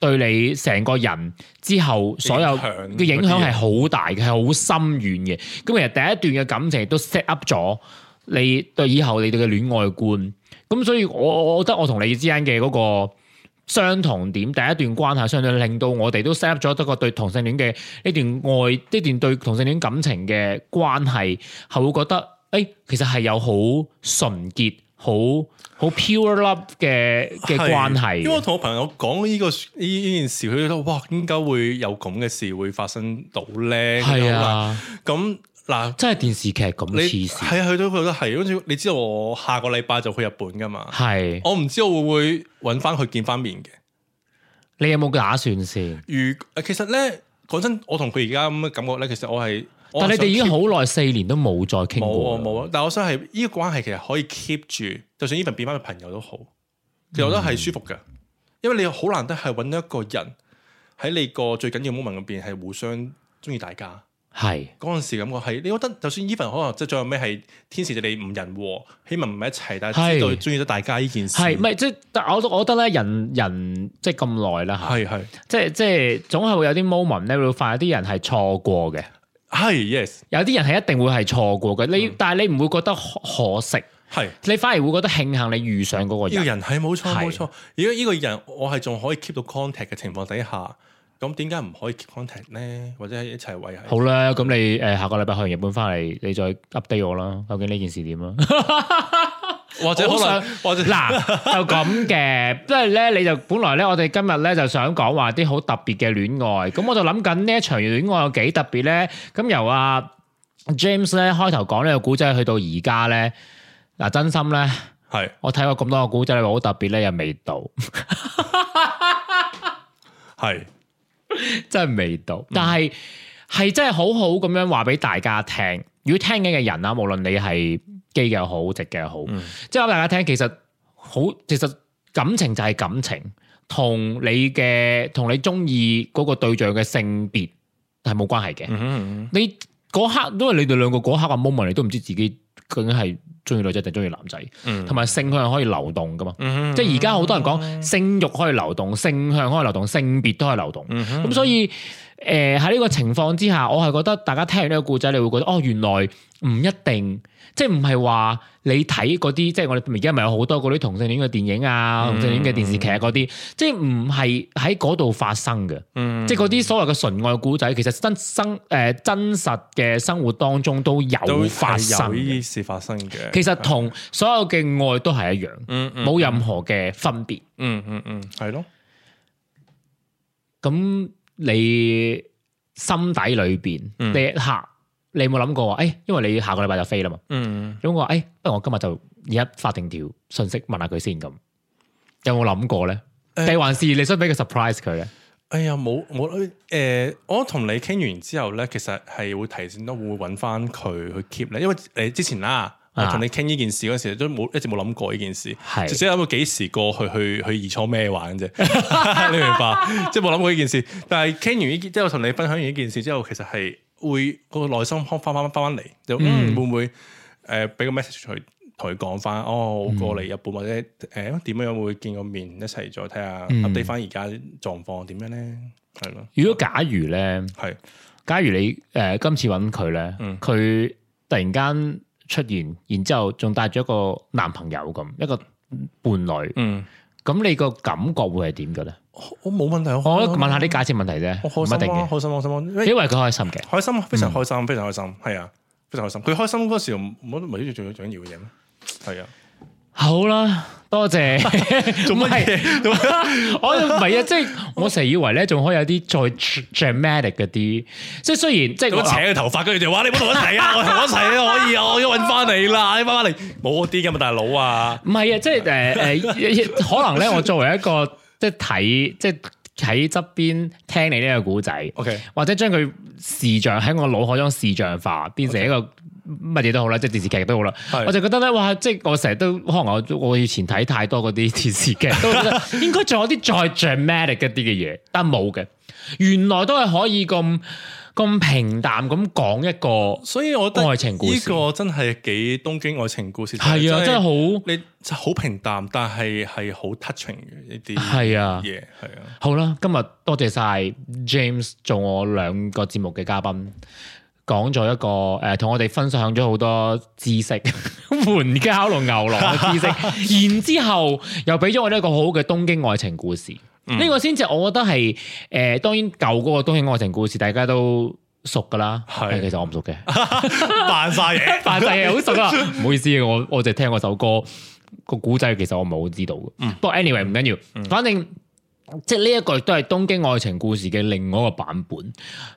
Speaker 1: 對你成個人之後所有
Speaker 2: 影響
Speaker 1: 嘅影響
Speaker 2: 嗰啲
Speaker 1: 係
Speaker 2: 嘢
Speaker 1: 好大嘅，係好深遠嘅。咁其實第一段嘅感情亦都 set up 咗你對以後你哋嘅戀愛觀。咁所以我我覺得我同你之間嘅嗰個相同點，第一段關係相對令到我哋都 set up 咗一個對同性戀嘅呢段愛，呢段對同性戀感情嘅關係，係會覺得誒、哎其實係有好純潔、好好 pure love 嘅嘅
Speaker 2: 係
Speaker 1: 關係
Speaker 2: 因為我同我朋友講呢、個呢呢件事，佢覺得哇，點解會有咁嘅事會發生到咧？
Speaker 1: 係，啊，
Speaker 2: 咁嗱，
Speaker 1: 真係電視劇咁
Speaker 2: 你
Speaker 1: 黐線，
Speaker 2: 係啊，佢都覺得係，跟住你知道我下個禮拜就去日本噶嘛，
Speaker 1: 係
Speaker 2: 我唔知我會唔會揾翻佢見翻面嘅。
Speaker 1: 你有冇打算先？
Speaker 2: 如其實咧，講真，我同佢而家咁嘅感覺咧，其實我係，我
Speaker 1: 但
Speaker 2: 係
Speaker 1: 你哋已經
Speaker 2: 想 keep-
Speaker 1: 好耐四年都冇再傾
Speaker 2: 冇
Speaker 1: 過
Speaker 2: 啊
Speaker 1: 啦，
Speaker 2: 冇啊，但係我想係呢個關係其實可以 keep 住，就算呢份變翻嘅朋友都好，其實我覺得係舒服嘅，
Speaker 1: 嗯
Speaker 2: 因為你好難得係揾到一個人喺你個最緊要 moment 入邊係互相中意大家。
Speaker 1: 係
Speaker 2: 嗰陣時感覺係，你覺得就算 even 可能即係最後尾係天時地利唔人和，希望唔喺一齊，但係知道
Speaker 1: 係
Speaker 2: 中意咗大家呢件事，
Speaker 1: 係，唔係即係？但我我覺得咧，人人即係咁耐啦嚇，
Speaker 2: 係係
Speaker 1: 即係即係總係會有啲 moment 咧，會發現有啲人係錯過嘅，
Speaker 2: 係 yes
Speaker 1: 有啲人係一定會係錯過嘅。你、但係你唔會覺得可可惜，
Speaker 2: 係。
Speaker 1: 你反而會覺得慶幸你遇上嗰個
Speaker 2: 呢
Speaker 1: 人。
Speaker 2: 個人係冇錯
Speaker 1: 係
Speaker 2: 冇錯，如果呢個人我係仲可以 keep 到 contact 嘅情況底下，咁點解唔可以 keep contact 咧？或者係一齊維係？
Speaker 1: 好啦，咁你誒、呃下個禮拜去完日本翻嚟，你再 update 我啦，究竟呢件事點啦？
Speaker 2: 或者可
Speaker 1: 好
Speaker 2: 能
Speaker 1: 想
Speaker 2: 或者
Speaker 1: 嗱，就咁嘅，即係咧，你就本來咧，我哋今日咧就想講話啲好特別嘅戀愛，咁我就諗緊呢一場戀愛有幾特別咧。咁由阿 James 咧開頭講呢個古仔，去到而家咧， [laughs] 嗱真心咧，
Speaker 2: 係
Speaker 1: 我睇過咁多個古仔，你話好特別咧，又未到，
Speaker 2: 係
Speaker 1: [laughs] 真係未到，嗯但係係真係好好咁樣話俾大家聽。如果聽緊嘅人啦，啊無論你係基嘅又好，直嘅又好。
Speaker 2: 嗯
Speaker 1: 即係話俾大家聽，其實好，其實感情就係感情，同你嘅同你中意嗰個對象嘅性別係冇關係嘅。
Speaker 2: 嗯哼
Speaker 1: 你嗰刻，因為你哋兩個嗰刻嘅 moment，你都唔知自己究竟係中意女仔定中意男仔，
Speaker 2: 嗯
Speaker 1: 同埋性向可以流動噶嘛。
Speaker 2: 嗯
Speaker 1: 即係而家好多人講性慾可以流動，性向可以流動，性別都可以流動。
Speaker 2: 嗯哼
Speaker 1: 咁所以誒喺呢個情況之下，我係覺得大家聽完呢個故仔，你會覺得哦，原來唔一定，即係唔係話你睇嗰啲，即係我哋而家咪有好多嗰啲同性戀嘅電影啊、
Speaker 2: 嗯
Speaker 1: 同性戀嘅電視劇嗰啲，即係唔係喺嗰度發生嘅，
Speaker 2: 嗯
Speaker 1: 即係嗰啲所謂嘅純愛故仔，其實真生誒、呃真實嘅生活當中都
Speaker 2: 都
Speaker 1: 有發
Speaker 2: 發生
Speaker 1: 生
Speaker 2: 有呢
Speaker 1: 嘅
Speaker 2: 啲事發生嘅。
Speaker 1: 其實同所有嘅愛都係一樣，
Speaker 2: 嗯嗯
Speaker 1: 冇任何嘅分別。
Speaker 2: 嗯嗯嗯係咯，
Speaker 1: 咁你心底裏邊，
Speaker 2: 嗯
Speaker 1: 你下你有冇諗過話？誒、因為你下個禮拜就飛啦嘛，
Speaker 2: 嗯
Speaker 1: 咁我話誒，不如我今日就而家發定條信息問下佢先咁，有冇諗過咧？
Speaker 2: 誒
Speaker 1: 定還是你想俾個 surprise 佢咧？
Speaker 2: 哎呀冇冇誒，我同你傾完之後咧，其實係會提醒到會揾翻佢去 keep 咧，因為誒之前啦。我
Speaker 1: 啊
Speaker 2: 同你傾呢件事嗰陣時，都冇一直冇諗過呢件事，
Speaker 1: 係
Speaker 2: 直接諗到幾時過去去去二初咩玩啫， [laughs] 你明白？ [laughs] 即係冇諗過呢件事。但係傾完呢件，即係我同你分享完呢件事之後，其實係會個內心翻翻翻翻嚟，就嗯會唔會誒俾個 message 佢同佢講翻，哦，我過嚟日
Speaker 1: 嗯
Speaker 2: 本或者誒呃點樣會見個面，一齊再睇下
Speaker 1: 嗯
Speaker 2: update 翻而家狀況點樣咧，係咯，
Speaker 1: 如果假如咧，
Speaker 2: 係
Speaker 1: 假如你誒、呃今次揾佢咧，
Speaker 2: 嗯
Speaker 1: 佢、突然間出現，然之後仲帶咗一個男朋友咁，一個伴侶，
Speaker 2: 嗯，
Speaker 1: 咁你個感覺會係點嘅咧？
Speaker 2: 我我冇問題，
Speaker 1: 我覺得
Speaker 2: 開心啊
Speaker 1: 問下啲假設問題啫，
Speaker 2: 我
Speaker 1: 唔
Speaker 2: 開
Speaker 1: 一定
Speaker 2: 心啊，
Speaker 1: 嘅，
Speaker 2: 開心開心啊，因為
Speaker 1: 因為佢開心嘅。
Speaker 2: 開心啊，非常開心，非常開心，係啊，非常開心。佢開心嗰時候，冇唔係仲有緊要嘅嘢咩？係 [laughs] 啊，
Speaker 1: 好啦，多謝。 [laughs] 做乜嘢？我唔係啊，即係我成日以為咧，仲可以有啲再 dramatic 嗰啲，即係雖然即係
Speaker 2: 咁啊扯佢頭髮，跟住就話你唔好同我一齊啊，我同我一齊啊，可以啊，我要揾翻你啦，你翻翻嚟，冇嗰啲嘅嘛，大佬啊，
Speaker 1: 唔係啊，即係誒 [laughs] 誒，可能咧，我作為一個即係睇，即係喺側邊聽你呢個故仔
Speaker 2: OK
Speaker 1: 或者將佢視像喺我腦海中視像化，變成一個乜嘢都好啦，即係電視劇都好啦
Speaker 2: 係。
Speaker 1: 我就覺得咧，哇！即係我成日都可能我我以前睇太多嗰啲電視劇，都覺得 [laughs] 應該仲有啲再 dramatic 一啲嘅嘢，但冇嘅。原來都係可以咁咁平淡咁講一個，
Speaker 2: 所以我覺得
Speaker 1: 愛情故
Speaker 2: 呢
Speaker 1: 事
Speaker 2: 個真係幾東京愛情故事，
Speaker 1: 係啊，真係好
Speaker 2: 你就好平淡，但係係好 touching 嘅一啲
Speaker 1: 係啊。
Speaker 2: 嘢，係啊，
Speaker 1: 好啦，今日多謝晒 James 做我兩個節目嘅嘉賓，講咗一個誒，同、我哋分享咗好多知識， [laughs] 援交同牛郎嘅知識，然之後又俾咗我哋一個好好嘅東京愛情故事。呢、個先至，我覺得係誒、呃，當然舊嗰個東京愛情故事大家都熟噶啦，
Speaker 2: 係
Speaker 1: 但其實我唔熟嘅，
Speaker 2: 扮晒
Speaker 1: [laughs]
Speaker 2: 嘢，
Speaker 1: 但係係好熟啊啦。唔好意思，我我就聽嗰首歌個古仔，其實我唔係好知道嘅。不過 anyway 唔緊要，反正。即係呢一個都係東京愛情故事嘅另外一個版本，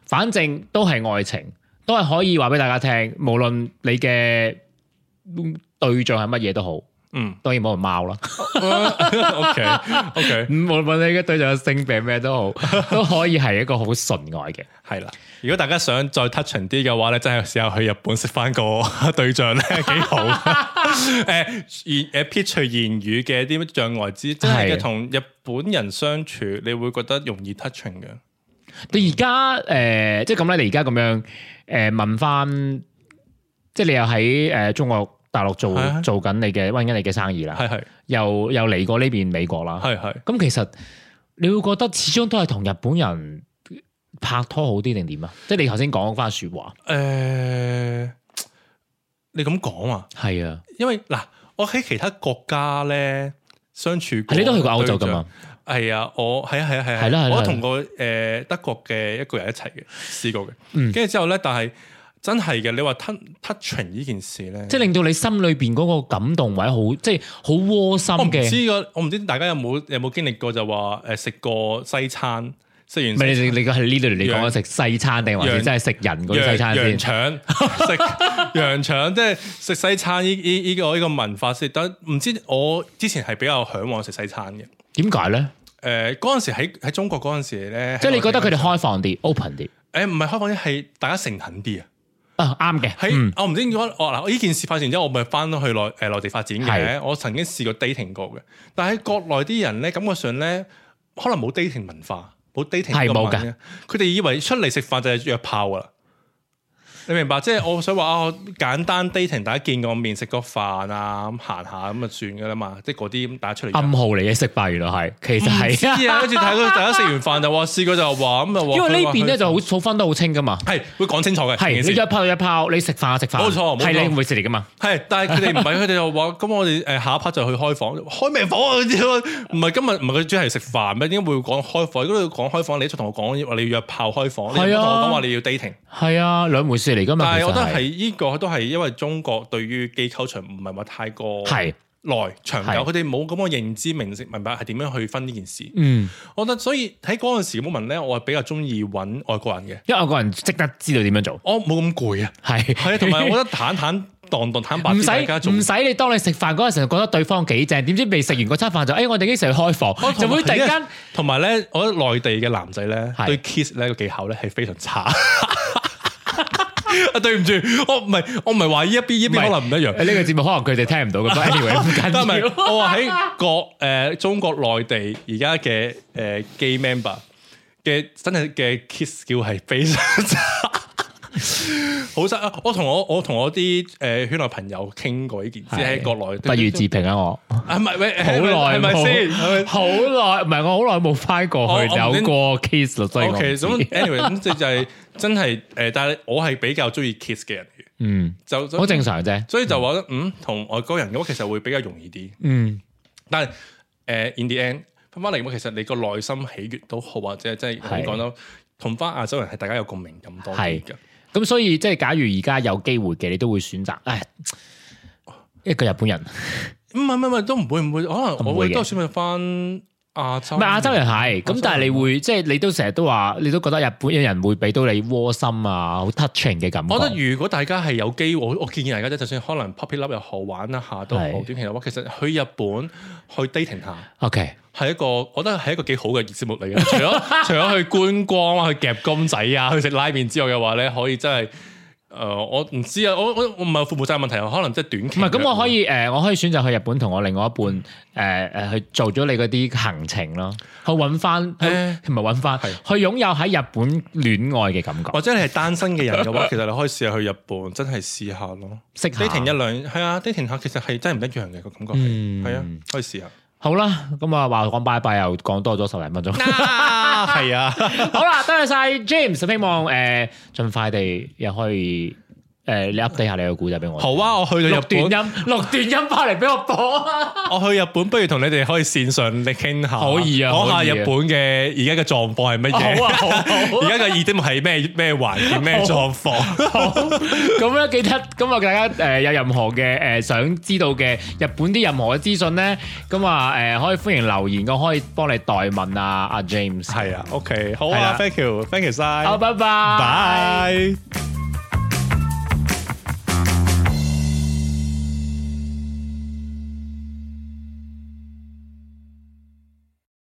Speaker 1: 反正都係愛情，都係可以話俾大家聽，無論你嘅嗯對象係乜嘢都好，
Speaker 2: 嗯
Speaker 1: 當然冇人貓啦， [laughs]
Speaker 2: ，OK OK，
Speaker 1: 無論你嘅對象嘅性病咩都好，都可以係一個好純愛嘅。
Speaker 2: 係啦。如果大家想再 touching 啲嘅話咧，真係試下去日本識翻個 [laughs] 對
Speaker 1: [laughs]
Speaker 2: 象咧，幾好。 [laughs] 誒言誒撇除言語嘅啲障礙之，真係
Speaker 1: 係
Speaker 2: 嘅同日本人相處，你會覺得容易 touching 嘅。
Speaker 1: 你而家誒即係咁咧，你而家咁樣誒、呃、問翻，即係你又喺誒、呃中國大陸做
Speaker 2: 係啊
Speaker 1: 做緊你嘅揾緊你嘅生意啦，
Speaker 2: 係係
Speaker 1: 又又嚟過呢邊美國啦，
Speaker 2: 係係。
Speaker 1: 咁其實你會覺得始終都係同日本人拍拖好啲定點啊？即係你頭先講嗰番説話，
Speaker 2: 誒，你咁講啊？
Speaker 1: 係啊，
Speaker 2: 因為嗱，我喺其他國家咧相處過，
Speaker 1: 你都去過歐洲噶嘛？
Speaker 2: 係啊，我係啊係啊係啊，
Speaker 1: 係啦係啦
Speaker 2: 我同個誒德國嘅一個人一齊嘅，試過嘅。
Speaker 1: 嗯
Speaker 2: 跟住之後咧，但係真係嘅，你話 tou- touching 呢件事咧，
Speaker 1: 即係令到你心裏邊嗰個感動位好，即係好窩心
Speaker 2: 我唔
Speaker 1: 嘅。
Speaker 2: 知個，我唔知大家有冇有冇經歷過就話誒食過西餐，食
Speaker 1: 唔
Speaker 2: 完
Speaker 1: 係你你你係呢度你講緊
Speaker 2: 羊
Speaker 1: 食西餐定還是
Speaker 2: 羊
Speaker 1: 真係食人嗰啲
Speaker 2: 羊
Speaker 1: 西餐
Speaker 2: 羊
Speaker 1: 先？
Speaker 2: 腸
Speaker 1: [laughs]
Speaker 2: 食羊腸，即係食西餐呢呢呢個呢個文化先。但唔知我之前係比較向往食西餐嘅。
Speaker 1: 點解咧？
Speaker 2: 誒嗰陣時喺喺中國嗰陣時咧，
Speaker 1: 即係你覺得佢
Speaker 2: 哋
Speaker 1: 哋開放啲、open 啲
Speaker 2: 誒唔係開放啲，係大家誠懇啲啊！
Speaker 1: 啊？啱嘅，
Speaker 2: 喺、
Speaker 1: 嗯
Speaker 2: 我唔知點解，我嗱我呢件事發生完之後，我咪翻去內誒、內地發展
Speaker 1: 係
Speaker 2: 嘅。我曾經試過 dating 過嘅，但係喺國內啲人咧，感覺上咧可能冇 dating 文化，冇 dating
Speaker 1: 係
Speaker 2: 呢個
Speaker 1: 冇
Speaker 2: 文
Speaker 1: 㗎
Speaker 2: 嘅。佢哋以為出嚟食飯就係約炮啊！你明白？即係我想話啊，我簡單 dating，大家見個面食個飯啊，咁行下咁就算㗎啦嘛。即係嗰啲咁大家出嚟約。
Speaker 1: 暗號嚟嘅食法，原來係其實啊係，
Speaker 2: 知啊，跟住睇到大家食完飯就話試過就話咁就
Speaker 1: [laughs]
Speaker 2: 話。
Speaker 1: 因為呢邊咧
Speaker 2: 佢
Speaker 1: 就好好分得好清噶嘛。
Speaker 2: 係會講清楚嘅。
Speaker 1: 係
Speaker 2: 成件
Speaker 1: 你
Speaker 2: 事
Speaker 1: 一炮就一炮，你食飯就食飯，
Speaker 2: 冇錯冇錯
Speaker 1: 係你唔會食嚟噶嘛。
Speaker 2: 係，但係佢哋唔係，佢哋又話咁，我哋誒下一 part 就去開房，開咩房啊？唔係今日唔係佢主題係食飯咩？點解會講開房？如果你講開房，你一出同我講話你要約炮開房，你
Speaker 1: 係
Speaker 2: 唔
Speaker 1: 啊
Speaker 2: 好同我講話你要 dating。
Speaker 1: 係啊，兩回事嚟噶嘛。
Speaker 2: 但係
Speaker 1: 其實
Speaker 2: 我覺得係呢個都係因為中國對於機構場唔係話太過
Speaker 1: 係，
Speaker 2: 耐長久，
Speaker 1: 係
Speaker 2: 佢哋冇咁嘅認知明晰明白係點樣去分呢件事。
Speaker 1: 嗯，
Speaker 2: 我覺得所以喺嗰陣時嘅 moment 咧，我係比較中意揾外國人嘅，
Speaker 1: 因為我個人識得知道點樣做，
Speaker 2: 我冇咁攰啊。
Speaker 1: 係
Speaker 2: 係啊，同埋我覺得坦坦蕩蕩坦白
Speaker 1: 唔
Speaker 2: 啲，大家
Speaker 1: 使
Speaker 2: 做
Speaker 1: 唔使你當你食飯嗰陣時覺得對方幾正，點知未食完嗰餐飯就，哎，我哋幾時去開
Speaker 2: 我
Speaker 1: 房，
Speaker 2: 同
Speaker 1: 就
Speaker 2: 埋
Speaker 1: 會突然間，
Speaker 2: 同埋咧，我覺得內地嘅男仔咧
Speaker 1: 係
Speaker 2: 對 kiss 咧個技巧咧係非常差。 [laughs] 啊，對唔住，我唔係我唔係話呢一邊呢
Speaker 1: 唔係
Speaker 2: 邊可能唔一樣，
Speaker 1: 呢個節目可能佢哋聽唔到嘅 but，anyway 唔
Speaker 2: [laughs] 但
Speaker 1: 緊
Speaker 2: 係
Speaker 1: 要。
Speaker 2: 我話喺國誒中國內地而家嘅誒 gay member 嘅真係嘅 kiss skill 係非常差。 [laughs] 好差啊！我同我我同我啲誒圈內朋友傾過呢件事
Speaker 1: 係
Speaker 2: 喺國內，
Speaker 1: 不如自評啊！我
Speaker 2: 啊，唔係喂，
Speaker 1: 好耐
Speaker 2: 係咪先？係
Speaker 1: 冇，
Speaker 2: 咪
Speaker 1: 好耐唔係我好耐冇翻過去
Speaker 2: 我我唔
Speaker 1: 有
Speaker 2: 知
Speaker 1: 過 kiss 啦，所以我
Speaker 2: O
Speaker 1: 唔
Speaker 2: K，
Speaker 1: 知
Speaker 2: 咁 anyway，咁即就係 [laughs] 真係誒，呃但係我係比較中意 kiss 嘅人嚟嘅，
Speaker 1: 嗯，
Speaker 2: 就
Speaker 1: 好
Speaker 2: 所以
Speaker 1: 正常啫，
Speaker 2: 所以就話嗯，同外國人嘅話其實會比較容易啲，
Speaker 1: 嗯，
Speaker 2: 但係誒、呃 in the end 翻翻嚟咁，其實你個內心喜悅都好，或者即係頭先
Speaker 1: 係
Speaker 2: 講到同翻亞洲人係大家有共鳴咁多
Speaker 1: 係
Speaker 2: 啲嘅，
Speaker 1: 咁所以即係假如而家有機會嘅，你都會選擇，唉，一個日本人，
Speaker 2: 唔係唔係唔係，都唔會唔會，可能我
Speaker 1: 唔會
Speaker 2: 會
Speaker 1: 嘅
Speaker 2: 都選擇翻亞洲。
Speaker 1: 唔係亞洲人係，咁但係你會即係你都成日都話，你都覺得日本人會俾到你窩心啊，好 touching 嘅感覺。
Speaker 2: 我覺得如果大家係有機會，我我建議大家啫，就算可能 puppy love 又好玩一下都好，
Speaker 1: 係
Speaker 2: 短期又好，其實去日本去 dating 下。
Speaker 1: OK，
Speaker 2: 係一個，我覺得係一個幾好嘅節目嚟嘅。 [laughs] 除咗除咗去觀光啊、去夾公仔啊、去食拉麵之外嘅話咧，可以真係誒、呃我唔知啊，我我我唔係負唔負責任問題，可能即係短
Speaker 1: 唔
Speaker 2: 期。
Speaker 1: 係咁我可以誒、呃我可以選擇去日本同我另外一半誒誒、呃呃去做咗你嗰啲行程咯，去揾翻，
Speaker 2: 誒
Speaker 1: 唔係揾翻，
Speaker 2: 係
Speaker 1: 去擁有喺日本戀愛嘅感覺，
Speaker 2: 或者你係單身嘅人嘅 [laughs] 話，其實你可以試下去日本，真係試下咯。
Speaker 1: 識下
Speaker 2: dating 一兩係啊，dating 下其實係真係唔一樣嘅個感覺係，
Speaker 1: 嗯
Speaker 2: 係啊，可以試下。
Speaker 1: 好啦，咁啊話講拜拜又講多咗十零分鐘。
Speaker 2: 啊， [laughs] 係啊，
Speaker 1: [laughs] 好啦，多謝晒 James，希望誒、呃、盡快地又可以誒、呃你 update 下你嘅故仔俾我。
Speaker 2: 好啊，我去到
Speaker 1: 六
Speaker 2: 日
Speaker 1: 段
Speaker 2: 本，
Speaker 1: 音，六段音翻嚟俾我播 [laughs] 啊！
Speaker 2: 我去日本，不如同你哋可以線上你傾下，
Speaker 1: 可以啊
Speaker 2: 講下
Speaker 1: 可以啊
Speaker 2: 日本嘅而家嘅狀況係乜嘢？
Speaker 1: 好啊好啊好啊
Speaker 2: [laughs] 而家嘅熱點係咩咩環境咩狀況？
Speaker 1: 咁咧記得咁啊，大家誒有任何嘅誒想知道嘅日本啲任何嘅資訊咧，咁啊誒可以歡迎留言，我可以幫你代問啊阿 James。
Speaker 2: [laughs] 係啊，，OK，好
Speaker 1: 係
Speaker 2: 啊
Speaker 1: 啦
Speaker 2: ，thank you，thank you 晒，
Speaker 1: 好，拜拜，
Speaker 2: 拜。